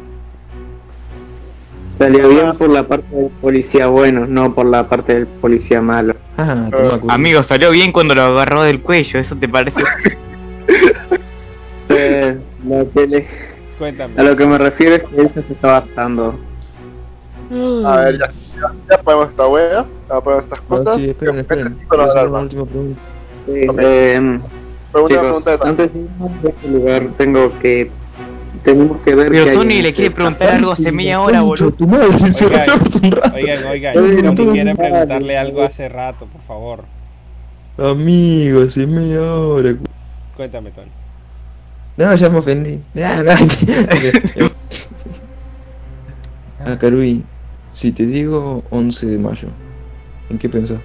[SPEAKER 4] Salió bien por la parte del policía bueno, no por la parte del policía malo.
[SPEAKER 2] Ah, toma, Kurui.
[SPEAKER 5] Amigo, salió bien cuando lo agarró del cuello, ¿eso te parece?
[SPEAKER 4] Eh, la tele-
[SPEAKER 1] Cuéntame.
[SPEAKER 4] a lo que me refiero es que él se está adaptando.
[SPEAKER 3] A ver, ya, ya, ya ponemos esta wea. Ya ponemos estas
[SPEAKER 2] Ah,
[SPEAKER 3] cosas. Este
[SPEAKER 2] sí, esperen, esperen.
[SPEAKER 3] Con
[SPEAKER 2] Quiero
[SPEAKER 3] la
[SPEAKER 2] hacer una
[SPEAKER 3] alarma.
[SPEAKER 2] última pregunta.
[SPEAKER 4] Sí,
[SPEAKER 3] Ok.
[SPEAKER 4] eh,
[SPEAKER 3] Pregunta,
[SPEAKER 4] Chicos,
[SPEAKER 3] pregunta de Dante.
[SPEAKER 4] antes de irnos de este lugar, tengo que. Tenemos que ver. qué
[SPEAKER 5] Pero
[SPEAKER 4] hay
[SPEAKER 5] Tony
[SPEAKER 4] en
[SPEAKER 5] le
[SPEAKER 4] este-
[SPEAKER 5] quiere preguntar algo a Semilla ahora, boludo.
[SPEAKER 2] Tu madre, se va a
[SPEAKER 1] Oigan,
[SPEAKER 2] un rato.
[SPEAKER 1] oigan, oigan,
[SPEAKER 4] Oye,
[SPEAKER 1] Tony
[SPEAKER 4] tú-
[SPEAKER 1] quiere preguntarle algo hace rato, por favor.
[SPEAKER 2] Amigo, Semilla ahora. cu-
[SPEAKER 1] Cuéntame, Tony.
[SPEAKER 2] No, ya me ofendí. Ya, no. Ok. Ah, Karui, si te digo 11 de mayo, ¿en qué pensás?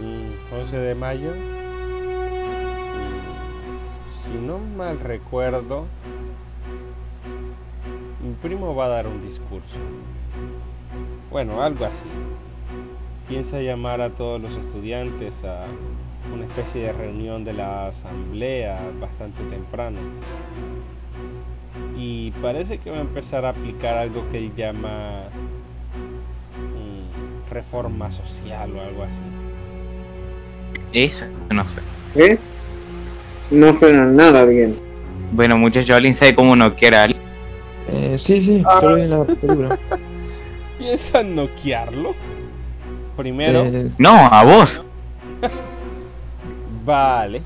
[SPEAKER 1] Mm, 11 de mayo. Mm, Si no mal recuerdo, mi primo va a dar un discurso. Bueno, algo así. Piensa llamar a todos los estudiantes a una especie de reunión de la asamblea bastante temprano. Y parece que va a empezar a aplicar algo que él llama mm, reforma social o algo así.
[SPEAKER 5] Eso, no sé.
[SPEAKER 4] ¿Eh? No suena nada bien.
[SPEAKER 5] Bueno, muchachos, alguien sabe cómo uno quiera.
[SPEAKER 2] Eh, sí, sí,
[SPEAKER 3] Ah.
[SPEAKER 2] pero en la película.
[SPEAKER 1] Piensa noquearlo. Primero,
[SPEAKER 5] *laughs*
[SPEAKER 2] Eh,
[SPEAKER 5] No, a vos.
[SPEAKER 1] vale.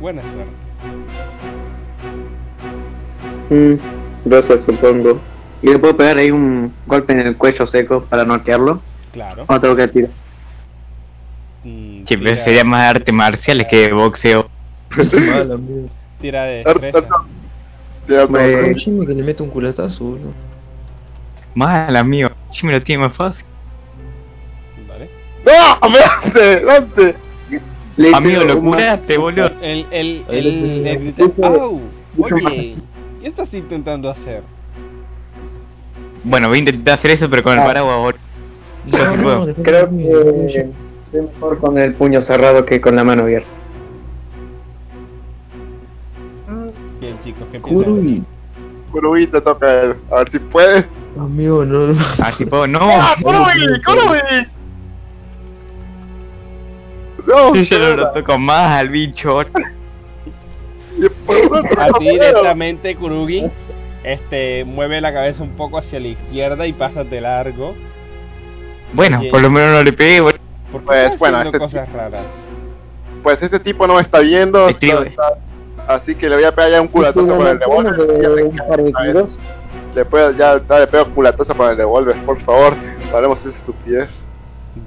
[SPEAKER 1] Buena suerte.
[SPEAKER 4] Mm, gracias, supongo. ¿Y le puedo pegar ahí un golpe en el cuello seco para noquearlo?
[SPEAKER 1] Claro.
[SPEAKER 4] ¿O tengo que tirar?
[SPEAKER 1] Mm,
[SPEAKER 5] Che, pero
[SPEAKER 1] tira-
[SPEAKER 5] sería más arte marciales que boxeo.
[SPEAKER 2] mala, mierda.
[SPEAKER 1] Tira de
[SPEAKER 3] Ar-
[SPEAKER 1] destreza.
[SPEAKER 3] ar- Ya, no,
[SPEAKER 4] Eh,
[SPEAKER 2] Como Jimmy que le mete un culatazo, boludo.
[SPEAKER 5] Mal, amigo. Sí, me lo tiene más fácil.
[SPEAKER 1] Vale.
[SPEAKER 3] ¡No! ¡Dante! ¡Dante!
[SPEAKER 4] Le hice
[SPEAKER 5] Amigo, lo
[SPEAKER 4] un mal-
[SPEAKER 5] curaste, boludo.
[SPEAKER 1] El, el,
[SPEAKER 2] Ahí
[SPEAKER 1] el,
[SPEAKER 2] le-
[SPEAKER 1] el grita,
[SPEAKER 4] le-
[SPEAKER 1] "Au,
[SPEAKER 4] le-
[SPEAKER 1] Oye, ¿qué estás intentando hacer?
[SPEAKER 5] Bueno, voy a intentar hacer eso, pero con el
[SPEAKER 4] Ah.
[SPEAKER 5] paraguas ahora.
[SPEAKER 2] No, no,
[SPEAKER 5] puedo.
[SPEAKER 2] depende
[SPEAKER 4] Creo
[SPEAKER 2] de mí, depende de
[SPEAKER 4] que
[SPEAKER 2] mí.
[SPEAKER 4] es mejor con el puño cerrado que con la mano abierta.
[SPEAKER 1] Bien, chicos, ¿qué piensan?
[SPEAKER 2] Kurui.
[SPEAKER 3] Kurui te toca a él. A ver si puedes.
[SPEAKER 2] Amigo, no, no.
[SPEAKER 5] Así puedo. No,
[SPEAKER 3] ¡Ah,
[SPEAKER 2] no,
[SPEAKER 3] Kurui!
[SPEAKER 2] no,
[SPEAKER 3] ¡Kurui! No,
[SPEAKER 5] yo ya no
[SPEAKER 3] espera.
[SPEAKER 5] lo toco más al bicho.
[SPEAKER 3] Y
[SPEAKER 2] *laughs*
[SPEAKER 3] por dentro,
[SPEAKER 1] A ti
[SPEAKER 3] no,
[SPEAKER 1] directamente, Kurugi. Este, mueve la cabeza un poco hacia la izquierda y pásate largo.
[SPEAKER 5] Bueno,
[SPEAKER 1] Bien.
[SPEAKER 5] por lo menos no le pegué, boludo.
[SPEAKER 1] Porque
[SPEAKER 3] Pues,
[SPEAKER 1] está
[SPEAKER 3] bueno,
[SPEAKER 1] haciendo
[SPEAKER 3] este-
[SPEAKER 1] cosas raras.
[SPEAKER 3] Pues este tipo no me está viendo.
[SPEAKER 5] Escribe.
[SPEAKER 3] está- así que le voy a pegar ya un culatazo con el revólver. ya me quedo, ¿sabes? Le puedo, ya, ya le pego culatazo con el revólver, por favor. Paremos esa estupidez.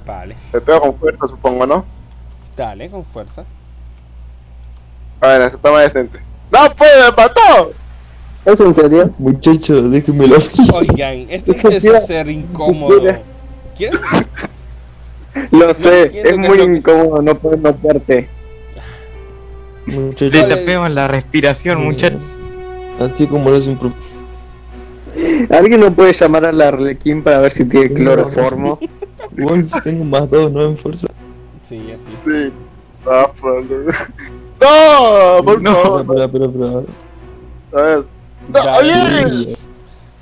[SPEAKER 1] Vale,
[SPEAKER 3] Le pego con fuerza, supongo, ¿no?
[SPEAKER 1] dale con
[SPEAKER 4] *laughs*
[SPEAKER 1] fuerza.
[SPEAKER 3] A ver, eso está más decente. ¡No puede, me mató!
[SPEAKER 4] ¿Es en serio?
[SPEAKER 2] Muchacho, déjenmelo.
[SPEAKER 1] Oigan, esto empieza a ser incómodo. ¿Quieres?
[SPEAKER 4] Lo sé,
[SPEAKER 1] entiendo
[SPEAKER 4] es
[SPEAKER 1] qué
[SPEAKER 4] muy
[SPEAKER 1] es lo que-
[SPEAKER 4] incómodo no poder matarte.
[SPEAKER 5] Le
[SPEAKER 2] Muchacho.
[SPEAKER 5] tapemos la respiración, muchacho.
[SPEAKER 2] Eh, Así como lo hacen pro-
[SPEAKER 4] ¿Alguien no puede llamar al Arlequín para ver si tiene cloroformo?
[SPEAKER 2] Uy, tengo más dos, no en fuerza.
[SPEAKER 1] Sí, así.
[SPEAKER 3] Sí. Ah, por- *laughs* ¡No! ¡Por
[SPEAKER 5] No.
[SPEAKER 3] favor!
[SPEAKER 2] Pero, pero, pero.
[SPEAKER 3] A ver. ¡No,
[SPEAKER 1] Dale.
[SPEAKER 3] oye!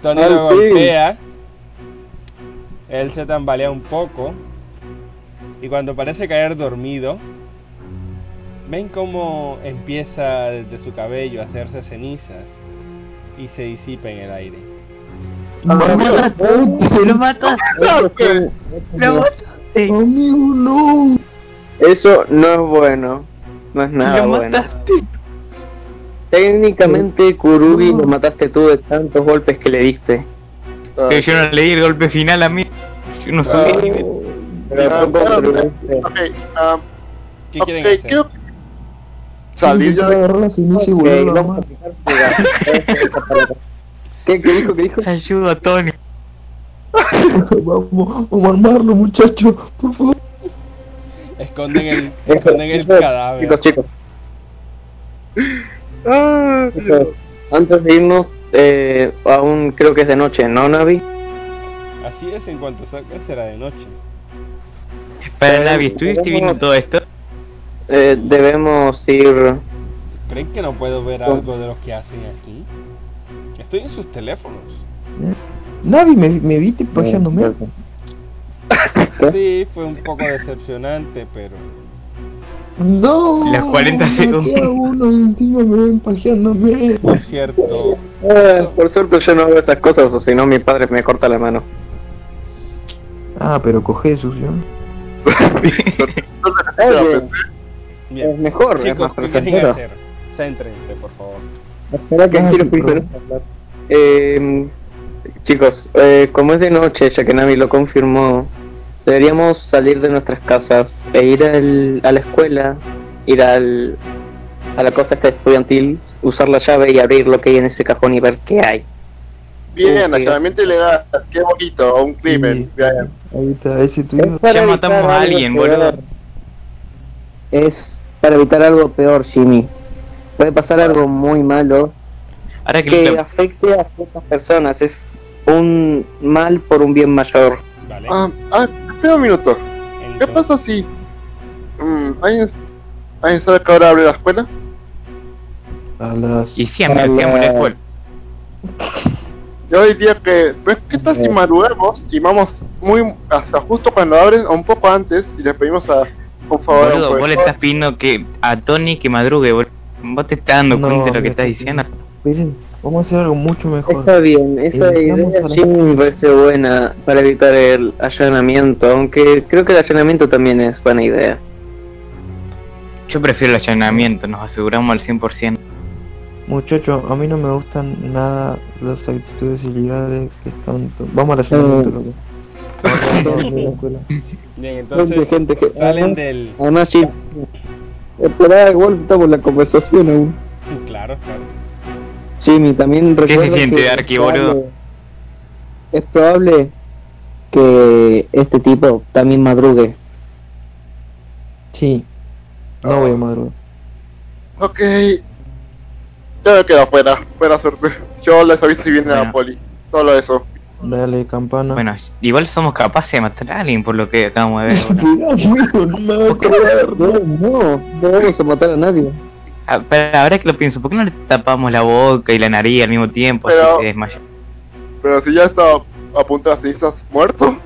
[SPEAKER 1] Tony
[SPEAKER 4] Al
[SPEAKER 1] lo
[SPEAKER 4] fin.
[SPEAKER 1] golpea. Él se tambalea un poco. Y cuando parece caer dormido, ven cómo empieza desde su cabello a hacerse cenizas y se disipa en el aire.
[SPEAKER 5] lo matas.
[SPEAKER 3] ¡Dante!
[SPEAKER 5] Lo mataste.
[SPEAKER 2] Amigo, no.
[SPEAKER 4] Eso no es bueno. No es nada
[SPEAKER 5] lo
[SPEAKER 4] bueno.
[SPEAKER 5] mataste.
[SPEAKER 4] Técnicamente, Kurugi
[SPEAKER 2] No.
[SPEAKER 4] lo mataste tú de tantos golpes que le diste.
[SPEAKER 5] Pero yo no leí el golpe final a mí. Yo no soy
[SPEAKER 3] Ah.
[SPEAKER 5] de nivel.
[SPEAKER 4] Pero
[SPEAKER 3] Ah,
[SPEAKER 4] tampoco
[SPEAKER 3] claro.
[SPEAKER 4] Kurugi-
[SPEAKER 3] Ok, ah,
[SPEAKER 1] ¿Qué
[SPEAKER 3] ok,
[SPEAKER 1] quieren hacer?
[SPEAKER 3] creo que- Salir ya de...
[SPEAKER 2] agarrar la ceniza y
[SPEAKER 4] Ok,
[SPEAKER 2] volverla a
[SPEAKER 4] vamos a
[SPEAKER 2] armar. *laughs*
[SPEAKER 4] fijar lugar. *laughs* ¿Qué, ¿Qué dijo? ¿Qué *laughs* dijo?
[SPEAKER 5] Ayuda, Tony.
[SPEAKER 2] Vamos, vamos a armarlo, muchacho. Por favor.
[SPEAKER 1] Esconden el, esconden el cadáver.
[SPEAKER 4] Chicos, chicos.
[SPEAKER 3] ¡Ah, Dios!
[SPEAKER 4] Antes de irnos, eh, aún creo que es de noche, ¿no, Navi?
[SPEAKER 1] Así es en cuanto salga será de noche.
[SPEAKER 5] Para Navi, ¿estuviste viendo todo esto?
[SPEAKER 4] Eh, debemos ir.
[SPEAKER 1] ¿Creen que no puedo ver
[SPEAKER 4] Pues,
[SPEAKER 1] algo de lo que hacen aquí? Estoy en sus teléfonos.
[SPEAKER 2] Navi, me, me viste pajeándome.
[SPEAKER 1] Sí, fue un poco decepcionante, pero
[SPEAKER 2] No.
[SPEAKER 5] Las 40
[SPEAKER 2] maté
[SPEAKER 5] segundos.
[SPEAKER 2] a uno y encima me ven pajeándome.
[SPEAKER 4] Pues,
[SPEAKER 1] por cierto,
[SPEAKER 4] Eh, por suerte yo no hago esas cosas, o si no, mi padre me corta la mano.
[SPEAKER 2] Ah, pero coge sucio.
[SPEAKER 4] Oye,
[SPEAKER 1] bien.
[SPEAKER 4] Es mejor, es
[SPEAKER 1] Chicos,
[SPEAKER 4] más
[SPEAKER 1] ¿qué quieren
[SPEAKER 4] placentero.
[SPEAKER 1] hacer? Céntrense, por favor.
[SPEAKER 4] espera que
[SPEAKER 2] Ah,
[SPEAKER 4] quiero
[SPEAKER 2] sí,
[SPEAKER 4] primero hablar. Eh, chicos, eh, como es de noche, ya que Navi lo confirmó, deberíamos salir de nuestras casas e ir al- a la escuela, ir al, a la cosa esta estudiantil, usar la llave y abrir lo que hay en ese cajón y ver qué hay.
[SPEAKER 3] Bien,
[SPEAKER 4] Sí.
[SPEAKER 3] aclaramiento ilegal. Qué bonito, un crimen.
[SPEAKER 2] Sí.
[SPEAKER 3] Bien.
[SPEAKER 2] Ahí está, ese
[SPEAKER 4] Es
[SPEAKER 2] tuyo.
[SPEAKER 4] para
[SPEAKER 5] Ya
[SPEAKER 4] evitar
[SPEAKER 5] matamos a
[SPEAKER 4] algo
[SPEAKER 5] alguien,
[SPEAKER 4] peor.
[SPEAKER 5] boludo.
[SPEAKER 4] Es para evitar algo peor, Jimmy. Puede pasar algo muy malo
[SPEAKER 5] Ahora que,
[SPEAKER 4] que
[SPEAKER 5] lo-
[SPEAKER 4] afecte a ciertas personas. Es un mal por un bien mayor.
[SPEAKER 1] Vale.
[SPEAKER 3] Ah, ah, espera un minuto.
[SPEAKER 2] Ah.
[SPEAKER 3] ¿Qué
[SPEAKER 1] entonces-
[SPEAKER 3] pasa si mm, alguien, alguien sabe que ahora abre la escuela?
[SPEAKER 2] A las...
[SPEAKER 5] Y siempre
[SPEAKER 4] Hola.
[SPEAKER 5] hacíamos la escuela.
[SPEAKER 3] Yo diría que, pues, ¿qué tal si madrugamos y vamos muy hasta justo cuando abren o un poco antes y le pedimos a, por favor, a un
[SPEAKER 5] Boludo, vos le
[SPEAKER 3] profesor?
[SPEAKER 5] estás pidiendo que a Tony que madrugue, boludo. Vos te estás dando
[SPEAKER 2] No,
[SPEAKER 5] cuenta de lo que
[SPEAKER 2] mira,
[SPEAKER 5] estás diciendo.
[SPEAKER 2] Miren, vamos a hacer algo mucho mejor.
[SPEAKER 4] Está bien, esa
[SPEAKER 2] Evitamos
[SPEAKER 4] idea
[SPEAKER 2] a la-
[SPEAKER 4] sí me parece buena para evitar el allanamiento, aunque creo que el allanamiento también es buena idea.
[SPEAKER 5] Yo prefiero el allanamiento, nos aseguramos al 100%.
[SPEAKER 2] Muchachos, a mí no me gustan nada las actitudes ilegales que están... to- Vamos a la siguiente,
[SPEAKER 4] Mm.
[SPEAKER 2] loco. Vamos a la escuela.
[SPEAKER 1] Bien, entonces
[SPEAKER 4] Gente, gente, gente.
[SPEAKER 1] salen del...
[SPEAKER 4] Además, sí, esperá, igual estamos en la conversación aún.
[SPEAKER 1] *laughs* Claro, claro.
[SPEAKER 4] Jimmy, también
[SPEAKER 5] se
[SPEAKER 4] recuerda
[SPEAKER 5] siente,
[SPEAKER 4] que
[SPEAKER 5] Arqui,
[SPEAKER 4] es
[SPEAKER 5] boludo?
[SPEAKER 4] probable- Es probable que este tipo también madrugue.
[SPEAKER 2] Sí. No voy a madrugar.
[SPEAKER 3] Ok. Yo me quedo afuera, buena suerte. Yo les aviso si viene la
[SPEAKER 5] Bueno.
[SPEAKER 3] poli. Solo eso.
[SPEAKER 2] Dale, campana.
[SPEAKER 5] Bueno, igual somos capaces de matar a alguien por lo que acabamos de ver,
[SPEAKER 2] *laughs*
[SPEAKER 5] boludo.
[SPEAKER 2] Cuidado, amigo, no me va a creer.
[SPEAKER 4] No, no, no vamos a matar a nadie.
[SPEAKER 5] Ah, Pero ahora que lo pienso, ¿por qué no le tapamos la boca y la nariz al mismo tiempo? Así
[SPEAKER 3] Pero-
[SPEAKER 5] se desmaya.
[SPEAKER 3] Pero si ya está a punto de así, estás muerto.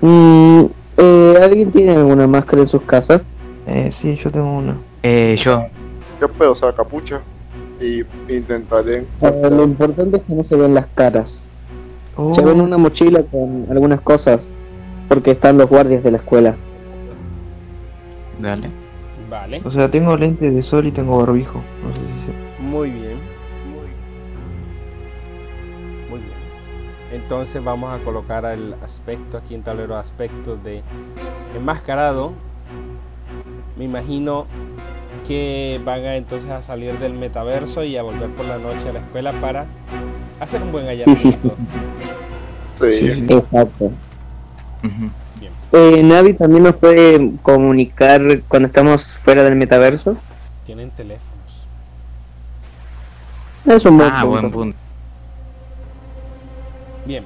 [SPEAKER 4] Mm, eh, ¿Alguien tiene alguna máscara en sus casas?
[SPEAKER 2] Eh, sí, yo tengo una.
[SPEAKER 5] Eh, yo.
[SPEAKER 3] Yo puedo usar capucha. Y intentaré.
[SPEAKER 4] Eh, lo importante es que no se vean las caras.
[SPEAKER 2] Oh,
[SPEAKER 4] Llevan una mochila con algunas cosas, porque están los guardias de la escuela.
[SPEAKER 5] Dale.
[SPEAKER 1] Vale.
[SPEAKER 2] O sea, tengo lentes de sol y tengo barbijo. No sé si se-
[SPEAKER 1] Muy bien. Muy bien. Entonces vamos a colocar el aspecto aquí en tablero de aspectos de enmascarado. Me imagino que van a entonces a salir del metaverso y a volver por la noche a la escuela para hacer un buen *laughs* allanamiento.
[SPEAKER 3] Sí.
[SPEAKER 2] Sí, sí.
[SPEAKER 4] Exacto.
[SPEAKER 5] Ujú.
[SPEAKER 4] Eh, Navi también nos puede comunicar cuando estamos fuera del metaverso.
[SPEAKER 1] Tienen teléfonos.
[SPEAKER 4] Es un buen
[SPEAKER 5] Ah,
[SPEAKER 4] punto.
[SPEAKER 5] buen punto.
[SPEAKER 1] Bien.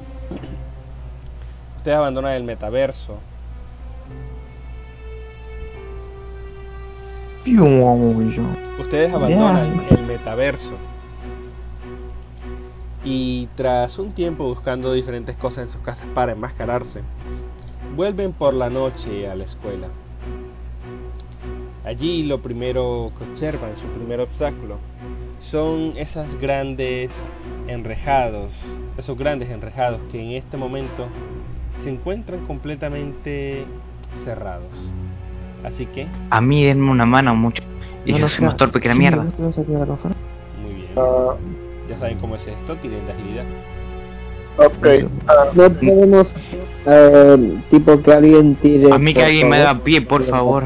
[SPEAKER 1] Ustedes abandonan el metaverso.
[SPEAKER 2] Piu, guau, yo.
[SPEAKER 1] Ustedes abandonan el metaverso. Y tras un tiempo buscando diferentes cosas en sus casas para enmascararse, vuelven por la noche a la escuela. Allí lo primero que observan, su primer obstáculo, son esas grandes enrejados, esos grandes enrejados que en este momento se encuentran completamente cerrados. Así que,
[SPEAKER 5] A mí denme una mano mucho. Y
[SPEAKER 2] No,
[SPEAKER 5] yo
[SPEAKER 2] no,
[SPEAKER 5] soy
[SPEAKER 2] no.
[SPEAKER 5] más torpe que la
[SPEAKER 2] Sí,
[SPEAKER 5] mierda.
[SPEAKER 2] ¿vos te vas a quedar acá?
[SPEAKER 1] muy bien.
[SPEAKER 3] Ah,
[SPEAKER 1] Ya saben cómo es esto, tienen de agilidad.
[SPEAKER 3] ok. Ah,
[SPEAKER 4] No podemos, eh, tipo, que alguien tire.
[SPEAKER 5] A mí que
[SPEAKER 4] por
[SPEAKER 5] alguien me
[SPEAKER 4] favor.
[SPEAKER 5] da pie, por favor.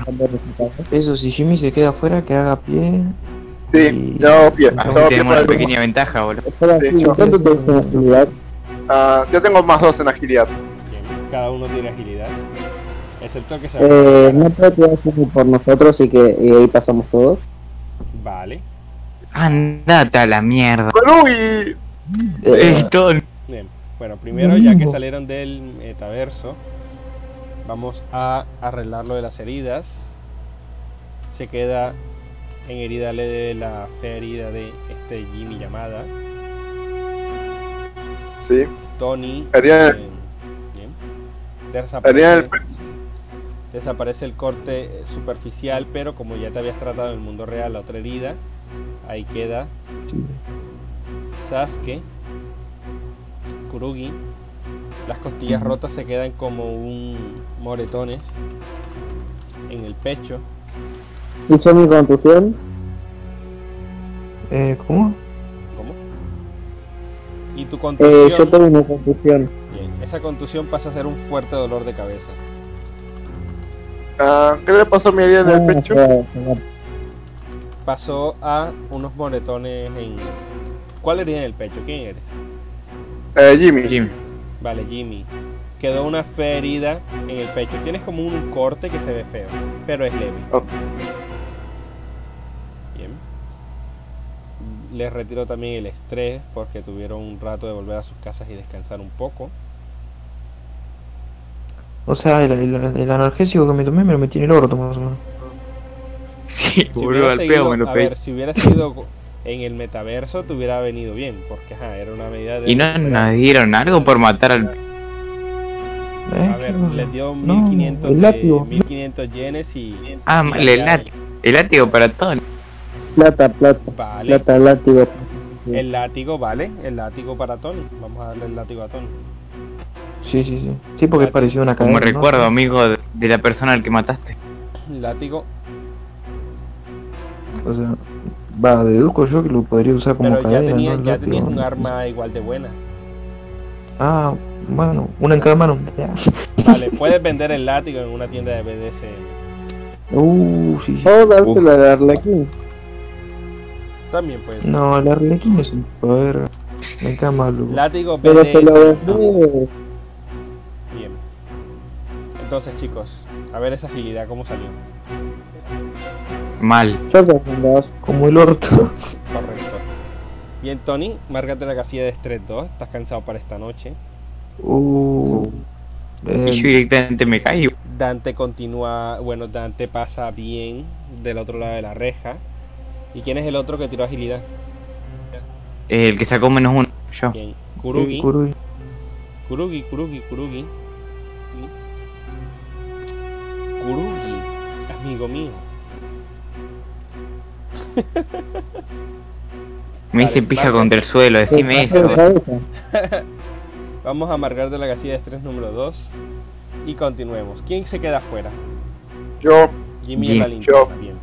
[SPEAKER 2] Eso, si Jimmy se queda afuera, que haga pie.
[SPEAKER 3] sí, yo hago pie. Yo
[SPEAKER 5] Así
[SPEAKER 3] hago pie
[SPEAKER 5] tenemos
[SPEAKER 3] para
[SPEAKER 5] una
[SPEAKER 3] el grupo.
[SPEAKER 5] pequeña ventaja, boludo.
[SPEAKER 4] Espera,
[SPEAKER 3] De
[SPEAKER 4] sí,
[SPEAKER 3] hecho.
[SPEAKER 4] ¿cuánto te dicen actividad?
[SPEAKER 3] Ah, yo tengo más dos en agilidad.
[SPEAKER 1] Bien, Cada uno tiene agilidad. Excepto que se
[SPEAKER 4] Eh, no puede tirarse por nosotros y que y ahí pasamos todos.
[SPEAKER 1] Vale.
[SPEAKER 5] Andate a la mierda.
[SPEAKER 3] Bueno, y.
[SPEAKER 4] Eh,
[SPEAKER 1] Eh.
[SPEAKER 5] Es todo
[SPEAKER 1] Bien. Bueno, primero, ya que salieron del metaverso, vamos a arreglar lo de las heridas. Se queda en herida le de la fea herida de este Jimmy llamada.
[SPEAKER 3] Sí.
[SPEAKER 1] Tony.
[SPEAKER 3] Herida-
[SPEAKER 1] eh, bien. Desaparece,
[SPEAKER 3] Haría el.
[SPEAKER 1] desaparece el corte eh, superficial, pero como ya te habías tratado en el mundo real la otra herida, ahí queda Sasuke, Kurugi, las costillas rotas se quedan como un moretones en el pecho.
[SPEAKER 4] ¿Y yo mi contusión?
[SPEAKER 2] Eh, ¿Cómo?
[SPEAKER 1] ¿Cómo? Y tu
[SPEAKER 4] Eh,
[SPEAKER 1] contusión,
[SPEAKER 4] yo tengo una contusión.
[SPEAKER 1] Bien, esa contusión pasa a ser un fuerte dolor de cabeza.
[SPEAKER 3] Ah, ¿Qué le pasó a mi herida en el
[SPEAKER 4] Ah,
[SPEAKER 3] pecho?
[SPEAKER 4] claro, claro.
[SPEAKER 1] Pasó a unos moretones en... ¿Cuál herida en el pecho? ¿Quién eres?
[SPEAKER 3] Eh, Jimmy.
[SPEAKER 1] *laughs*
[SPEAKER 5] Jim.
[SPEAKER 1] Vale, Jimmy. Quedó una fea herida en el pecho. Tienes como un corte que se ve feo,
[SPEAKER 3] Oh,
[SPEAKER 1] pero es leve.
[SPEAKER 3] Ok.
[SPEAKER 1] Bien. les retiró también el estrés porque tuvieron un rato de volver a sus casas y descansar un poco.
[SPEAKER 2] O sea, el, el- el analgésico que me tomé me lo metí en el orto más o menos.
[SPEAKER 5] Sí,
[SPEAKER 1] Si
[SPEAKER 5] boludo,
[SPEAKER 1] hubiera
[SPEAKER 5] al
[SPEAKER 1] seguido-
[SPEAKER 5] pedo me lo
[SPEAKER 1] a
[SPEAKER 5] pedí.
[SPEAKER 1] ver, si hubiera sido en el metaverso, te hubiera venido bien, porque ajá, era una medida de...
[SPEAKER 5] ¿Y no nos dieron algo por matar al.?
[SPEAKER 2] ¿Eh?
[SPEAKER 1] A ver,
[SPEAKER 2] ¿Qué cosa?
[SPEAKER 1] les dio
[SPEAKER 2] No,
[SPEAKER 1] 1500,
[SPEAKER 2] el
[SPEAKER 1] de-
[SPEAKER 2] látigo.
[SPEAKER 1] 1500 yenes y...
[SPEAKER 5] Ah, mal, el, lát- el látigo para todo.
[SPEAKER 4] Plata, plata.
[SPEAKER 1] Vale.
[SPEAKER 4] Plata, látigo.
[SPEAKER 1] El látigo, vale, el látigo para Tony. Vamos a darle el látigo a Tony.
[SPEAKER 2] Sí, sí, sí. Sí, porque parecía una cadena.
[SPEAKER 5] Como
[SPEAKER 2] ¿no?
[SPEAKER 5] recuerdo, amigo, de- de la persona al que mataste.
[SPEAKER 1] Látigo,
[SPEAKER 2] O sea, va, deduzco yo que lo podría usar como
[SPEAKER 1] pero ya
[SPEAKER 2] cadena.
[SPEAKER 1] tenías
[SPEAKER 2] ¿no? El
[SPEAKER 1] ya
[SPEAKER 2] látigo.
[SPEAKER 1] tenías un arma igual de buena.
[SPEAKER 2] Ah, bueno, una en cada mano. Ya.
[SPEAKER 1] Vale, puedes vender el látigo en una tienda de BDSM.
[SPEAKER 2] Uh, sí, sí.
[SPEAKER 4] O dárselo al Arlequín.
[SPEAKER 1] También puedes.
[SPEAKER 2] No, el arlequín es un poder. Me encanta más lo-
[SPEAKER 1] Látigo
[SPEAKER 4] Pero se lo
[SPEAKER 1] BDSM.
[SPEAKER 4] vendes.
[SPEAKER 1] Bien. Entonces, chicos, a ver esa agilidad, ¿cómo salió?
[SPEAKER 5] Mal.
[SPEAKER 4] Yo te vendas.
[SPEAKER 2] Como el orto. *laughs*
[SPEAKER 1] Correcto. Bien, Tony, márcate la casilla de estrés 2. Estás cansado para esta noche.
[SPEAKER 2] Uh. eh,
[SPEAKER 5] Y yo directamente me caí.
[SPEAKER 1] Dante continúa, bueno, Dante pasa bien del otro lado de la reja. ¿Y quién es el otro que tiró agilidad?
[SPEAKER 5] El que sacó menos uno, yo.
[SPEAKER 1] Bien, Kurugi.
[SPEAKER 2] Ah, Kurugi.
[SPEAKER 1] Kurugi, Kurugi, Kurugi. Sí. Kurugi, amigo mío.
[SPEAKER 5] Me hice
[SPEAKER 1] Vale,
[SPEAKER 5] pija
[SPEAKER 1] vale.
[SPEAKER 5] contra el suelo, decime eso.
[SPEAKER 1] Vamos a marcar de la casilla de estrés número 2 y continuemos. ¿Quién se queda afuera?
[SPEAKER 3] Yo,
[SPEAKER 1] Jimmy
[SPEAKER 5] Jim.
[SPEAKER 1] en la linterna.
[SPEAKER 3] Yo.
[SPEAKER 1] Bien.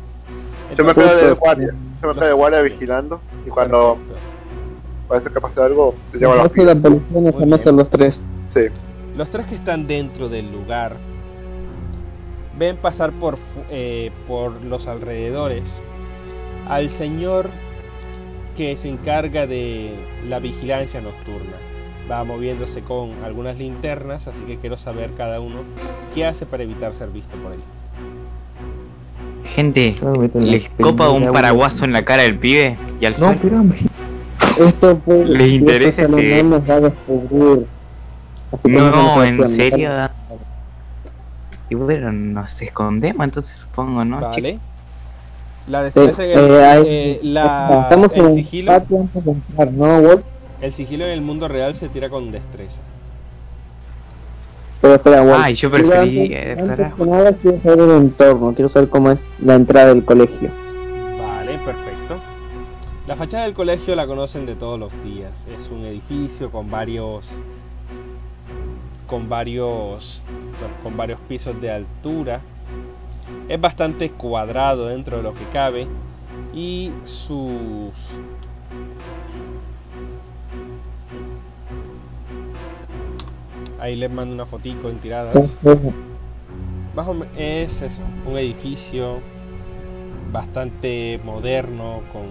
[SPEAKER 3] yo me
[SPEAKER 1] Entonces-
[SPEAKER 3] quedo de guardia. Yo me quedo de guardia vigilando. Y cuando
[SPEAKER 1] Perfecto.
[SPEAKER 3] parece que pase algo, te llamo a la
[SPEAKER 4] No soy la
[SPEAKER 3] oficina.
[SPEAKER 4] policía, nos
[SPEAKER 1] Muy
[SPEAKER 4] vamos a
[SPEAKER 1] bien.
[SPEAKER 4] los tres.
[SPEAKER 3] Sí.
[SPEAKER 1] Los tres que están dentro del lugar ven pasar por, fu- eh, por los alrededores al señor que se encarga de la vigilancia nocturna. Va moviéndose con algunas linternas, así que quiero saber cada uno qué hace para evitar ser visto por él.
[SPEAKER 5] Gente,
[SPEAKER 2] Claro, me tengo
[SPEAKER 5] les
[SPEAKER 2] que
[SPEAKER 5] copa
[SPEAKER 2] pedir
[SPEAKER 5] un
[SPEAKER 2] agua.
[SPEAKER 5] paraguaso en la cara del pibe y al
[SPEAKER 2] No,
[SPEAKER 5] suelo.
[SPEAKER 2] espérame.
[SPEAKER 4] Esto fue.
[SPEAKER 5] ¿Les interesa
[SPEAKER 4] esto
[SPEAKER 5] que-
[SPEAKER 4] no nos va a descubrir. Así que
[SPEAKER 5] No,
[SPEAKER 4] vamos a
[SPEAKER 5] en
[SPEAKER 4] hacer-
[SPEAKER 5] serio. da- Y bueno, nos escondemos, entonces supongo, ¿no? chicos?
[SPEAKER 1] Vale. La
[SPEAKER 4] Sí,
[SPEAKER 1] destreza en el,
[SPEAKER 4] eh, hay-
[SPEAKER 1] eh, la-
[SPEAKER 4] estamos en
[SPEAKER 1] el
[SPEAKER 4] un
[SPEAKER 1] sigilo,
[SPEAKER 4] patio antes de entrar, ¿no, Wolf?
[SPEAKER 1] el sigilo en el mundo real se tira con destreza.
[SPEAKER 4] Pero espera, Wolf.
[SPEAKER 5] Ay, yo preferí,
[SPEAKER 4] Quiero
[SPEAKER 5] eh,
[SPEAKER 4] antes- antes
[SPEAKER 5] carajo.
[SPEAKER 4] que nada quiero saber el entorno, quiero saber cómo es la entrada del colegio.
[SPEAKER 1] Vale, perfecto. La fachada del colegio la conocen de todos los días. Es un edificio con varios con varios con varios pisos de altura. Es bastante cuadrado dentro de lo que cabe y sus Ahí les mando una fotico en tiradas.
[SPEAKER 4] Oh.
[SPEAKER 1] Más o me- es eso, un edificio bastante moderno, con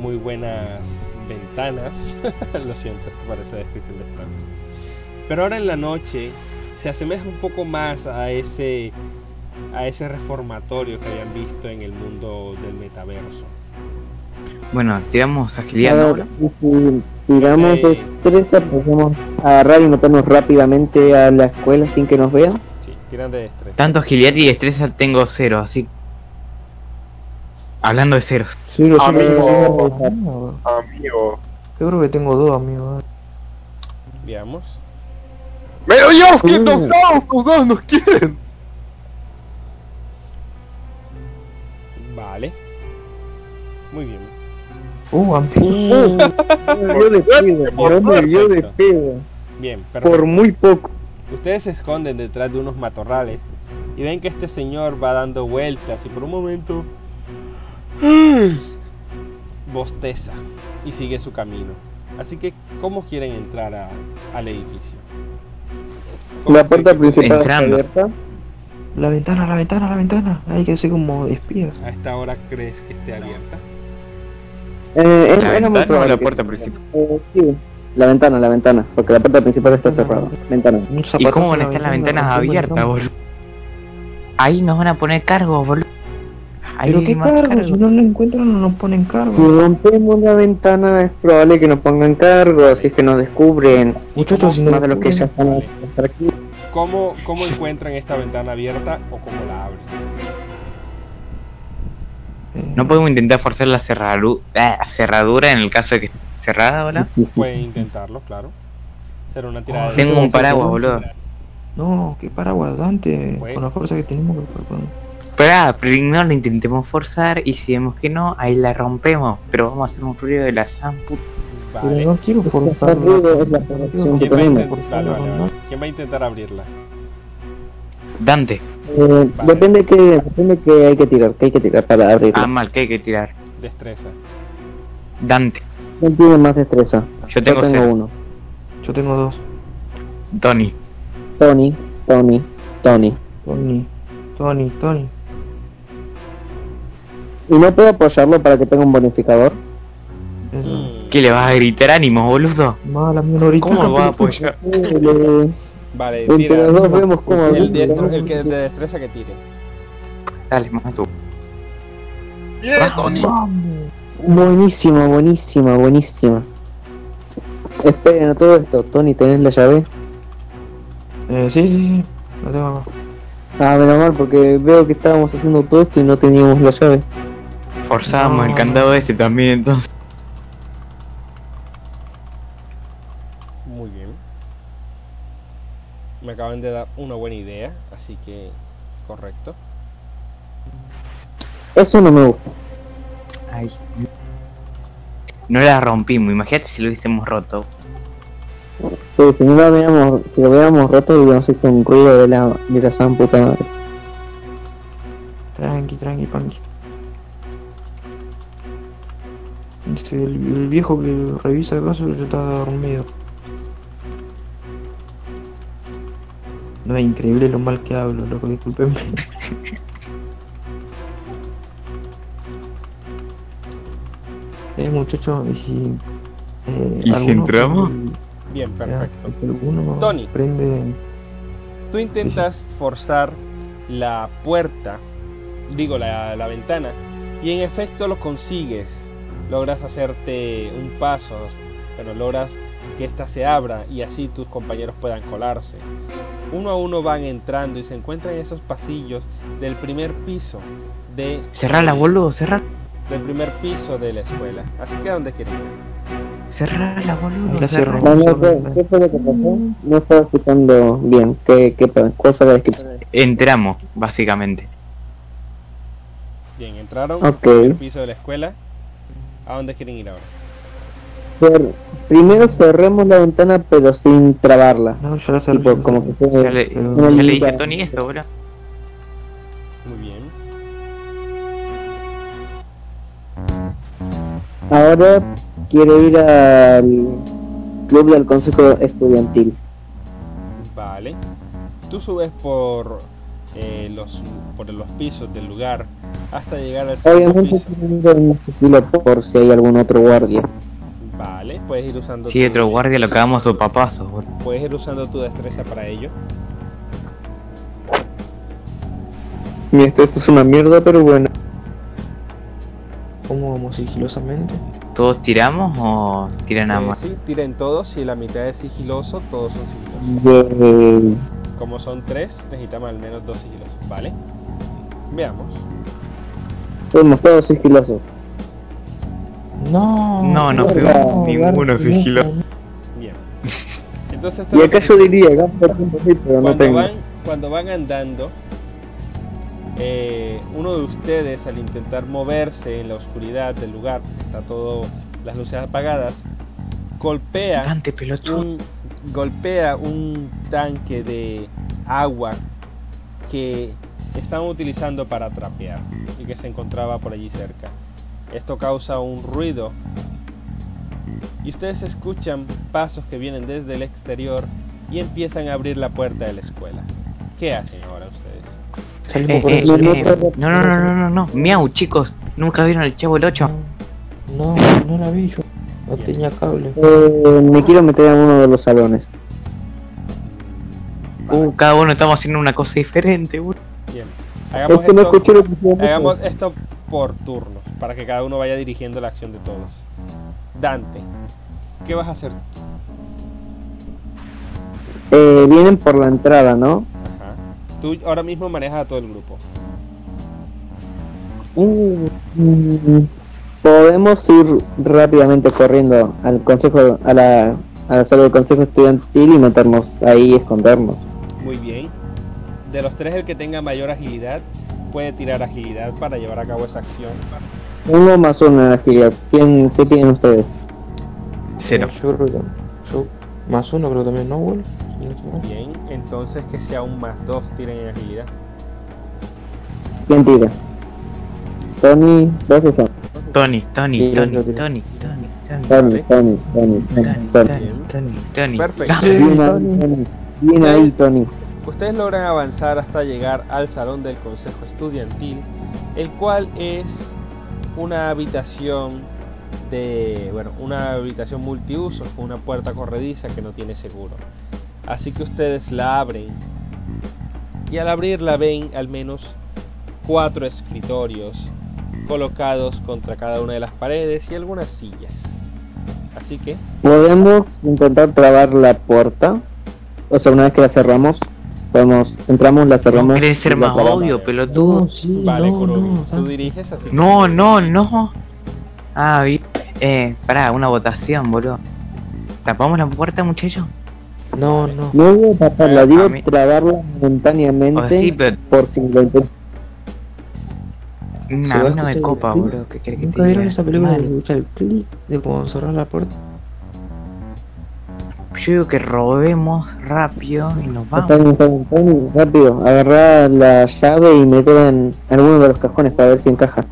[SPEAKER 1] muy buenas ventanas. *laughs* Lo siento, esto parece difícil de estar. Pero ahora en la noche se asemeja un poco más a ese a ese reformatorio que habían visto en el mundo del metaverso.
[SPEAKER 5] Bueno, tiramos agilidad,
[SPEAKER 4] A
[SPEAKER 5] ¿no?
[SPEAKER 4] ver, y si tiramos
[SPEAKER 1] Eh.
[SPEAKER 4] destreza, podemos agarrar y meternos rápidamente a la escuela sin que nos vean.
[SPEAKER 1] Sí, tiran de destreza.
[SPEAKER 5] Tanto agilidad y destreza tengo cero, así. Hablando de ceros.
[SPEAKER 2] Sí, lo
[SPEAKER 3] Amigo.
[SPEAKER 2] tengo que tener por acá.
[SPEAKER 3] Amigo.
[SPEAKER 2] Yo creo que tengo dos, amigo. eh.
[SPEAKER 1] Veamos.
[SPEAKER 3] ¡Pero yo!
[SPEAKER 4] Mm.
[SPEAKER 3] ¡Quién nos dos! ¡Los dos nos quieren!
[SPEAKER 1] Vale. Muy bien.
[SPEAKER 2] Uh, amigo.
[SPEAKER 4] *laughs* yo despido,
[SPEAKER 3] por
[SPEAKER 4] no, yo
[SPEAKER 1] Mm. suerte.
[SPEAKER 4] despido.
[SPEAKER 1] Bien, perfecto.
[SPEAKER 4] Por muy poco.
[SPEAKER 1] Ustedes se esconden detrás de unos matorrales y ven que este señor va dando vueltas y por un momento ¡ah! bosteza y sigue su camino. Así que, ¿cómo quieren entrar a- al edificio? ¿Cómo
[SPEAKER 4] La puerta
[SPEAKER 1] quieren que-
[SPEAKER 4] principal está
[SPEAKER 5] Entrando.
[SPEAKER 4] abierta.
[SPEAKER 2] *laughs* La ventana, la ventana, la ventana. Hay que ser como espías.
[SPEAKER 1] A esta hora crees que esté abierta.
[SPEAKER 4] Eh, era-
[SPEAKER 5] ¿La
[SPEAKER 4] era muy
[SPEAKER 5] ventana o
[SPEAKER 4] probable
[SPEAKER 5] la
[SPEAKER 4] que-
[SPEAKER 5] puerta principal?
[SPEAKER 4] Eh, sí, la ventana, la ventana, porque la puerta principal está cerrada.
[SPEAKER 5] Ah.
[SPEAKER 4] Ventana.
[SPEAKER 2] Un
[SPEAKER 5] ¿Y
[SPEAKER 2] zapatazo
[SPEAKER 5] cómo van a
[SPEAKER 2] en la
[SPEAKER 5] estar las
[SPEAKER 2] ventana,
[SPEAKER 5] ventanas
[SPEAKER 2] rompiendo el
[SPEAKER 5] abiertas,
[SPEAKER 2] campo.
[SPEAKER 5] boludo? Ahí nos van a poner cargos, boludo.
[SPEAKER 2] ¿Pero qué
[SPEAKER 7] más
[SPEAKER 2] cargo? Si
[SPEAKER 7] cargos.
[SPEAKER 2] no lo encuentran, no nos ponen cargo.
[SPEAKER 4] Si rompemos la ventana es probable que nos pongan cargo, así es que nos descubren
[SPEAKER 2] Muchachos, si no
[SPEAKER 4] más de los que ya
[SPEAKER 2] descubren-
[SPEAKER 4] están hasta aquí.
[SPEAKER 1] ¿Cómo, ¿Cómo encuentran esta ventana abierta o cómo la abren?
[SPEAKER 2] Eh,
[SPEAKER 5] No podemos intentar forzar la cerraru- ah, cerradura en el caso de que esté cerrada, ¿verdad?
[SPEAKER 1] Pueden intentarlo, claro. Será una tirada de...
[SPEAKER 5] Tengo un paraguas, boludo.
[SPEAKER 2] No, qué paraguas, Dante.
[SPEAKER 1] Bueno.
[SPEAKER 2] Con la fuerza que tenemos que podemos.
[SPEAKER 5] Pero, ah, pero no la intentemos forzar y si vemos que no, ahí la rompemos. Pero vamos a hacer un ruido de la san puta.
[SPEAKER 1] Vale.
[SPEAKER 2] Pero no quiero forzar.
[SPEAKER 4] ruido, es la corrección que
[SPEAKER 1] ¿Quién va, a
[SPEAKER 4] tenemos.
[SPEAKER 1] intent- vale, vale, vale. ¿Quién va a intentar abrirla?
[SPEAKER 5] Dante.
[SPEAKER 4] Eh, Depende que depende que hay que tirar, que hay que tirar para abrir.
[SPEAKER 5] Ah, mal, que hay que tirar.
[SPEAKER 1] Destreza.
[SPEAKER 5] Dante.
[SPEAKER 4] ¿Quién tiene más destreza?
[SPEAKER 5] Yo tengo cero.
[SPEAKER 4] uno.
[SPEAKER 2] Yo tengo dos.
[SPEAKER 5] Tony.
[SPEAKER 4] Tony, Tony, Tony.
[SPEAKER 2] Tony, Tony, Tony.
[SPEAKER 4] ¿Y no puedo apoyarlo para que tenga un bonificador?
[SPEAKER 2] Eso.
[SPEAKER 1] Mm.
[SPEAKER 5] ¿Qué le vas a gritar ánimo, boludo?
[SPEAKER 2] Mala minorita.
[SPEAKER 5] ¿Cómo pues? lo vas a apoyar?
[SPEAKER 4] Eh,
[SPEAKER 1] Vale,
[SPEAKER 4] Entre
[SPEAKER 1] tira.
[SPEAKER 4] los dos vemos cómo
[SPEAKER 1] El, diestro-
[SPEAKER 4] abrirlo.
[SPEAKER 1] el que de destreza que tire.
[SPEAKER 5] Dale, más tú.
[SPEAKER 3] Bien, Tony.
[SPEAKER 4] Eh, Buenísima, buenísima, buenísima. Esperen a todo esto, Tony, ¿tenés la llave?
[SPEAKER 2] Eh, sí, sí, sí. Lo tengo acá.
[SPEAKER 4] Ah, menos mal, porque veo que estábamos haciendo todo esto y no teníamos la llave.
[SPEAKER 5] Forzamos
[SPEAKER 2] No.
[SPEAKER 5] el candado ese también, entonces.
[SPEAKER 1] Muy bien. Me acaban de dar una buena idea, así que correcto.
[SPEAKER 4] Eso no me gusta.
[SPEAKER 5] Ay. No la rompimos, imagínate si lo hubiésemos roto.
[SPEAKER 4] Pero si no la veamos, si lo veamos roto, hubiéramos hecho un ruido de la, de la san puta madre.
[SPEAKER 2] Tranqui, tranqui, panqui. Dice, Este, El, el viejo que revisa el caso ya está dormido. No es increíble lo mal que hablo, loco, discúlpenme. *laughs* eh, muchachos, y si. eh,
[SPEAKER 5] ¿Y si
[SPEAKER 2] alguno
[SPEAKER 5] entramos?
[SPEAKER 2] prende-
[SPEAKER 1] Bien, perfecto.
[SPEAKER 2] alguno
[SPEAKER 1] Tony.
[SPEAKER 2] prende.
[SPEAKER 1] Tú intentas forzar la puerta, digo la, la ventana, y en efecto lo consigues. Logras hacerte un paso, pero logras que ésta se abra y así tus compañeros puedan colarse. Uno a uno van entrando y se encuentran en esos pasillos del primer piso de...
[SPEAKER 5] Cerrala, boludo, cerrala.
[SPEAKER 1] Del primer piso de la escuela. Así que a dónde quieren ir.
[SPEAKER 5] Cerrala,
[SPEAKER 2] Ahí
[SPEAKER 5] boludo.
[SPEAKER 2] la
[SPEAKER 5] cerrala.
[SPEAKER 2] cerró.
[SPEAKER 4] No, no, ¿qué, qué fue lo que pasó? No estaba escuchando bien. ¿Qué, qué, ¿Cuál fue la descripción?
[SPEAKER 5] Entramos, básicamente.
[SPEAKER 1] Bien, entraron
[SPEAKER 4] Ok.
[SPEAKER 1] al piso de la escuela. ¿A dónde quieren ir ahora?
[SPEAKER 4] Cer- primero cerremos la ventana, pero sin trabarla.
[SPEAKER 2] No, yo la cerré. yo
[SPEAKER 4] Tipo,
[SPEAKER 2] la
[SPEAKER 4] como
[SPEAKER 2] cerré.
[SPEAKER 4] que fue-
[SPEAKER 5] Ya le,
[SPEAKER 2] pero-
[SPEAKER 4] fue
[SPEAKER 5] ya le
[SPEAKER 4] limpia.
[SPEAKER 5] dije a Tony eso, boludo.
[SPEAKER 1] Muy bien.
[SPEAKER 4] Ahora quiero ir al club del consejo estudiantil.
[SPEAKER 1] Vale. Tú subes por eh, los por los pisos del lugar hasta llegar al segundo
[SPEAKER 4] Obviamente
[SPEAKER 1] piso.
[SPEAKER 4] teniendo un sigilo por si hay algún otro guardia.
[SPEAKER 1] Vale, puedes ir usando
[SPEAKER 5] Si
[SPEAKER 1] tu-
[SPEAKER 5] otro guardia lo cagamos a papazo, boludo.
[SPEAKER 1] puedes ir usando tu destreza para ello.
[SPEAKER 4] Mi esto es una mierda, pero bueno.
[SPEAKER 2] ¿Cómo vamos sigilosamente?
[SPEAKER 5] ¿Todos tiramos o tiran a
[SPEAKER 1] Eh,
[SPEAKER 5] más?
[SPEAKER 1] sí, tiren todos y la mitad es sigiloso, todos son sigilosos.
[SPEAKER 4] Yay.
[SPEAKER 1] Como son tres, necesitamos al menos dos sigilosos, ¿vale? Veamos.
[SPEAKER 4] Somos todos sigilosos.
[SPEAKER 2] No,
[SPEAKER 5] No, no
[SPEAKER 4] fuimos
[SPEAKER 5] ninguno sigiloso. *laughs*
[SPEAKER 1] Bien. Entonces
[SPEAKER 4] Y acá yo
[SPEAKER 1] todos-
[SPEAKER 4] diría, acá por ejemplo, sí, pero no
[SPEAKER 1] cuando
[SPEAKER 4] tengo.
[SPEAKER 1] van cuando van andando eh, uno de ustedes al intentar moverse en la oscuridad del lugar está todo las luces apagadas golpea
[SPEAKER 5] Dante, pelotudo.
[SPEAKER 1] un golpea un tanque de agua que estaban utilizando para trapear y que se encontraba por allí cerca esto causa un ruido y ustedes escuchan pasos que vienen desde el exterior y empiezan a abrir la puerta de la escuela. ¿Qué hacen ahora ustedes?
[SPEAKER 2] Salimos
[SPEAKER 5] Eh,
[SPEAKER 2] por
[SPEAKER 5] eh,
[SPEAKER 2] el salón.
[SPEAKER 5] eh, No, no, no, no, no, no. Miau, chicos. Nunca vieron el chavo el 8.
[SPEAKER 2] No, no la vi yo. No tenía cable.
[SPEAKER 4] Eh, me quiero meter en uno de los salones.
[SPEAKER 5] Uh, cada uno estamos haciendo una cosa diferente, boludo.
[SPEAKER 1] Bien. Hagamos
[SPEAKER 2] Es que no
[SPEAKER 1] esto-
[SPEAKER 2] escuché lo que decía.
[SPEAKER 1] Hagamos esto por turno, para que cada uno vaya dirigiendo la acción de todos. Dante, ¿qué vas a hacer?
[SPEAKER 4] Eh, vienen por la entrada, ¿no?
[SPEAKER 1] Ajá. Tú ahora mismo manejas a todo el grupo.
[SPEAKER 4] Mm, mm, Podemos ir rápidamente corriendo al consejo, a la, a la sala del consejo estudiantil y meternos ahí y escondernos.
[SPEAKER 1] Muy bien. De los tres, el que tenga mayor agilidad puede tirar agilidad para llevar a cabo esa acción.
[SPEAKER 4] Uno más uno en la actividad. ¿Quién, ¿Qué tienen ustedes?
[SPEAKER 5] Cero.
[SPEAKER 2] Eh, Yo creo que yo más uno creo también no Wolf. si no estoy mal.
[SPEAKER 1] Bien, entonces que sea un más dos tiren en agilidad.
[SPEAKER 4] ¿Quién tira? Tony, gracias a
[SPEAKER 5] Tony, Tony,
[SPEAKER 2] Sí,
[SPEAKER 5] Tony,
[SPEAKER 2] lo tiré.
[SPEAKER 5] Tony, Tony, Tony,
[SPEAKER 4] Tony, Tony, Tony, Tony,
[SPEAKER 5] Tony,
[SPEAKER 4] Tony.
[SPEAKER 5] Tony, Tony, Tony.
[SPEAKER 1] Perfecto.
[SPEAKER 4] Bien ahí, Tony. Bien ahí, Tony.
[SPEAKER 1] Ustedes logran avanzar hasta llegar al salón del consejo estudiantil, el cual es una habitación de, bueno, una habitación multiusos con una puerta corrediza que no tiene seguro. Así que ustedes la abren y al abrirla ven al menos cuatro escritorios colocados contra cada una de las paredes y algunas sillas. Así que
[SPEAKER 4] Podemos intentar trabar la puerta. O sea, una vez que la cerramos, podemos, entramos, la
[SPEAKER 5] No
[SPEAKER 4] cerramos.
[SPEAKER 5] querés ser
[SPEAKER 4] y la
[SPEAKER 5] más
[SPEAKER 4] paramos.
[SPEAKER 5] obvio, pelotudo.
[SPEAKER 1] vale, Kurobi, tú diriges así. que-
[SPEAKER 5] No, no, no. Ah, vi. Eh, pará, una votación, boludo. ¿Tapamos la puerta, muchachos?
[SPEAKER 2] No, no.
[SPEAKER 4] No digo taparla,
[SPEAKER 5] Eh,
[SPEAKER 4] digo
[SPEAKER 5] a mí-
[SPEAKER 4] trabarla momentáneamente
[SPEAKER 5] O sea, sí, pero-
[SPEAKER 4] por si lo intent-
[SPEAKER 5] Nah,
[SPEAKER 2] Se va
[SPEAKER 5] a
[SPEAKER 2] a
[SPEAKER 5] mí no me
[SPEAKER 2] escuchar
[SPEAKER 5] copa,
[SPEAKER 2] el-
[SPEAKER 5] boludo. ¿Qué querés que te
[SPEAKER 2] ¿Nunca vieron
[SPEAKER 5] diga?
[SPEAKER 2] esa película de
[SPEAKER 5] Mal.
[SPEAKER 2] escuchar el clic de cuando cerrar la puerta?
[SPEAKER 5] Yo digo que robemos rápido y nos
[SPEAKER 4] Está
[SPEAKER 5] vamos.
[SPEAKER 4] bien, está bien, está bien. rápido, agarrar la llave y meterla en alguno de los cajones para ver si encaja.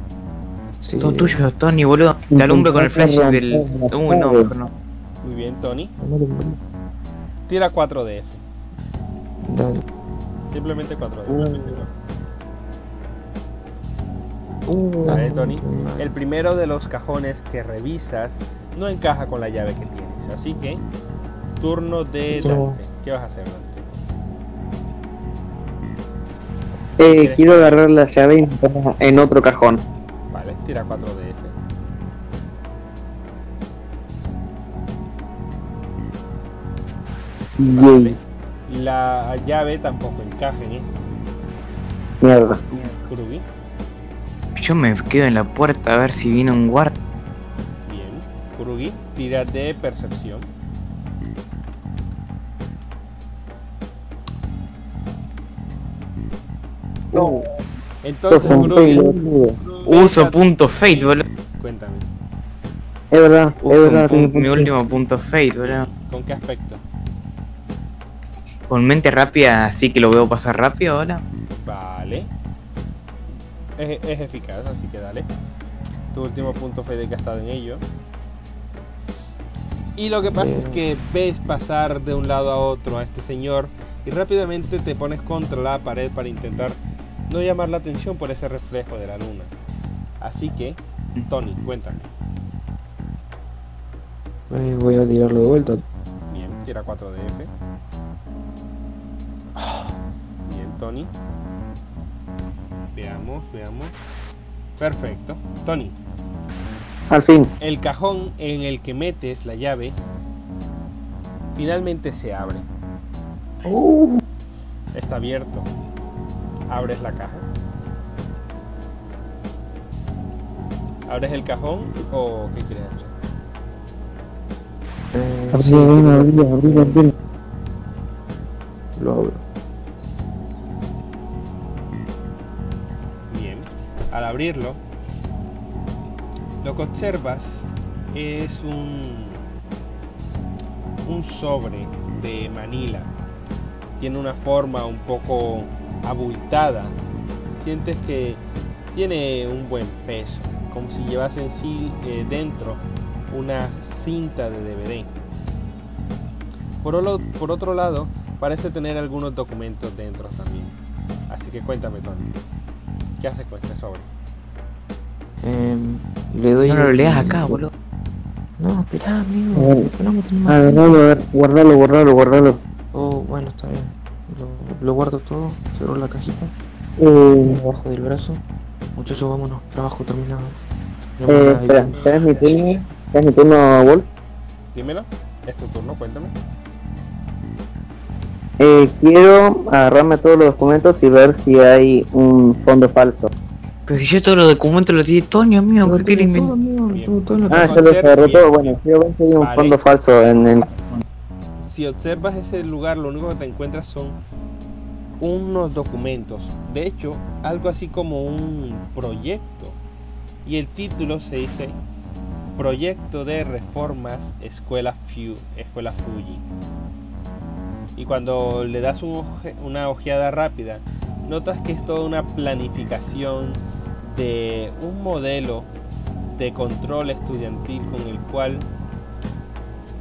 [SPEAKER 2] Sí.
[SPEAKER 5] Todo tuyo, Tony, boludo. Te alumbro con el flash
[SPEAKER 4] Intentando
[SPEAKER 5] del.
[SPEAKER 4] romper la
[SPEAKER 5] Uy, no,
[SPEAKER 4] llave.
[SPEAKER 5] mejor no.
[SPEAKER 1] Muy bien, Tony.
[SPEAKER 2] Dale.
[SPEAKER 1] Tira 4D. Simplemente 4D. simplemente cuatro.
[SPEAKER 4] Ah. uh.
[SPEAKER 1] Vale, Uh. ¿Eh, Tony. El primero de los cajones que revisas no encaja con la llave que tienes. Así que, turno de
[SPEAKER 2] Eso no.
[SPEAKER 1] Dante. ¿Qué vas a hacer, Dante?
[SPEAKER 4] Eh, quiero agarrar la llave y meterla en otro cajón.
[SPEAKER 1] Vale, tira 4DF. Ah,
[SPEAKER 4] Yay,
[SPEAKER 1] La llave tampoco encaja en este, esto.
[SPEAKER 4] mierda.
[SPEAKER 1] Kurubi.
[SPEAKER 5] Yo me quedo en la puerta a ver si viene un guarda.
[SPEAKER 1] Bien. Kurugi, tira de percepción.
[SPEAKER 4] No,
[SPEAKER 1] Entonces,
[SPEAKER 4] Ojo,
[SPEAKER 1] Kurugi.
[SPEAKER 4] pelotudo.
[SPEAKER 5] Uso punto fate, boludo.
[SPEAKER 1] Cuéntame,
[SPEAKER 4] Es verdad, es
[SPEAKER 5] Uso un
[SPEAKER 4] verdad.
[SPEAKER 5] pun-
[SPEAKER 4] tiene
[SPEAKER 5] mi
[SPEAKER 4] punto.
[SPEAKER 5] último punto fate, boludo.
[SPEAKER 1] ¿con qué aspecto?
[SPEAKER 5] Con mente rápida, así que lo veo pasar rápido, ahora.
[SPEAKER 1] Vale. Es, es eficaz, así que dale. Tu último punto fue de gastado en ello. Y lo que pasa es
[SPEAKER 2] Bien.
[SPEAKER 1] que ves pasar de un lado a otro a este señor y rápidamente te pones contra la pared para intentar no llamar la atención por ese reflejo de la luna. Así que, Tony, cuéntame.
[SPEAKER 2] Eh, voy a tirarlo de vuelta.
[SPEAKER 1] Bien, tira 4DF. Ah, Bien, Tony. Veamos, veamos. Perfecto. Tony,
[SPEAKER 4] Al fin,
[SPEAKER 1] el cajón en el que metes la llave finalmente se abre. Está abierto. Abres la caja. ¿Abres el cajón o qué quieres hacer?
[SPEAKER 2] Eh,
[SPEAKER 4] abrí,
[SPEAKER 2] sí,
[SPEAKER 4] abrí, abrí, abrí.
[SPEAKER 2] Lo abro.
[SPEAKER 1] Bien, al abrirlo, lo que observas es un, un sobre de Manila. Tiene una forma un poco abultada. Sientes que tiene un buen peso, como si llevase en sí eh, dentro una cinta de DVD. Por, olo- por otro lado, parece tener algunos documentos dentro también. Así que cuéntame, Tony. ¿Qué haces con este sobre?
[SPEAKER 2] Eh, le doy.
[SPEAKER 5] No lo leas acá, boludo.
[SPEAKER 2] No, esperá, amigo.
[SPEAKER 4] A ver.
[SPEAKER 2] No, no tiene más.
[SPEAKER 4] Agarralo, a ver, guardalo, guardalo, guardalo.
[SPEAKER 2] Oh, bueno, está bien. Lo, lo guardo todo, cerró la cajita.
[SPEAKER 4] Eh,
[SPEAKER 2] Abajo del brazo. Muchachos, vámonos. Trabajo terminado. Tenemos
[SPEAKER 4] eh,
[SPEAKER 2] la
[SPEAKER 4] espera,
[SPEAKER 2] idea.
[SPEAKER 4] ¿tenés mi turno? ¿Tenés mi turno, Wolf?
[SPEAKER 1] Dímelo, es tu turno, cuéntame.
[SPEAKER 4] Eh, quiero agarrarme a todos los documentos y ver si hay un fondo falso.
[SPEAKER 5] Pero si yo todos los documentos los tiene Toño, amigo, ¿qué quiere
[SPEAKER 2] Todo,
[SPEAKER 5] inventar?
[SPEAKER 2] amigo,
[SPEAKER 1] Bien.
[SPEAKER 2] todo, todo lo que-
[SPEAKER 4] Ah, ya lo agarré todo. Bueno, quiero ver si hay un
[SPEAKER 1] Vale.
[SPEAKER 4] fondo falso en el...
[SPEAKER 1] Si observas ese lugar, lo único que te encuentras son unos documentos. De hecho, algo así como un proyecto. Y el título se dice Proyecto de Reformas Escuela, Fu- Escuela Fuji. Y cuando le das un oje- una ojeada rápida, notas que es toda una planificación de un modelo de control estudiantil con el cual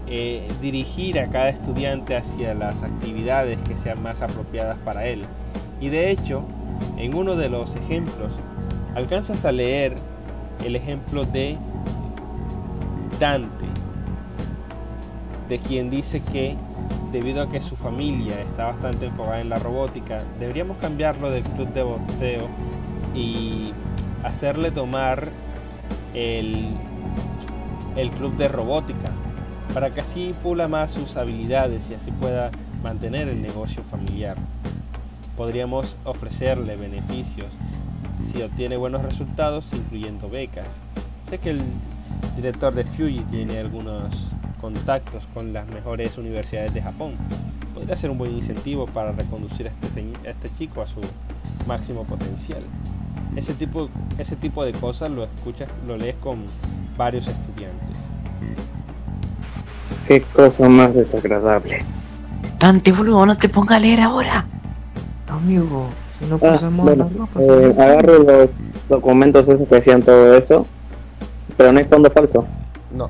[SPEAKER 1] eh, dirigir a cada estudiante hacia las actividades que sean más apropiadas para él. Y de hecho, en uno de los ejemplos, alcanzas a leer el ejemplo de Dante, de quien dice que debido a que su familia está bastante enfocada en la robótica, deberíamos cambiarlo del club de boxeo y hacerle tomar el, el club de robótica para que así pula más sus habilidades y así pueda mantener el negocio familiar. Podríamos ofrecerle beneficios si obtiene buenos resultados, incluyendo becas. Sé que el director de Fuji tiene algunos contactos con las mejores universidades de Japón. Podría ser un buen incentivo para reconducir a este, señ- a este chico a su máximo potencial. Ese tipo, ese tipo de cosas lo escuchas, lo lees con varios estudiantes.
[SPEAKER 4] Qué cosa más desagradable.
[SPEAKER 5] Dante, boludo, no te pongas a leer ahora.
[SPEAKER 2] Amigo, si no
[SPEAKER 4] Ah,
[SPEAKER 2] cruzamos
[SPEAKER 4] bueno,
[SPEAKER 2] la ropa.
[SPEAKER 4] eh, agarro los documentos esos que decían todo eso, pero no hay fondo falso.
[SPEAKER 1] No,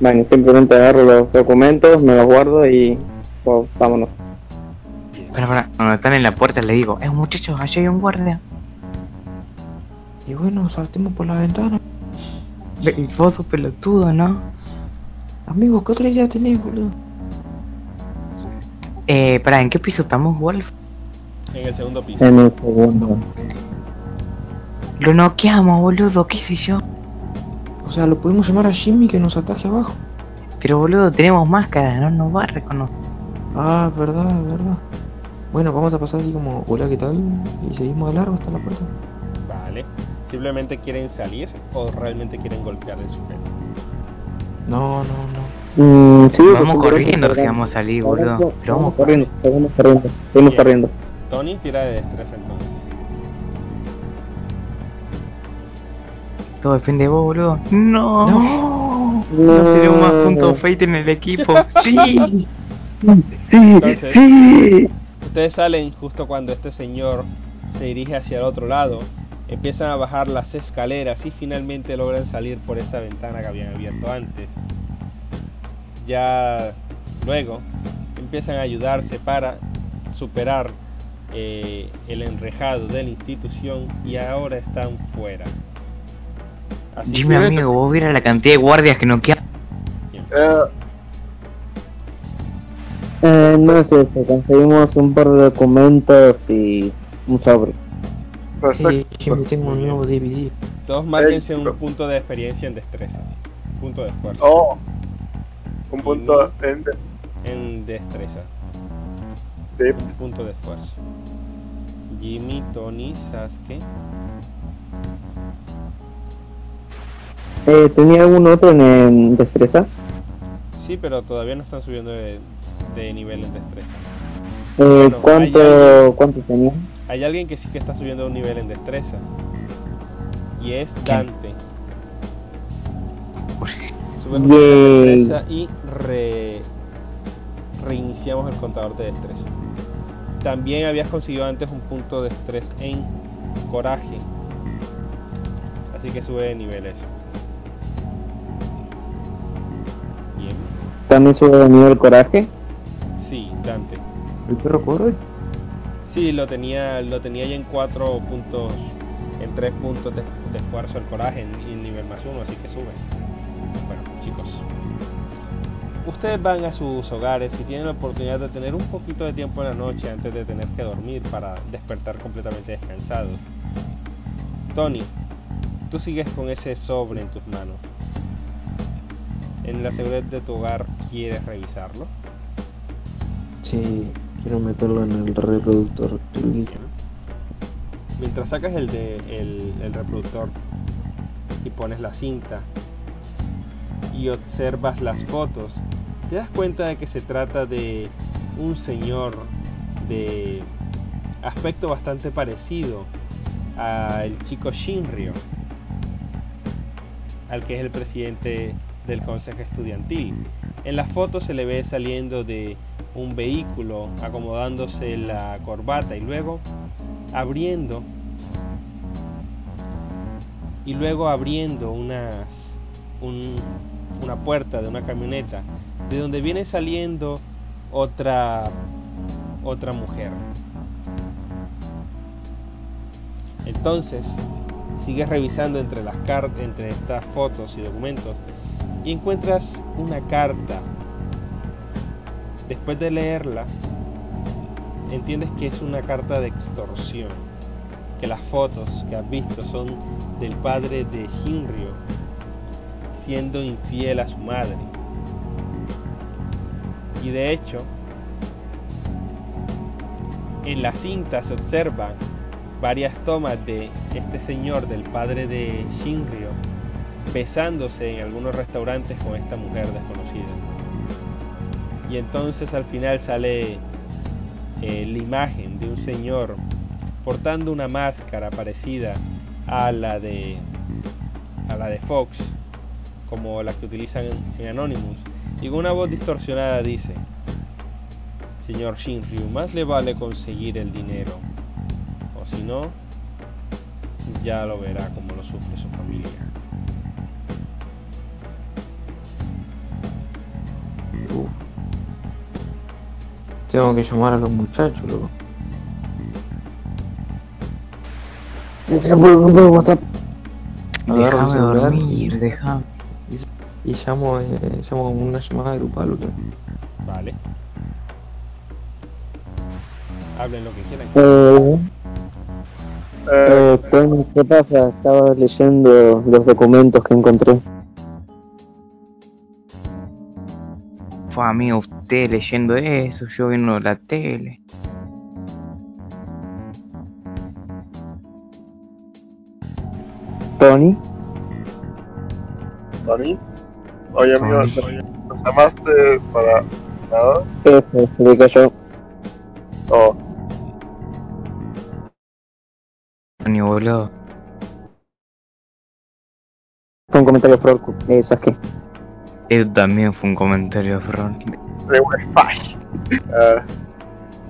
[SPEAKER 4] Bueno, simplemente agarro los documentos, me los guardo y pues, vámonos.
[SPEAKER 5] Para, para, cuando están en la puerta le digo, eh muchachos, allá hay un guardia.
[SPEAKER 2] Y bueno, saltemos por la ventana.
[SPEAKER 5] Y vos sos pelotudo, ¿no?
[SPEAKER 2] Amigo, ¿qué otra idea tenés, boludo?
[SPEAKER 5] Eh, para, ¿en qué piso estamos, Wolf?
[SPEAKER 1] en el segundo piso.
[SPEAKER 4] En un segundo.
[SPEAKER 5] Lo noqueamos, boludo, qué sé yo.
[SPEAKER 2] O sea, lo podemos llamar a Jimmy que nos ataje abajo.
[SPEAKER 5] Pero, boludo, tenemos máscara, no nos va a reconocer.
[SPEAKER 2] Ah, verdad, verdad. Bueno, vamos a pasar así como, hola, ¿qué tal? Y seguimos de largo hasta la puerta.
[SPEAKER 1] Vale. ¿Simplemente quieren salir o realmente quieren golpear el sujeto?
[SPEAKER 2] No, no, no.
[SPEAKER 4] Mm, sí,
[SPEAKER 5] Vamos
[SPEAKER 4] pues,
[SPEAKER 5] corriendo
[SPEAKER 4] corremos,
[SPEAKER 5] si vamos a salir, boludo.
[SPEAKER 4] corremos,
[SPEAKER 5] Pero vamos
[SPEAKER 4] vamos corriendo, vamos corriendo, seguimos
[SPEAKER 1] Bien.
[SPEAKER 4] corriendo.
[SPEAKER 1] Tony, tira de destreza entonces.
[SPEAKER 5] Todo depende de vos, boludo. No.
[SPEAKER 2] No.
[SPEAKER 5] No tenemos más puntos Fate en el equipo. *laughs* Sí.
[SPEAKER 1] Entonces, ustedes salen justo cuando este señor se dirige hacia el otro lado, empiezan a bajar las escaleras y finalmente logran salir por esa ventana que habían abierto antes. Ya luego empiezan a ayudarse para superar eh, el enrejado de la institución y ahora están fuera. Así
[SPEAKER 5] Jimmy, amigo, vos vieras la cantidad de guardias que noqueamos.
[SPEAKER 3] Eh,
[SPEAKER 4] Eh, no es eso, conseguimos un par de documentos y un sobre.
[SPEAKER 2] Sí,
[SPEAKER 3] perfecto.
[SPEAKER 2] Jimmy, tengo un nuevo DVD.
[SPEAKER 1] Todos márquense
[SPEAKER 3] Ey,
[SPEAKER 1] un
[SPEAKER 3] pero-
[SPEAKER 1] punto de experiencia en destreza. Punto de esfuerzo.
[SPEAKER 3] Oh, un punto en
[SPEAKER 1] En destreza.
[SPEAKER 3] de
[SPEAKER 1] Un punto de esfuerzo. Jimmy, Tony, Sasuke.
[SPEAKER 4] Eh, ¿Tenía algún otro en, en destreza?
[SPEAKER 1] Sí, pero todavía no están subiendo de, de nivel en destreza.
[SPEAKER 4] Eh,
[SPEAKER 1] Bueno, hay
[SPEAKER 4] ¿Cuánto cuánto tenía?
[SPEAKER 1] Hay alguien que sí que está subiendo un nivel en destreza. Y es Dante. Sube un nivel en
[SPEAKER 4] Yay.
[SPEAKER 1] destreza y re- reiniciamos el contador de destreza. También habías conseguido antes un punto de estrés en coraje. Así que sube de niveles. Bien.
[SPEAKER 4] ¿También sube de nivel coraje?
[SPEAKER 1] Sí, Dante.
[SPEAKER 2] ¿El perro corre?
[SPEAKER 1] Sí, lo tenía, lo tenía ya en cuatro puntos, en tres puntos de, de esfuerzo el coraje en, en nivel más uno, así que sube. Bueno, chicos, ustedes van a sus hogares y tienen la oportunidad de tener un poquito de tiempo en la noche antes de tener que dormir para despertar completamente descansados. Tony, tú sigues con ese sobre en tus manos. En la seguridad de tu hogar, ¿quieres revisarlo?
[SPEAKER 2] Sí, quiero meterlo en el reproductor del vídeo.
[SPEAKER 1] Mientras sacas el, de, el, el reproductor y pones la cinta y observas las fotos, te das cuenta de que se trata de un señor de aspecto bastante parecido al chico Shinryo, al que es el presidente del consejo estudiantil. En la foto se le ve saliendo de un vehículo, acomodándose la corbata y luego abriendo y luego abriendo unas, un- una puerta de una camioneta de donde viene saliendo otra otra mujer. Entonces, sigues revisando entre las car- entre estas fotos y documentos y encuentras una carta. Después de leerla, entiendes que es una carta de extorsión, que las fotos que has visto son del padre de Hinrio siendo infiel a su madre. Y de hecho, en la cinta se observan varias tomas de este señor, del padre de Shinryo, besándose en algunos restaurantes con esta mujer desconocida. Y entonces al final sale eh, la imagen de un señor portando una máscara parecida a la de a la de Fox, como la que utilizan en- en Anonymous, y con una voz distorsionada dice, Señor Shinryu, más le vale conseguir el dinero, o si no, ya lo verá como lo sufre su familia.
[SPEAKER 2] Uh. Tengo que llamar a los muchachos, loco. Agarro el
[SPEAKER 5] Déjame
[SPEAKER 2] celular
[SPEAKER 5] dormir, déjame.
[SPEAKER 2] y, y llamo, eh, llamo como una llamada grupal, loco.
[SPEAKER 1] Vale. Hablen lo que quieran.
[SPEAKER 4] Eh,
[SPEAKER 3] Eh,
[SPEAKER 4] eh, Tony, ¿qué pasa? Estaba leyendo los documentos que encontré.
[SPEAKER 5] Fue amigo, usted leyendo eso, yo viendo la tele.
[SPEAKER 4] Tony,
[SPEAKER 3] Tony. Oye, amigo,
[SPEAKER 5] Tony.
[SPEAKER 3] ¿nos llamaste para nada?
[SPEAKER 4] eso digo eh, yo.
[SPEAKER 3] No.
[SPEAKER 5] Ni boludo.
[SPEAKER 4] Fue un comentario Frorcu, eh, Sasuke.
[SPEAKER 5] Eso también fue un comentario, Fron.
[SPEAKER 3] De Wi-Fi. Eh,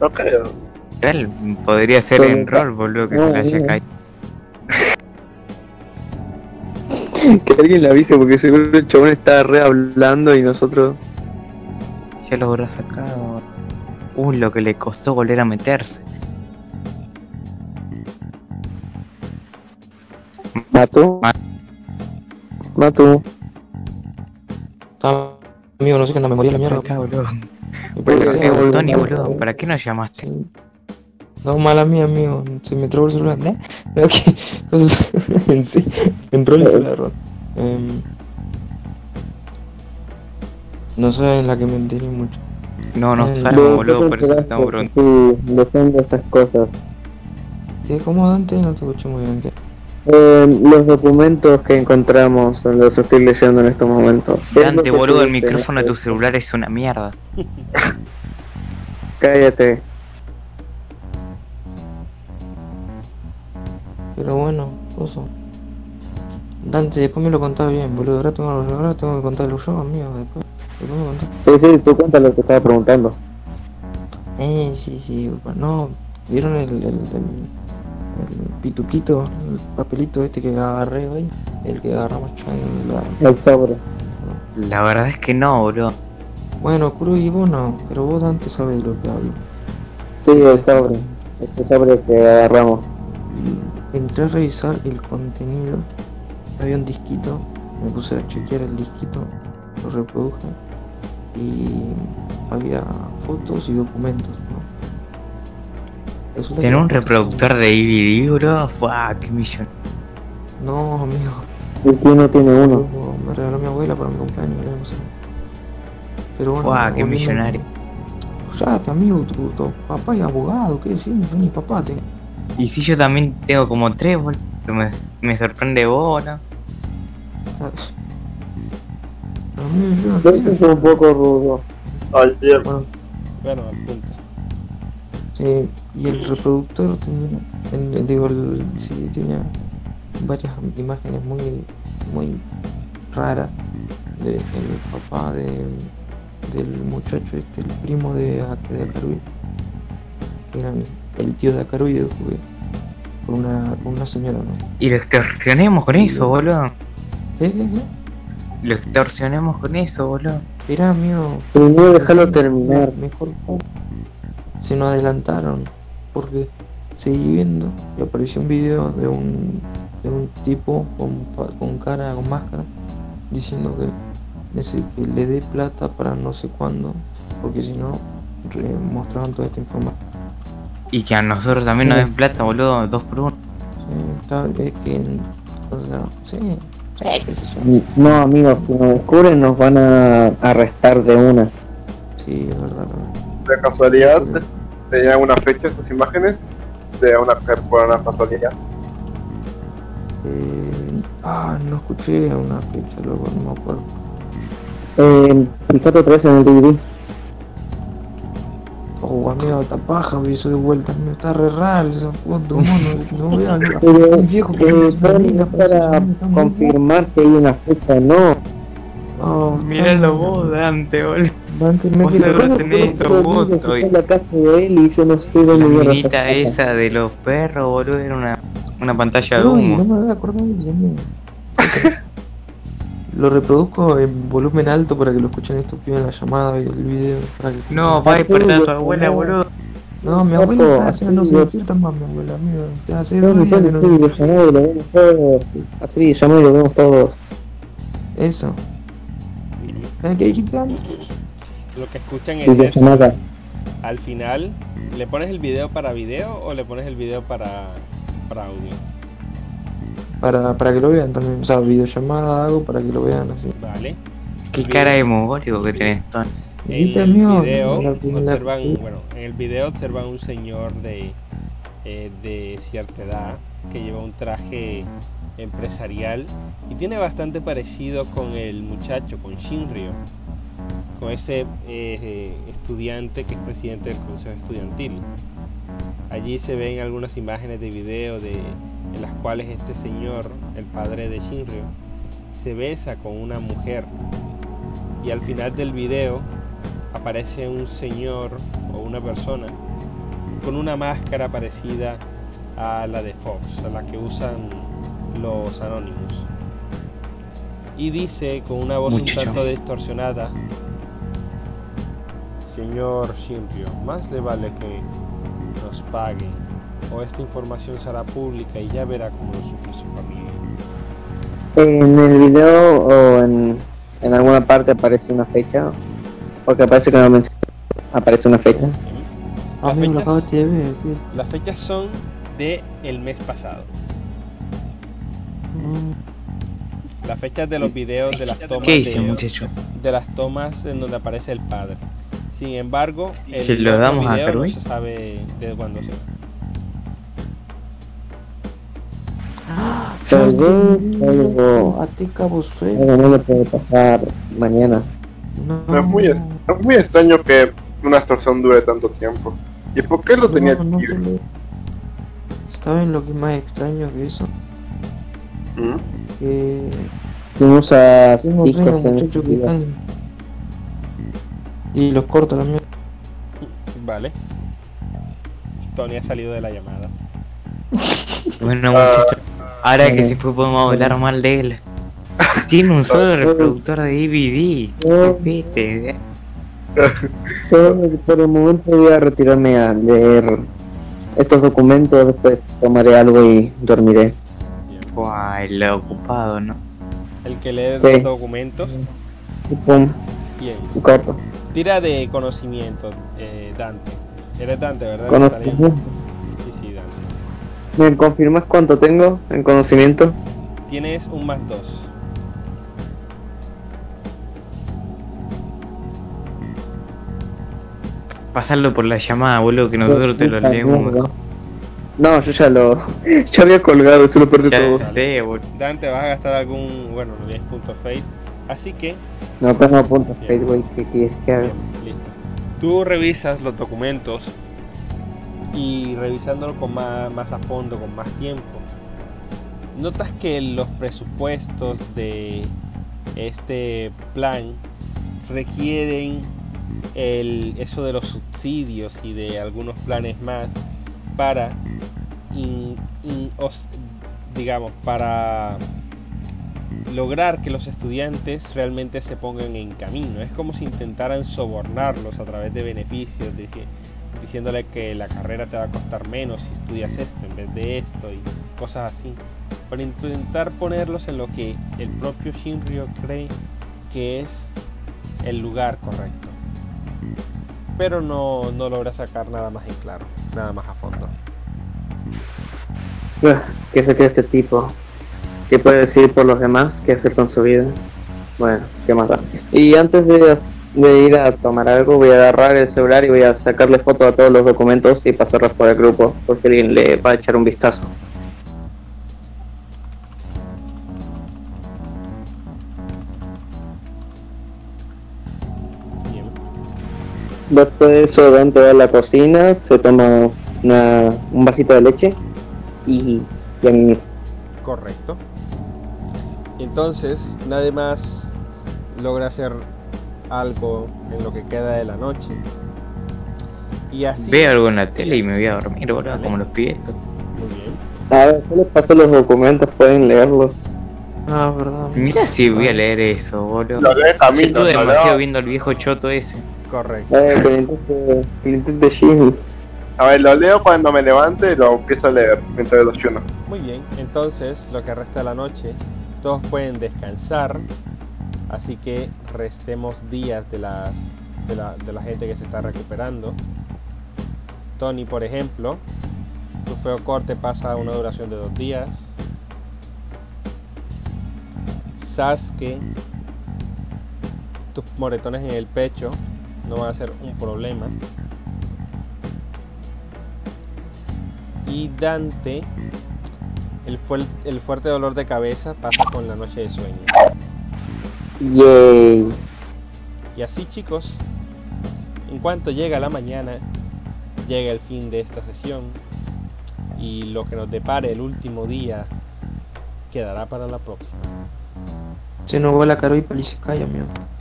[SPEAKER 3] no creo.
[SPEAKER 5] Tal, podría ser
[SPEAKER 4] Pero-
[SPEAKER 5] en rol, boludo, que
[SPEAKER 4] No,
[SPEAKER 5] se le haya
[SPEAKER 4] no.
[SPEAKER 5] caído.
[SPEAKER 4] *laughs* Que alguien le avise porque seguro el chabón está re hablando y nosotros...
[SPEAKER 5] Ya lo habrá sacado. Uy, lo que le costó volver a meterse.
[SPEAKER 4] ¿Mató?
[SPEAKER 5] Ma-
[SPEAKER 4] Mató.
[SPEAKER 2] Ah, amigo, no sé qué la memoria la mierda.
[SPEAKER 5] Ahí está, boludo.
[SPEAKER 2] Me
[SPEAKER 4] Bueno,
[SPEAKER 2] puede-
[SPEAKER 5] Eh,
[SPEAKER 4] boludo.
[SPEAKER 5] Tony, boludo, ¿para qué nos llamaste?
[SPEAKER 2] No, mala mía, amigo. Se me trabó el celular. *laughs* ¿eh? No, que- *laughs* en sí, entró el celular. ¿no? Em, no sé en la que me enteré mucho.
[SPEAKER 5] No, no
[SPEAKER 2] Eh,
[SPEAKER 5] salgo, boludo, por eso estamos preguntando.
[SPEAKER 4] Sí, defiendo esas cosas.
[SPEAKER 2] ¿Qué? ¿Cómo Dante? No te escuché muy bien. ¿qué?
[SPEAKER 4] Eh, los documentos que encontramos los estoy leyendo en estos momentos.
[SPEAKER 5] Dante, boludo, el micrófono de tu celular es una mierda.
[SPEAKER 4] Cállate.
[SPEAKER 2] Pero bueno, oso. Dante, después me lo contás bien, boludo. Ahora tengo, ahora tengo que contarlo yo, amigo. Después, después me contás.
[SPEAKER 4] Sí, sí, tú cuenta lo que estaba preguntando.
[SPEAKER 2] Eh, sí, sí, upa, no, ¿vieron el, el, el- el pituquito, el papelito este que agarré hoy? El que agarramos ya en la...
[SPEAKER 4] El sobre.
[SPEAKER 5] La verdad es que no, boludo.
[SPEAKER 2] Bueno, Kurugi, vos no, pero vos antes sabés de lo que hablo.
[SPEAKER 4] Sí, el sobre. Este sobre que agarramos.
[SPEAKER 2] Y entré a revisar el contenido, había un disquito, me puse a chequear el disquito, lo reproduje, y había fotos y documentos. ¿no? Resulta
[SPEAKER 5] Tener
[SPEAKER 2] que-
[SPEAKER 5] un reproductor de DVD, bro. Fuck, qué millón.
[SPEAKER 2] No, amigo.
[SPEAKER 4] ¿Y quién no tiene uno?
[SPEAKER 2] Luego Me regaló mi abuela para mi cumpleaños. era algo así. Pero bueno,
[SPEAKER 5] Fuck, qué
[SPEAKER 2] volviendo-
[SPEAKER 5] millonario.
[SPEAKER 2] Cállate, amigo, tu, tu papá es abogado, ¿qué decís? Ni papá te...
[SPEAKER 5] Y si yo también tengo como tres, boludo. Me, me sorprende vos, ¿no?
[SPEAKER 2] Amigo, yo no
[SPEAKER 4] Eso es
[SPEAKER 2] sé.
[SPEAKER 4] un poco rudo.
[SPEAKER 3] Ayer.
[SPEAKER 2] Bueno,
[SPEAKER 1] Bueno, al punto.
[SPEAKER 2] eh, y el reproductor tenía, el- el- digo, el CD tenía varias imágenes muy, muy raras del papá de, del muchacho este, el primo de, de Acaruy, que eran el tío de Acaruy de jugué, con una, con una señora, ¿no?
[SPEAKER 5] Y lo extorsionemos con eso, boludo.
[SPEAKER 2] ¿Qué, qué, qué?
[SPEAKER 5] Lo extorsionemos con eso, boludo.
[SPEAKER 2] Era mío.
[SPEAKER 4] Primero déjalo terminar.
[SPEAKER 2] Mejor se nos adelantaron porque seguí viendo y apareció un video de un, de un tipo con, pa- con cara, con máscara, diciendo que, nece- que le dé plata para no sé cuándo, porque si no re- mostraban toda esta información.
[SPEAKER 5] Y que a nosotros también nos den plata, boludo. Dos por uno.
[SPEAKER 2] Sí, está- es que, o sea, sí, sí, qué sé yo.
[SPEAKER 4] No, amigos, si nos descubren nos van a arrestar de una.
[SPEAKER 2] Sí, es verdad también.
[SPEAKER 3] De casualidad, tenían una fecha estas imágenes de una, por una casualidad.
[SPEAKER 2] Eh, ah, no escuché una fecha, luego no me acuerdo.
[SPEAKER 4] Eh, fíjate otra vez en el DVD.
[SPEAKER 2] Oh, amigo, esta paja me hizo de vuelta. Me está re raro esa foto,
[SPEAKER 4] *laughs*
[SPEAKER 2] mono. No vean.
[SPEAKER 4] Pero,
[SPEAKER 2] Un viejo que
[SPEAKER 4] eh,
[SPEAKER 2] es
[SPEAKER 4] Tony, no para confirmar que hay una fecha, no.
[SPEAKER 2] Oh,
[SPEAKER 5] Dante, boludo.
[SPEAKER 2] Mantenme
[SPEAKER 5] Vos
[SPEAKER 2] que
[SPEAKER 5] seguro
[SPEAKER 2] lo
[SPEAKER 5] tenés
[SPEAKER 4] Yo
[SPEAKER 5] esos
[SPEAKER 4] no sé dónde
[SPEAKER 5] fotos y-
[SPEAKER 4] está la casa de él y yo no sé
[SPEAKER 5] La
[SPEAKER 4] dónde mierda
[SPEAKER 5] minita
[SPEAKER 4] está.
[SPEAKER 5] esa de los perros, boludo, era una, una pantalla de
[SPEAKER 2] Uy, no
[SPEAKER 5] humo.
[SPEAKER 2] me había acordado de
[SPEAKER 4] *laughs*
[SPEAKER 2] ella. Lo reproduzco en volumen alto para que lo escuchen estos pibes en la llamada y el video. para que-
[SPEAKER 5] No, va a despertar a tu abuela, boludo.
[SPEAKER 2] no, mi abuela está haciendo- no se despierta más, mi abuela, amigo. Te hace dos días que
[SPEAKER 4] Nosotros
[SPEAKER 2] no-
[SPEAKER 4] sí, videollamada y lo vemos todos. Así videollamada y lo vemos todos.
[SPEAKER 2] Eso. ¿Sabes qué dijiste antes?
[SPEAKER 1] Lo que escuchan es eso.
[SPEAKER 4] Videollamada.
[SPEAKER 1] Al final, ¿le pones el video para video o le pones el video para, para audio?
[SPEAKER 2] Para, para que lo vean también. O sea, videollamada hago para que lo vean así.
[SPEAKER 1] ¿Vale?
[SPEAKER 5] Qué
[SPEAKER 1] Bien.
[SPEAKER 5] cara de mongólico que tenés, Tony.
[SPEAKER 1] En
[SPEAKER 2] ¿Viste,
[SPEAKER 1] el
[SPEAKER 2] amigo?
[SPEAKER 1] video
[SPEAKER 2] La primera-
[SPEAKER 1] observan, bueno, en el video observan un señor de, eh, de cierta edad que lleva un traje empresarial y tiene bastante parecido con el muchacho, con Shinryo, con ese eh, estudiante que es presidente del consejo estudiantil. Allí se ven algunas imágenes de video de, en las cuales este señor, el padre de Shinryo, se besa con una mujer y al final del video aparece un señor o una persona con una máscara parecida a la de Fox, a la que usan los anónimos. Y dice con una voz
[SPEAKER 5] Muchacho.
[SPEAKER 1] un tanto distorsionada, Señor Shinryo, más le vale que nos paguen o esta información será pública y ya verá cómo lo sufre su familia.
[SPEAKER 4] En el video o en, en alguna parte aparece una fecha. Porque aparece que no mencioné. Aparece una fecha.
[SPEAKER 1] Las
[SPEAKER 2] Amigo, lo
[SPEAKER 1] fechas-
[SPEAKER 2] acabo de ver, tío.
[SPEAKER 1] Las fechas son de el mes pasado. Las fechas de los videos de las tomas
[SPEAKER 5] ¿Qué dice,
[SPEAKER 1] de,
[SPEAKER 5] muchacho?
[SPEAKER 1] de las tomas en donde aparece el padre. Sin embargo, el
[SPEAKER 5] ¿Se lo
[SPEAKER 1] otro
[SPEAKER 5] damos a
[SPEAKER 1] video no
[SPEAKER 5] Perui?
[SPEAKER 1] se sabe de cuándo se.
[SPEAKER 4] Tal vez algo-
[SPEAKER 2] Ateca vos
[SPEAKER 4] Algo no le puede pasar mañana.
[SPEAKER 3] No es muy, es
[SPEAKER 2] Mm.
[SPEAKER 3] es muy extraño que una extorsión dure tanto tiempo. ¿Y por qué lo tenía
[SPEAKER 2] no, no
[SPEAKER 3] que ir?
[SPEAKER 2] solo- ¿Saben lo que es más extraño que eso?
[SPEAKER 3] ¿Mm?
[SPEAKER 2] Que
[SPEAKER 4] Si no usas
[SPEAKER 2] tengo tres
[SPEAKER 4] discos en el
[SPEAKER 2] muchachos que
[SPEAKER 4] video.
[SPEAKER 2] están y los corto también.
[SPEAKER 1] Vale. Tony ha salido de la llamada.
[SPEAKER 5] Bueno,
[SPEAKER 3] Ah,
[SPEAKER 5] muchacho. Ahora que
[SPEAKER 4] eh,
[SPEAKER 5] se fue podemos hablar mal
[SPEAKER 3] *laughs*
[SPEAKER 5] de él. Tiene un solo reproductor de DVD.
[SPEAKER 3] Ah.
[SPEAKER 4] eh,
[SPEAKER 5] Vete, eh.
[SPEAKER 4] Yo por el momento voy a retirarme a leer estos documentos, después tomaré algo y dormiré.
[SPEAKER 5] Guay, lo ocupado, ¿no?
[SPEAKER 1] El que lee
[SPEAKER 4] Sí.
[SPEAKER 1] los documentos
[SPEAKER 4] Y pum,
[SPEAKER 1] y Bien.
[SPEAKER 4] Corto.
[SPEAKER 1] Tira de conocimiento, eh, Dante. Eres Dante, ¿verdad?
[SPEAKER 4] Conocimiento.
[SPEAKER 1] Sí, sí, Dante.
[SPEAKER 4] ¿Me confirmas cuánto tengo en conocimiento?
[SPEAKER 1] Tienes un más dos.
[SPEAKER 5] Pasarlo por la llamada, boludo, que nosotros te lo
[SPEAKER 4] Puta
[SPEAKER 5] leemos.
[SPEAKER 4] mierda. No, yo ya lo. *laughs* Ya había colgado, se lo perdí todo.
[SPEAKER 5] Ya sé, boludo.
[SPEAKER 1] Dante, vas a gastar algún. Bueno, no tienes punto fate. Así que
[SPEAKER 4] No, pues no apunta Facebook, ¿qué quieres que haga?
[SPEAKER 1] Bien, listo. Tú revisas los documentos y revisándolo con más, más a fondo, con más tiempo, notas que los presupuestos de este plan requieren el, eso de los subsidios y de algunos planes más para, in- in- os- digamos, para lograr que los estudiantes realmente se pongan en camino. Es como si intentaran sobornarlos a través de beneficios, dici- diciéndole que la carrera te va a costar menos si estudias esto en vez de esto y cosas así. Para intentar ponerlos en lo que el propio Shinryo cree que es el lugar correcto. Pero no, no logra sacar nada más en claro, nada más a fondo.
[SPEAKER 4] Ugh, ¿Qué se cree este tipo? ¿Qué puede decir por los demás? ¿Qué hacer con su vida? Bueno, ¿qué más da? Y antes de, de ir a tomar algo, voy a agarrar el celular y voy a sacarle foto a todos los documentos y pasarlos por el grupo, por si alguien le va a echar un vistazo.
[SPEAKER 1] Bien.
[SPEAKER 4] Después de eso, Dante va a la cocina, se toma una- un vasito de leche y, y a mí.
[SPEAKER 1] Correcto. Entonces, nadie más logra hacer algo en lo que queda de la noche. Y así.
[SPEAKER 5] Veo algo en la tele y me voy a dormir, boludo, como los pibes.
[SPEAKER 1] Muy bien.
[SPEAKER 4] A ver, yo les Ah, paso los documentos, pueden leerlos.
[SPEAKER 2] Ah, verdad.
[SPEAKER 5] Mira si voy a leer eso, boludo.
[SPEAKER 3] Lo lees a mí,
[SPEAKER 5] Yo
[SPEAKER 3] no,
[SPEAKER 5] estuve
[SPEAKER 3] no,
[SPEAKER 5] demasiado
[SPEAKER 3] no.
[SPEAKER 5] viendo al viejo choto ese.
[SPEAKER 1] Correcto.
[SPEAKER 4] Eh, con el tinte- con el tinte Jimmy.
[SPEAKER 3] A ver, lo leo cuando me levante y lo empiezo a leer mientras lo chuno.
[SPEAKER 1] Muy bien. Entonces, lo que resta de la noche, todos pueden descansar. Así que restemos días de, las, de, la, de la gente que se está recuperando. Tony, por ejemplo, tu feo corte pasa a una duración de dos días. Sasuke, tus moretones en el pecho no van a ser un problema. Y Dante, el, fuel- el fuerte dolor de cabeza pasa con la noche de sueño.
[SPEAKER 4] Yay.
[SPEAKER 1] Y así chicos, en cuanto llega la mañana, llega el fin de esta sesión y lo que nos depare el último día quedará para la próxima.
[SPEAKER 2] Se nos va la caro y paliza calla, mierda.